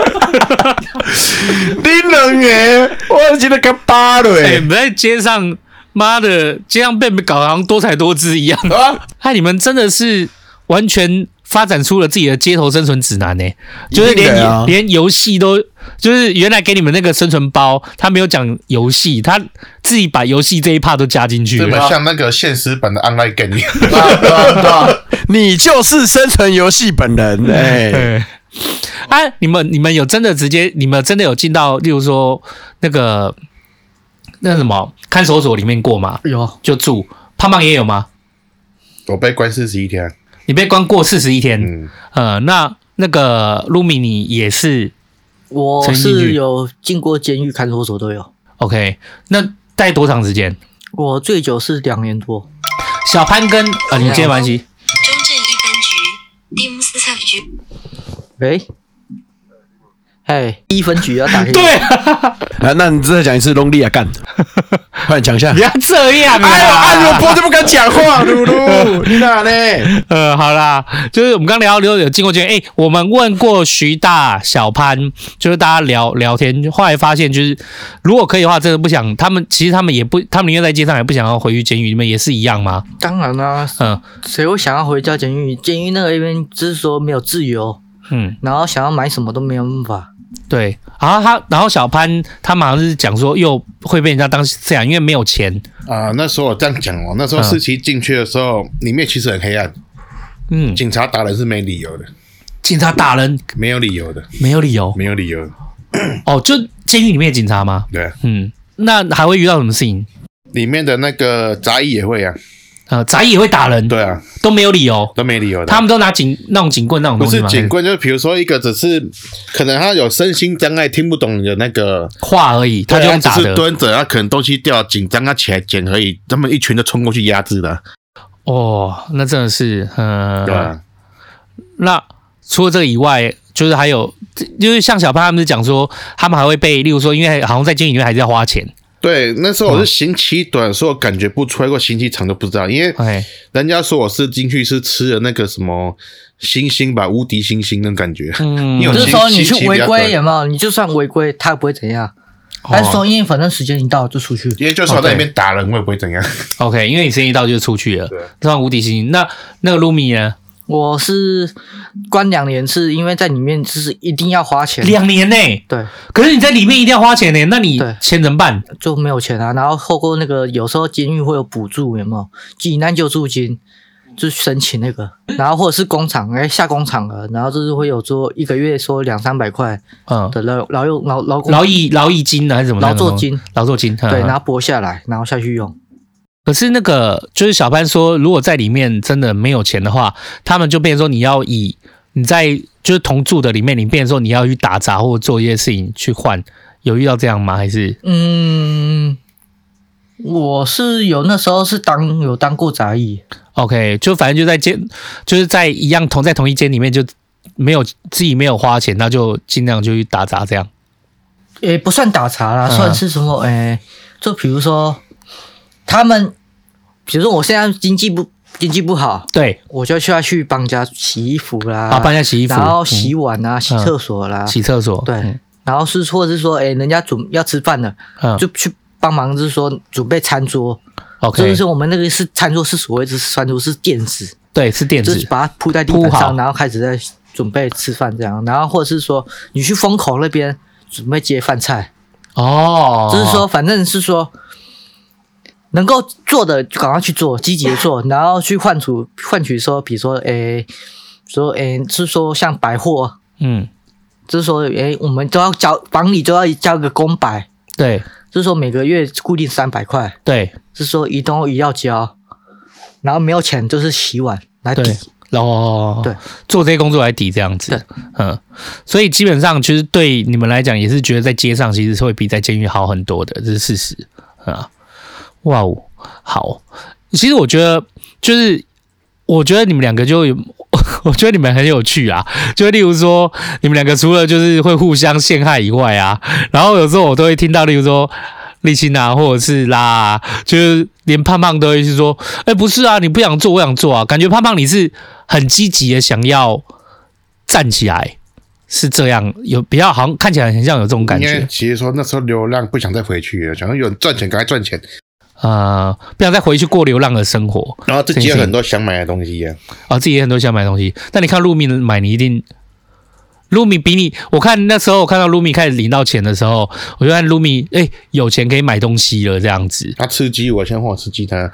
Speaker 3: 你冷哎，我真的个巴了
Speaker 2: 哎、
Speaker 3: 哎
Speaker 2: 你！们在街上妈的，这样被你们搞得好像多才多姿一样。
Speaker 5: 啊，
Speaker 2: 害你们真的是完全发展出了自己的街头生存指南呢、就是
Speaker 3: 一定
Speaker 2: 连、
Speaker 3: 的啊
Speaker 2: 连游戏都，就是原来给你们那个生存包，他没有讲游戏，他自己把游戏这一 part 都加进去
Speaker 5: 这
Speaker 2: 了。
Speaker 5: 么像那个现实版的 online game 一样。
Speaker 3: 对啊对啊对啊你就是生存游戏本人哎，
Speaker 2: 对，啊，你们你们有真的直接，你们真的有进到，例如说那个那什么看守所里面过吗？
Speaker 4: 有
Speaker 2: 就住胖胖也有吗？
Speaker 5: 我被关四十一天，啊
Speaker 2: 你被关过四十一天，
Speaker 5: 嗯，
Speaker 2: 呃，那那个露米你也是
Speaker 4: 我
Speaker 2: 陈奕迅
Speaker 4: 是有进过监狱、看守所都有。
Speaker 2: OK，那待多长时间？
Speaker 4: 我最久是两年多，
Speaker 2: 小潘跟啊，你们今天玩几？
Speaker 6: 中正一分局、第五四三局、
Speaker 4: 喂、嘿，一分局要打给你，
Speaker 2: 对啊，
Speaker 3: 啊，那你再讲一次 lonely 啊 干，快点讲一下
Speaker 2: 不。要这样啊
Speaker 3: 哎 呦，按
Speaker 2: 啦。
Speaker 3: 我脖子不敢讲话，露露，你哪呢？
Speaker 2: 呃，好啦，就是我们刚聊刘有经过这，哎，我们问过徐大、小潘，就是大家聊聊天，后来发现就是如果可以的话，真的不想他们，其实他们也不，他们宁愿在街上，也不想要回去监狱，你们也是一样吗？
Speaker 4: 当然啦、
Speaker 2: 嗯
Speaker 4: 谁会想要回到监狱？监狱那个一边就是说没有自由，
Speaker 2: 嗯，
Speaker 4: 然后想要买什么都没有办法。
Speaker 2: 对。然后他，然后小潘他们好像是讲说又会被人家当这样，因为没有钱。
Speaker 5: 啊，那时候我这样讲哦，那时候四期进去的时候，里面其实很黑暗，
Speaker 2: 嗯，
Speaker 5: 警察打人是没理由的，
Speaker 2: 警察打人
Speaker 5: 没有理由的，
Speaker 2: 没有理由。
Speaker 5: 没有理由的，嗯
Speaker 2: 哦，就监狱里面的警察吗？
Speaker 5: 对啊，
Speaker 2: 嗯，那还会遇到什么事情？
Speaker 5: 里面的那个杂役也会啊，
Speaker 2: 呃，杂役也会打人，
Speaker 5: 对啊，
Speaker 2: 都没有理由，
Speaker 5: 都没理由的。
Speaker 2: 他们都拿警那种警棍那种
Speaker 5: 不
Speaker 2: 东西
Speaker 5: 是
Speaker 2: 嘛，
Speaker 5: 警棍，就是比如说一个只是可能他有身心障碍，听不懂你的那个，啊
Speaker 2: 话而已，他就用
Speaker 5: 只
Speaker 2: 打
Speaker 5: 是
Speaker 2: 的。
Speaker 5: 蹲着，他可能东西掉紧张，他起来捡而已，他们一群就冲过去压制
Speaker 2: 啊
Speaker 5: 的，
Speaker 2: 哦，那真的是，嗯、
Speaker 5: 对吧？
Speaker 2: 那除了这个以外，就是还有，就是像小潘他们是讲说，他们还会被，例如说，因为好像在监狱里面还是要花钱，
Speaker 5: 对，那时候我是刑期短，所以我感觉不出来，过刑期长都不知道，因为
Speaker 2: 哎，
Speaker 5: 人家说我是进去是吃了那个什么星星吧，无敌星星那种感觉。
Speaker 2: 嗯
Speaker 5: 你有
Speaker 4: 就
Speaker 5: 这
Speaker 4: 是说你
Speaker 5: 刑期
Speaker 4: 去
Speaker 5: 比
Speaker 4: 违
Speaker 5: 较哦
Speaker 4: 规
Speaker 5: 短
Speaker 4: 有没有？你就算违规，他也不会怎样。他说因为反正时间一到就出去。
Speaker 5: 因为就
Speaker 2: 哦
Speaker 5: 算我在里面打人，我也不会怎样。
Speaker 2: OK，因为你时间一到就出去了，这算无底薪。那那个露米呢？
Speaker 4: 我是关两年，是因为在里面就是一定要花钱，
Speaker 2: 两年内、
Speaker 4: 对，
Speaker 2: 可是你在里面一定要花钱呢、那你
Speaker 4: 对
Speaker 2: 钱怎么办？
Speaker 4: 就没有钱啊。然后透过那个有时候监狱会有补助，有没有？济南救助金。就申请那个，然后或者是工厂，哎，下工厂了，然后就是会有做一个月说两三百块
Speaker 2: 嗯，
Speaker 4: 的劳劳用劳劳工
Speaker 2: 劳役劳役金呢啊还是什么？
Speaker 4: 劳作，金，
Speaker 2: 劳作金。对
Speaker 4: 对，然
Speaker 2: 后
Speaker 4: 后剥下来，然后下去用。
Speaker 2: 可是那个就是小潘说，如果在里面真的没有钱的话，他们就变成说你要以你在就是同住的里面，你变成说你要去打杂或做一些事情去换，有遇到这样吗？还是
Speaker 4: 嗯，我是有那时候是当有当过杂役，
Speaker 2: OK？就反正就在间，就是在一样同在同一间里面就。没有自己没有花钱，那就尽量就去打杂这样。
Speaker 4: 也不算打杂啦，
Speaker 2: 嗯
Speaker 4: 算是什么？诶、就比如说他们，比如说我现在经济不经济不好，
Speaker 2: 对，
Speaker 4: 我就需要去帮人家洗衣服啦，
Speaker 2: 啊，帮人家洗衣服，
Speaker 4: 然后洗碗啊，洗
Speaker 2: 嗯
Speaker 4: 厕所啦，
Speaker 2: 嗯洗厕所，
Speaker 4: 对，
Speaker 2: 嗯
Speaker 4: 然后是或者是说，诶、人家准要吃饭了，
Speaker 2: 嗯，
Speaker 4: 就去帮忙，就是说准备餐桌，
Speaker 2: OK，
Speaker 4: 就是说我们那个是餐桌是所谓的餐桌是垫子。
Speaker 2: 对，是电
Speaker 4: 就是
Speaker 2: 子，
Speaker 4: 把它铺在地板
Speaker 2: 铺好
Speaker 4: 上，然后开始在准备吃饭这样，然后或者是说你去风口那边准备接饭菜，
Speaker 2: 哦，
Speaker 4: 就是说反正是说能够做的就赶快去做，积极的做，然后去换取换取说，比如说诶，说诶是说像百货，
Speaker 2: 嗯，
Speaker 4: 就是说诶我们都要交房里都要交个公百，
Speaker 2: 对
Speaker 4: 就是说每个月固定三百块，
Speaker 2: 对
Speaker 4: 是说移动也要交，然后没有钱就是洗碗来
Speaker 2: 对
Speaker 4: 抵。，
Speaker 2: 然后
Speaker 4: 对
Speaker 2: 哦做这些工作来抵这样子，嗯，所以基本上其实对你们来讲也是觉得在街上其实是会比在监狱好很多的，这是事实啊。哇哦，好，其实我觉得就是。我觉得你们两个就有， 我觉得你们很有趣啊。就例如说，你们两个除了就是会互相陷害以外啊，然后有时候我都会听到，例如说立青啊，或者是拉啊，就是连胖胖都会去说，哎、不是啊，你不想做，我想做啊。感觉胖胖你是很积极的想要站起来，是这样，有比较好像看起来很像有这种感
Speaker 5: 因为
Speaker 2: 觉，
Speaker 5: 其实说那时候流浪不想再回去了，想要有人赚钱赶快赚钱，
Speaker 2: 呃，不想再回去过流浪的生活
Speaker 5: 然后自己有很多想买的东西呀、
Speaker 2: 啊，自己也很多想买东西。但你看路米买，你一定路米比你，我看那时候我看到路米开始领到钱的时候，我就看路米，哎，有钱可以买东西了这样子。
Speaker 5: 他刺激我，先换我刺激他。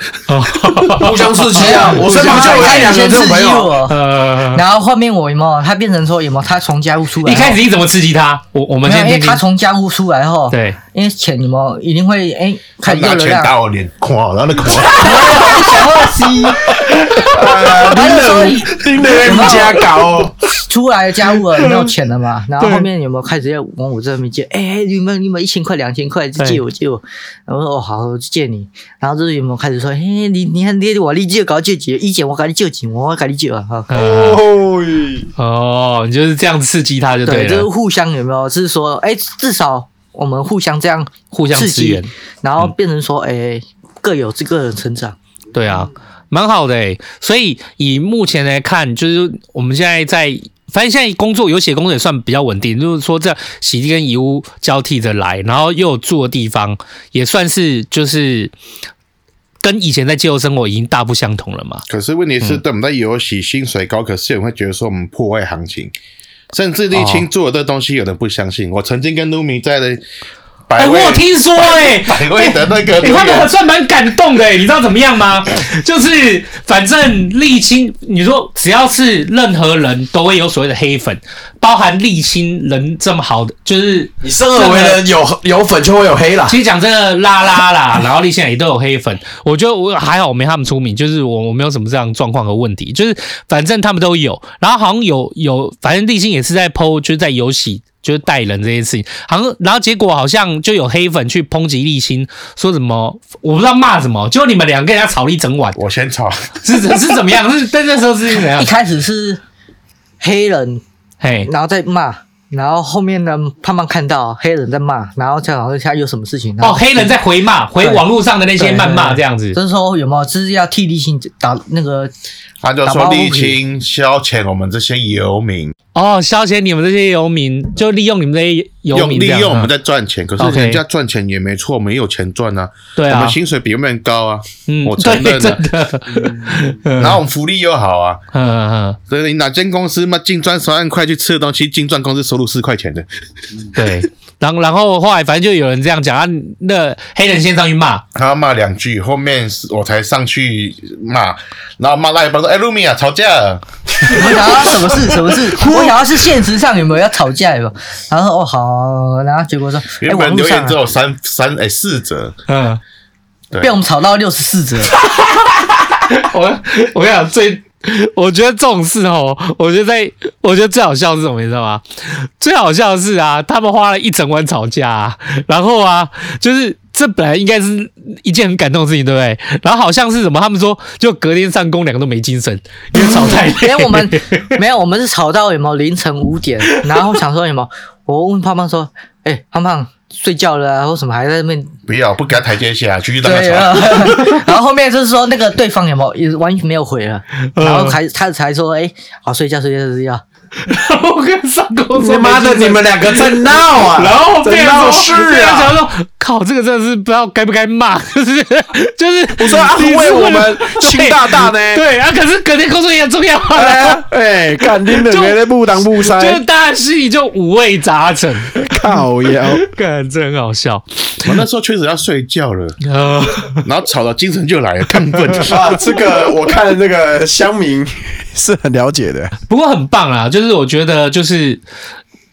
Speaker 3: 互相刺激 啊！我身旁就有一两个这种朋
Speaker 4: 先刺激
Speaker 3: 友，啊
Speaker 4: 我
Speaker 2: 呃，
Speaker 4: 然后后面我有没有？他变成说有没有？他从家务出来，
Speaker 2: 一开始你怎么刺激他？我我们
Speaker 4: 没有，
Speaker 2: 先
Speaker 4: 因为
Speaker 2: 听听
Speaker 4: 他。从家务出来后，
Speaker 2: 对，
Speaker 4: 因为钱有没有一定会哎，
Speaker 5: 他
Speaker 4: 看
Speaker 5: 拿
Speaker 4: 要流
Speaker 5: 钱
Speaker 4: 量，
Speaker 5: 打我脸，哐，然后那哐，
Speaker 4: 二十一，
Speaker 3: 你
Speaker 4: 那 时候
Speaker 3: 冷，你冷人家搞哦，
Speaker 4: 出来家务了，没有钱 了嘛？然后后面有没有开始要往我这边借？哎，你们你们一千块、两千块借我借我，然后说哦好，我就借你。然后就是有没有开始说，哎，你你看你我你借搞借几？以前我给你借几，我给你借啊。哈
Speaker 2: 呃哦，你就是这样刺激他就
Speaker 4: 对，
Speaker 2: 了，
Speaker 4: 就是互相有没有？是说，哎，至少我们互相这样
Speaker 2: 互相
Speaker 4: 刺
Speaker 2: 支
Speaker 4: 激
Speaker 2: 援，，
Speaker 4: 然后变成说，哎，各有这个人成长。
Speaker 2: 对啊，蛮好的诶。所以以目前来看，就是我们现在在，反正现在工作有写工作也算比较稳定，就是说这洗地跟遗屋交替着来，然后又有住的地方，也算是就是跟以前在街头生活已经大不相同了嘛。
Speaker 5: 可是问题是，
Speaker 2: 嗯
Speaker 5: 对我们在游戏薪水高，可是有人会觉得说我们破坏行情，甚至沥青做的这东西，有人不相信。我曾经跟卢米在的
Speaker 2: 哎、
Speaker 5: 百
Speaker 2: 我
Speaker 5: 位、
Speaker 2: 有听说哎、
Speaker 5: 百位的那个
Speaker 2: 欸、
Speaker 5: 留
Speaker 2: 他们还
Speaker 5: 言，
Speaker 2: 算蛮感动的、欸，你知道怎么样吗？就是反正沥青，你说只要是任何人都会有所谓的黑粉，包含沥青人这么好的，就是
Speaker 3: 你生而为人有有粉就会有黑啦。
Speaker 2: 其实讲真的，拉拉啦，然后立宪也都有黑粉，我觉得我还好，我没他们出名，就是我我没有什么这样的状况和问题，就是反正他们都有，然后好像有有，反正立宪也是在 PO，就是在游戏。就是带人这件事情，好像然后结果好像就有黑粉去抨击立新，说什么我不知道骂什么，就你们两个跟人家吵了一整晚，
Speaker 5: 我先炒，
Speaker 2: 是是怎么样？是但那时候是怎 样
Speaker 4: 一？开始是黑人，
Speaker 2: 嘿，
Speaker 4: 然后再骂，然后后面呢，胖胖看到黑人在骂，然后再好像他有什么事情，然
Speaker 2: 哦，
Speaker 4: 后
Speaker 2: 黑人在回骂，回
Speaker 4: 对
Speaker 2: 网络上的那些
Speaker 4: 对
Speaker 2: 谩骂
Speaker 4: 对
Speaker 2: 这样子，
Speaker 4: 就是说有没有就是要替立新打 那个
Speaker 5: 他就
Speaker 4: 打
Speaker 5: 说
Speaker 4: 包
Speaker 5: 沥
Speaker 4: 物
Speaker 5: 青消遣我们这些游民，
Speaker 2: 哦，消遣你们这些游民，就利用你们这些游
Speaker 5: 用
Speaker 2: 民
Speaker 5: 利
Speaker 2: 这样
Speaker 5: 用我们
Speaker 2: 的，
Speaker 5: 在赚钱，可是
Speaker 2: OK
Speaker 5: 人家赚钱也没错，我们也有钱赚啊，
Speaker 2: 对
Speaker 5: 我
Speaker 2: 啊
Speaker 5: 们，薪水比他们高啊，
Speaker 2: 嗯，
Speaker 5: 我承
Speaker 2: 对，
Speaker 5: 认
Speaker 2: 真
Speaker 5: 了，嗯
Speaker 2: 的，
Speaker 5: 然后我们福利又好啊，
Speaker 2: 嗯嗯，
Speaker 5: 所以你哪间公司嘛净赚十万块去吃的东西，净赚公司收入四块钱的，
Speaker 2: 嗯对。然后，然后后来反正就有人这样讲啊，那黑人先上去骂，
Speaker 5: 他骂两句，后面我才上去骂，然后骂到一半说：“哎、露米啊，吵架了。
Speaker 4: 我想要什么事？什 么事？我想要是现实上有没有要吵架有没有？然后哦好，然后结果说，”哎，
Speaker 5: 原
Speaker 4: 网
Speaker 5: 本
Speaker 4: 络
Speaker 5: 留
Speaker 4: 上
Speaker 5: 言
Speaker 4: 啊
Speaker 5: 只有三三哎四折，
Speaker 2: 嗯，
Speaker 4: 被我们吵到六十四折，
Speaker 2: 我我跟你讲，最我觉得这种事哦，我觉得在我觉得最好笑是什么，你知道吗？最好笑的是啊，他们花了一整晚吵架、啊，然后啊，就是这本来应该是一件很感动的事情，对不对？然后好像是什么，他们说就隔天上工，两个都没精 神，因 为吵太累。
Speaker 4: 因为我们没有，我们是吵到有没有凌晨五点， 然后想说有没有，我问胖胖说，哎，胖胖睡觉了啊，或什么还在那边
Speaker 5: 不要不给他台阶下，继续让他
Speaker 4: 对
Speaker 5: 吵。
Speaker 4: 啊， 然后后面就是说那个对方有没有也完全没有回了，
Speaker 2: 嗯
Speaker 4: 然后才他才说，哎，好睡觉睡觉睡觉，
Speaker 2: 我跟上工
Speaker 3: 他
Speaker 2: 说
Speaker 3: 妈的，你们两个在闹啊！
Speaker 2: 然后变
Speaker 3: 在
Speaker 2: 成
Speaker 3: 闹
Speaker 2: 是
Speaker 3: 事
Speaker 2: 变
Speaker 3: 啊！
Speaker 2: 成说靠，这个真的是不知道该不该骂， 就是就是，
Speaker 3: 我说安慰我 们清大大呢
Speaker 2: 对对啊，可是隔天工作也很重要啊。
Speaker 3: 哎呀哎，干定的
Speaker 2: 就
Speaker 3: 没在不当不塞，
Speaker 2: 就是大家心里就五味杂陈，
Speaker 3: 靠腰。
Speaker 2: 干，这很好笑。
Speaker 5: 我那时候确实要睡觉了，
Speaker 2: 呃，
Speaker 5: 然后吵到精神就来了，亢奋。
Speaker 3: 啊，这个我看那个乡民 是很了解的。
Speaker 2: 不过很棒啦，就是我觉得就是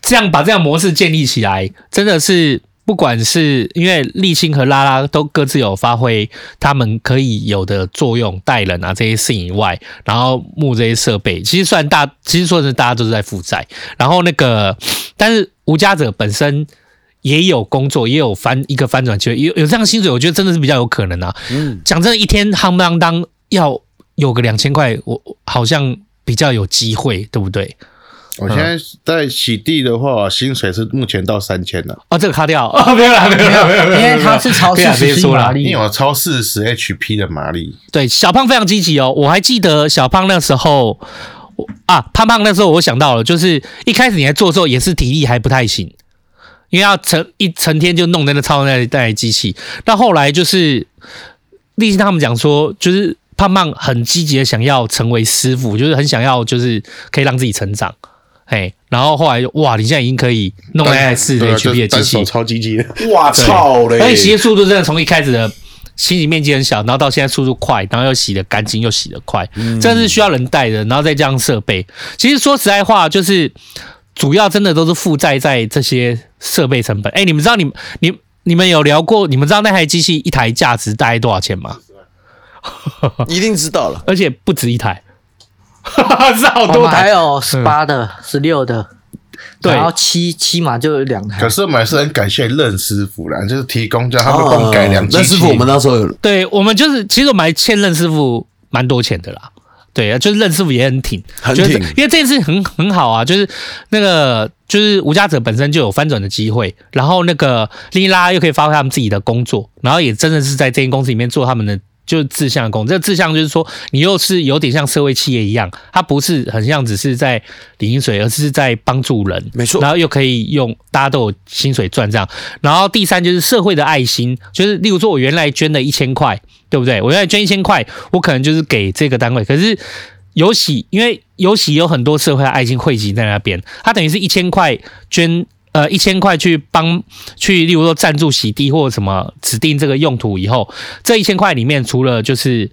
Speaker 2: 这样把这样模式建立起来，真的是不管是因为沥青和拉拉都各自有发挥他们可以有的作用，带人啊这些事情以外，然后募这些设备，其实算大，其实说真的，大家都是在负债。然后那个，但是无家者本身。也有工作，也有翻一个翻转机会，有有这样的薪水，我觉得真的是比较有可能啊。讲真的，一天夯不啷当要有个两千块，我我好像比较有机会，对不对？
Speaker 5: 我现在在洗地的话，薪水是目前到三千了，
Speaker 2: 哦，这个卡掉哦，没有啦，没有啦，没有啦，
Speaker 4: 因
Speaker 2: 没有啦
Speaker 4: 为他是 超
Speaker 2: 对
Speaker 4: 市
Speaker 2: 啊
Speaker 4: 十
Speaker 2: 别
Speaker 4: 四
Speaker 2: 说啦
Speaker 4: 马力
Speaker 5: 因为，我超四十 HP 的马力，
Speaker 2: 对，小胖非常积极哦。我还记得小胖那时候我啊，胖胖那时候我想到了，就是一开始你在做的时候也是体力还不太行，因为要成一成天就弄在那操那那台机器。到后来就是立新他们讲说，就是胖胖很积极的想要成为师傅，就是很想要就是可以让自己成长。哎，然后后来就哇，你现在已经可以弄
Speaker 5: 单
Speaker 2: AI 四
Speaker 5: 对啊就
Speaker 2: HP 的
Speaker 5: 是
Speaker 2: 机
Speaker 5: 单
Speaker 2: 器
Speaker 5: 手，超机器的，
Speaker 3: 哇操嘞！
Speaker 2: 而且洗的速度真的从一开始的清洗面积很小，然后到现在速度快，然后又洗的干净又洗的快，真的是需要人带的，然后再加上设备。其实说实在话，就是主要真的都是负债在这些设备成本。哎，你们知道你们你你们有聊过，你们知道那台机器一台价值大概多少钱吗？
Speaker 3: 一定知道了。
Speaker 2: 而且不止一台， 是好
Speaker 4: 我
Speaker 2: 多
Speaker 4: 们还
Speaker 2: 台。
Speaker 4: 有十八的、十六的，
Speaker 2: 嗯对
Speaker 4: 哦然后七七嘛就有两 台
Speaker 5: 可，是我们还是很感谢任师傅啦，就是提供叫他们帮改良机
Speaker 3: 哦
Speaker 5: 器。
Speaker 3: 那师傅，我们那时候有
Speaker 2: 对我们就是，其实我们还欠任师傅蛮多钱的啦。对啊，就是任师傅也很挺，
Speaker 3: 很
Speaker 2: 就是
Speaker 3: 挺
Speaker 2: 因为这件事很很好啊，就是那个就是吴家者本身就有翻转的机会，然后那个莉拉又可以发挥他们自己的工作，然后也真的是在这间公司里面做他们的。就是志向的工作，这个志向就是说，你又是有点像社会企业一样，它不是很像只是在领薪水，而是在帮助人，
Speaker 3: 没错
Speaker 2: 然后又可以用大家都有薪水赚这样。然后第三就是社会的爱心，就是例如说我原来捐了一千块，对不对？我原来捐一千块，我可能就是给这个单位，可是有喜，因为有喜有很多社会的爱心汇集在那边，他等于是一千块捐。呃，一千块去帮去，例如说赞助洗地或者什么指定这个用途以后，这一千块里面除了就是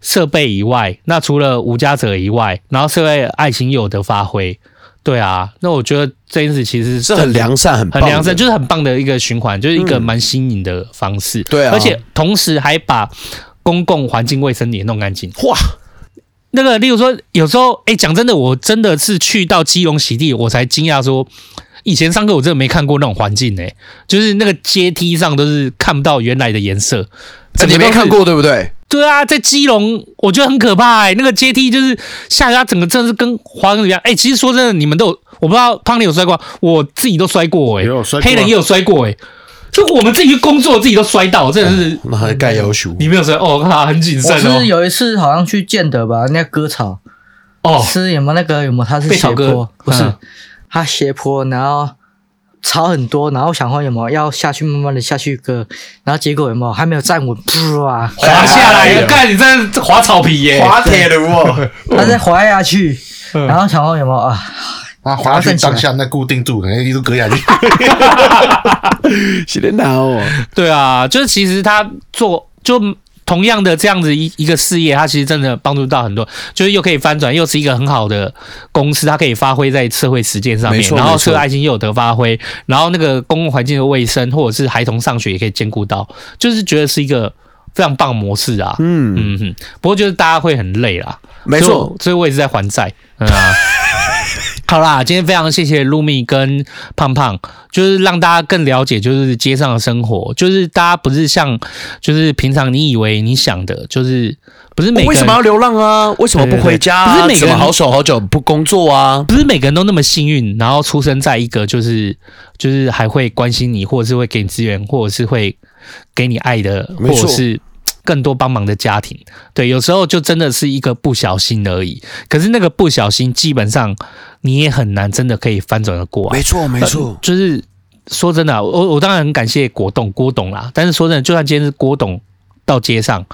Speaker 2: 设备以外，那除了无家者以外，然后社会爱心又有的发挥，对啊，那我觉得这件事其实
Speaker 3: 是很良善，很
Speaker 2: 很
Speaker 3: 棒
Speaker 2: 良善，
Speaker 3: 的嗯
Speaker 2: 就是很棒的一个循环，就是一个蛮新颖的方式。
Speaker 3: 对啊
Speaker 2: 而且同时还把公共环境卫生也弄干净。
Speaker 3: 哇，
Speaker 2: 那个，例如说，有时候，哎，讲真的，我真的是去到基隆洗地，我才惊讶说，以前上课我真的没看过那种环境诶、就是那个阶梯上都是看不到原来的颜色。
Speaker 3: 哎
Speaker 2: 怎么
Speaker 3: 你
Speaker 2: 都
Speaker 3: 没
Speaker 2: 是
Speaker 3: 看？过对不对？
Speaker 2: 对啊，在基隆我觉得很可怕哎、那个阶梯就是下去，它整个真的是跟花园一样。哎、其实说真的，你们都有，我不知道胖你有摔过，我自己都摔过哎、
Speaker 5: 也有摔过啊
Speaker 2: 黑人也有摔过哎、就我们自己去工作，自己都摔到，真的是。
Speaker 3: 那还盖要求，
Speaker 2: 你没有摔哦，我靠，很谨慎
Speaker 4: 我
Speaker 2: 哦
Speaker 4: 是。有一次好像去建德吧，那割草
Speaker 2: 哦，
Speaker 4: 是有没有那个有没有？它是
Speaker 2: 被
Speaker 4: 斜
Speaker 2: 草
Speaker 4: 坡
Speaker 2: 割，
Speaker 4: 不是
Speaker 2: 嗯，
Speaker 4: 它斜坡，然后草很多，然后想说有没有要下去，慢慢的下去割，然后结果有没有还没有站稳，噗啊，
Speaker 2: 滑下来，看你在滑草皮耶、
Speaker 3: 铁的哦，
Speaker 4: 它再滑下去，然后想说有没有啊，
Speaker 5: 啊，滑下去当下那固定住，可能一路 割下去。
Speaker 3: 洗脸难哦，
Speaker 2: 对啊，就是其实他做就同样的这样子一一个事业，他其实真的帮助到很多，就是又可以翻转，又是一个很好的公司，它可以发挥在社会实践上
Speaker 3: 没
Speaker 2: 面，
Speaker 3: 错
Speaker 2: 然后
Speaker 3: 没错
Speaker 2: 社会爱心又有得发挥，然后那个公共环境的卫生或者是孩童上学也可以兼顾到，就是觉得是一个非常棒的模式啊。
Speaker 3: 嗯，
Speaker 2: 嗯哼，不过就是大家会很累啦，
Speaker 3: 没
Speaker 2: 所以
Speaker 3: 错
Speaker 2: 我，，所以我也是在还债。嗯 啊，好啦，今天非常谢谢露米跟胖胖，就是让大家更了解就是街上的生活，就是大家不是像就是平常你以为你想的，就是不是每个
Speaker 3: 哦为什
Speaker 2: 人
Speaker 3: 么要流浪啊？为什么不回家啊？
Speaker 2: 对对对不是每个
Speaker 3: 怎
Speaker 2: 人
Speaker 3: 么好手好脚不工作啊？
Speaker 2: 不是每个人都那么幸运，然后出生在一个就是就是还会关心你，或者是会给你资源，或者是会给你爱的，或
Speaker 3: 没错
Speaker 2: 者是嘖更多帮忙的家庭。对，有时候就真的是一个不小心而已。可是那个不小心，基本上你也很难真的可以翻转的过来。
Speaker 3: 没错，没
Speaker 2: 呃
Speaker 3: 错，
Speaker 2: 就是说真的啊、我我当然很感谢果冻郭董啦，但是说真的，就算今天是郭董到街上，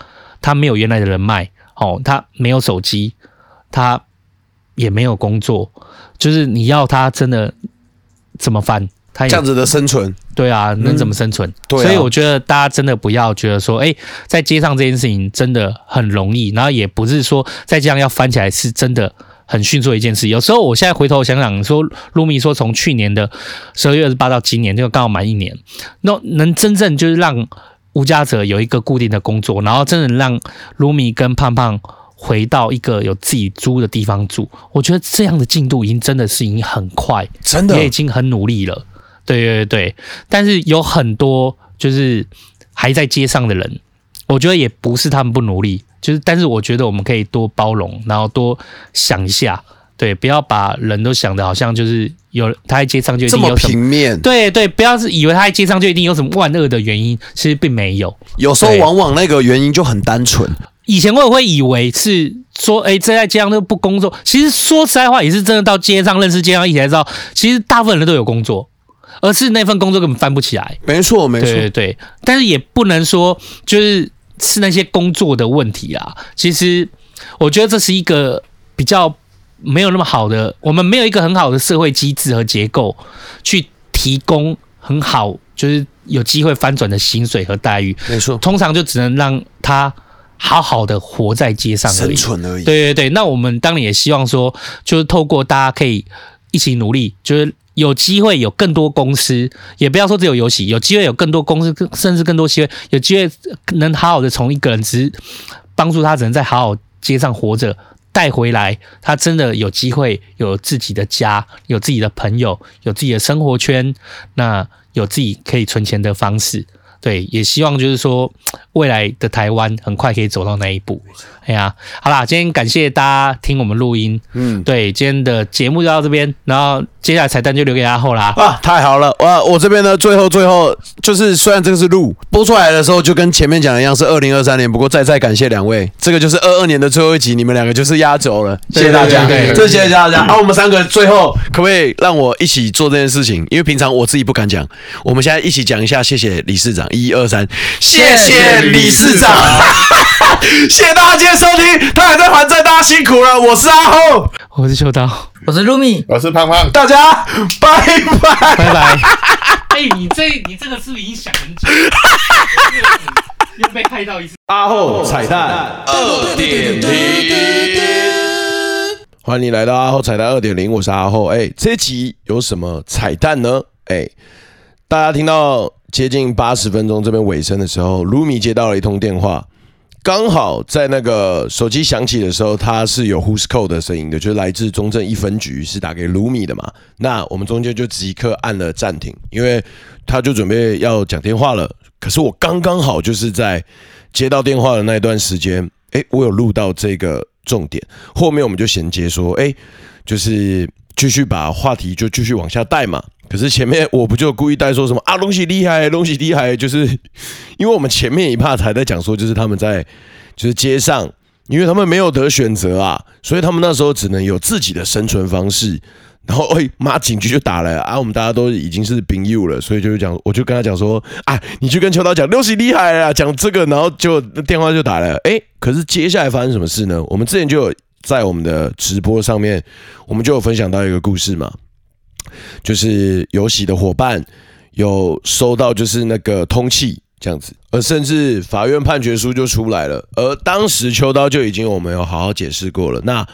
Speaker 2: 他没有原来的人脉，哦，他没有手机，他也没有工作，就是你要他真的怎么翻，他也
Speaker 3: 这样子的生存，
Speaker 2: 对啊，能怎么生存？
Speaker 3: 对啊
Speaker 2: 所以我觉得大家真的不要觉得说，哎、在街上这件事情真的很容易，然后也不是说在街上要翻起来是真的很迅速的一件事。有时候我现在回头想想说，露米说从去年的十二月二十八到今年，就刚好满一年，那能真正就是让无家者有一个固定的工作，然后真的让露米跟胖胖。回到一个有自己租的地方住，我觉得这样的进度已经真的是已经很快，
Speaker 3: 真的
Speaker 2: 也已经很努力了。对对对，但是有很多就是还在街上的人，我觉得也不是他们不努力，就是但是我觉得我们可以多包容，然后多想一下，对，不要把人都想的好像就是有他在街上就一
Speaker 3: 这
Speaker 2: 定
Speaker 3: 么
Speaker 2: 有什
Speaker 3: 平
Speaker 2: 么。
Speaker 3: 面，
Speaker 2: 对对，不要是以为他在街上就一定有什么万恶的原因，其实并没有。
Speaker 3: 有时候
Speaker 2: 对
Speaker 3: 往往那个原因就很单纯，
Speaker 2: 以前我也会以为是说，哎、这在街上都不工作。其实说实在话，也是真的到街上认识街上一起才知道，其实大部分人都有工作，而是那份工作根本翻不起来。
Speaker 3: 没错，没错，
Speaker 2: 对对对，但是也不能说就是是那些工作的问题啦。其实我觉得这是一个比较没有那么好的，我们没有一个很好的社会机制和结构去提供很好，就是有机会翻转的薪水和待遇。
Speaker 3: 没错，
Speaker 2: 通常就只能让他好好的活在街上而
Speaker 3: 生
Speaker 2: 已。
Speaker 3: 存而已。
Speaker 2: 对对对，那我们当然也希望说，就是透过大家可以一起努力，就是有机会有更多公司，也不要说只有游戏，有机会有更多公司，更甚至更多机会，有机会能好好的从一个人只是帮助他，只能在好好街上活着。带回来，他真的有机会有自己的家，有自己的朋友，有自己的生活圈，那有自己可以存钱的方式。对，也希望就是说，未来的台湾很快可以走到那一步。哎呀，好啦，今天感谢大家听我们录音，
Speaker 3: 嗯，
Speaker 2: 对，今天的节目就到这边，然后接下来彩蛋就留给阿后啦。
Speaker 3: 啊，太好了！哇，我这边呢，最后最后就是，虽然这个是录播出来的时候，就跟前面讲的一样是二零二三年，不过再再感谢两位，这个就是二二年的最后一集，你们两个就是压轴了，谢谢大家，
Speaker 2: 对对对
Speaker 3: 这谢谢大家。啊，我们三个最后可不可以让我一起做这件事情？因为平常我自己不敢讲，我们现在一起讲一下，谢谢理事长，一二三，谢谢理事 长，谢谢大家今天收听，他还在还债，大家辛苦了，我是阿后，
Speaker 2: 哦我是秋刀，
Speaker 4: 我是 Lumi，
Speaker 5: 我是胖胖，
Speaker 3: 大家拜拜。
Speaker 2: 拜拜。哎、你这你这个是不是已经想很久？又被害到一次。
Speaker 3: 阿后彩蛋二点零，欢迎来到阿后彩蛋二点零，我是阿后。哎、这集有什么彩蛋呢？哎、大家听到接近八十分钟这边尾声的时候，卢米接到了一通电话，刚好在那个手机响起的时候，它是有 Who's Call 的声音的，就是来自中正一分局，是打给卢米的嘛。那我们中间就即刻按了暂停，因为他就准备要讲电话了。可是我刚刚好就是在接到电话的那一段时间，诶，我有录到这个重点，后面我们就衔接说，诶，就是继续把话题就继续往下带嘛。可是前面我不就故意带说什么啊，东西厉害，东西厉害，就是因为我们前面一趴才在讲说，就是他们在就是街上，因为他们没有得选择啊，所以他们那时候只能有自己的生存方式。然后， 哎妈，警局就打来了啊！我们大家都已经是朋友了，所以就是讲，我就跟他讲说，啊，你去跟秋刀讲，六喜厉害啊，讲这个，然后就电话就打来了。哎，可是接下来发生什么事呢？我们之前就有在我们的直播上面，我们就有分享到一个故事嘛，就是有喜的伙伴有收到就是那个通气这样子，而甚至法院判决书就出来了，而当时秋刀就已经我们有好好解释过了。那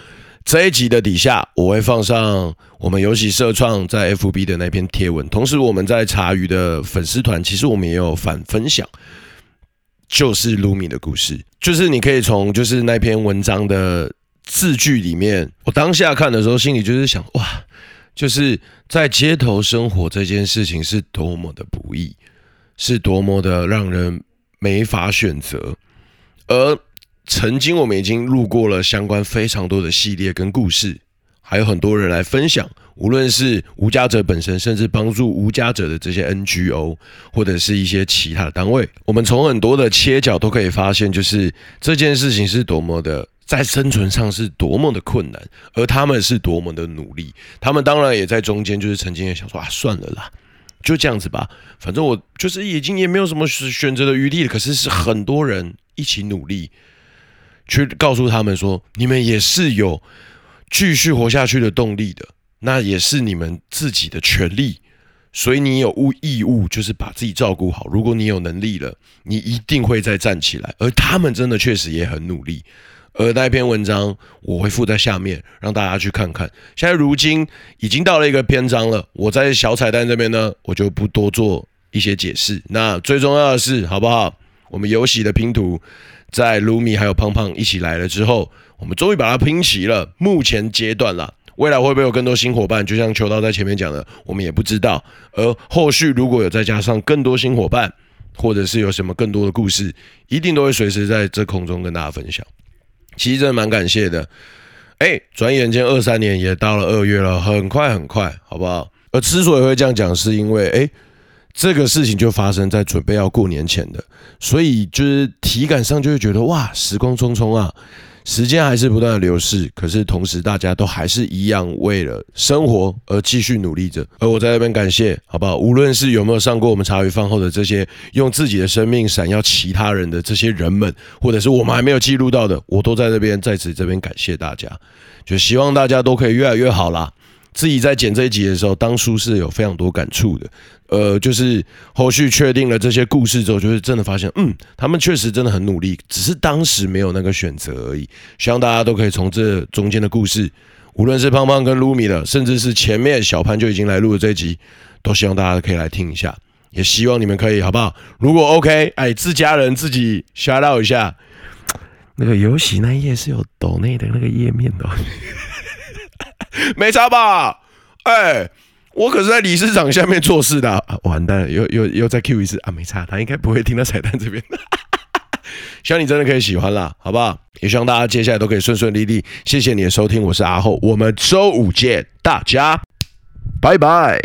Speaker 3: 这一集的底下，我会放上我们游戏社创在 FB 的那篇贴文，同时我们在茶余的粉丝团，其实我们也有反分享，就是卢米的故事，就是你可以从就是那篇文章的字句里面，我当下看的时候，心里就是想，哇，就是在街头生活这件事情是多么的不易，是多么的让人没法选择。而曾经我们已经录过了相关非常多的系列跟故事，还有很多人来分享，无论是无家者本身，甚至帮助无家者的这些 NGO，或者是一些其他的单位，我们从很多的切角都可以发现，就是这件事情是多么的。在生存上是多么的困难，而他们是多么的努力。他们当然也在中间，就是曾经也想说啊，算了啦，就这样子吧，反正我就是已经也没有什么选选择的余地了。可是是很多人一起努力，去告诉他们说，你们也是有继续活下去的动力的，那也是你们自己的权利。所以你有务义务，就是把自己照顾好。如果你有能力了，你一定会再站起来。而他们真的确实也很努力。而那篇文章我会附在下面，让大家去看看。现在如今已经到了一个篇章了，我在小彩蛋这边呢，我就不多做一些解释。那最重要的是，好不好？我们有喜的拼图，在卢米还有胖胖一起来了之后，我们终于把它拼齐了。目前阶段啦，未来会不会有更多新伙伴？就像秋刀在前面讲的，我们也不知道。而后续如果有再加上更多新伙伴，或者是有什么更多的故事，一定都会随时在这空中跟大家分享。其实真的蛮感谢的。哎，转眼间二三年也到了二月了，很快很快，好不好？而之所以会这样讲，是因为哎，这个事情就发生在准备要过年前的，所以就是体感上就会觉得哇，时光匆匆啊。时间还是不断的流逝，可是同时大家都还是一样为了生活而继续努力着。而我在这边感谢，好不好？无论是有没有上过我们茶余饭后的这些用自己的生命闪耀其他人的这些人们，或者是我们还没有记录到的，我都在这边在此这边感谢大家。就希望大家都可以越来越好啦。自己在剪这一集的时候，当初是有非常多感触的。呃，就是后续确定了这些故事之后，就是真的发现，嗯，他们确实真的很努力，只是当时没有那个选择而已。希望大家都可以从这中间的故事，无论是胖胖跟卢米的，甚至是前面小潘就已经来录的这一集，都希望大家可以来听一下。也希望你们可以，好不好？如果 OK，哎，自家人自己 shout out 一下。那个游戏那一页是有抖内的那个页面的哦、 没差吧？哎、我可是在理事长下面做事的啊、啊完蛋了，又又又再 Q 一次啊！没差，他应该不会听到彩蛋这边。 希望你真的可以喜欢啦，好不好？也希望大家接下来都可以顺顺利利。谢谢你的收听，我是阿厚，我们周五见，大家拜拜。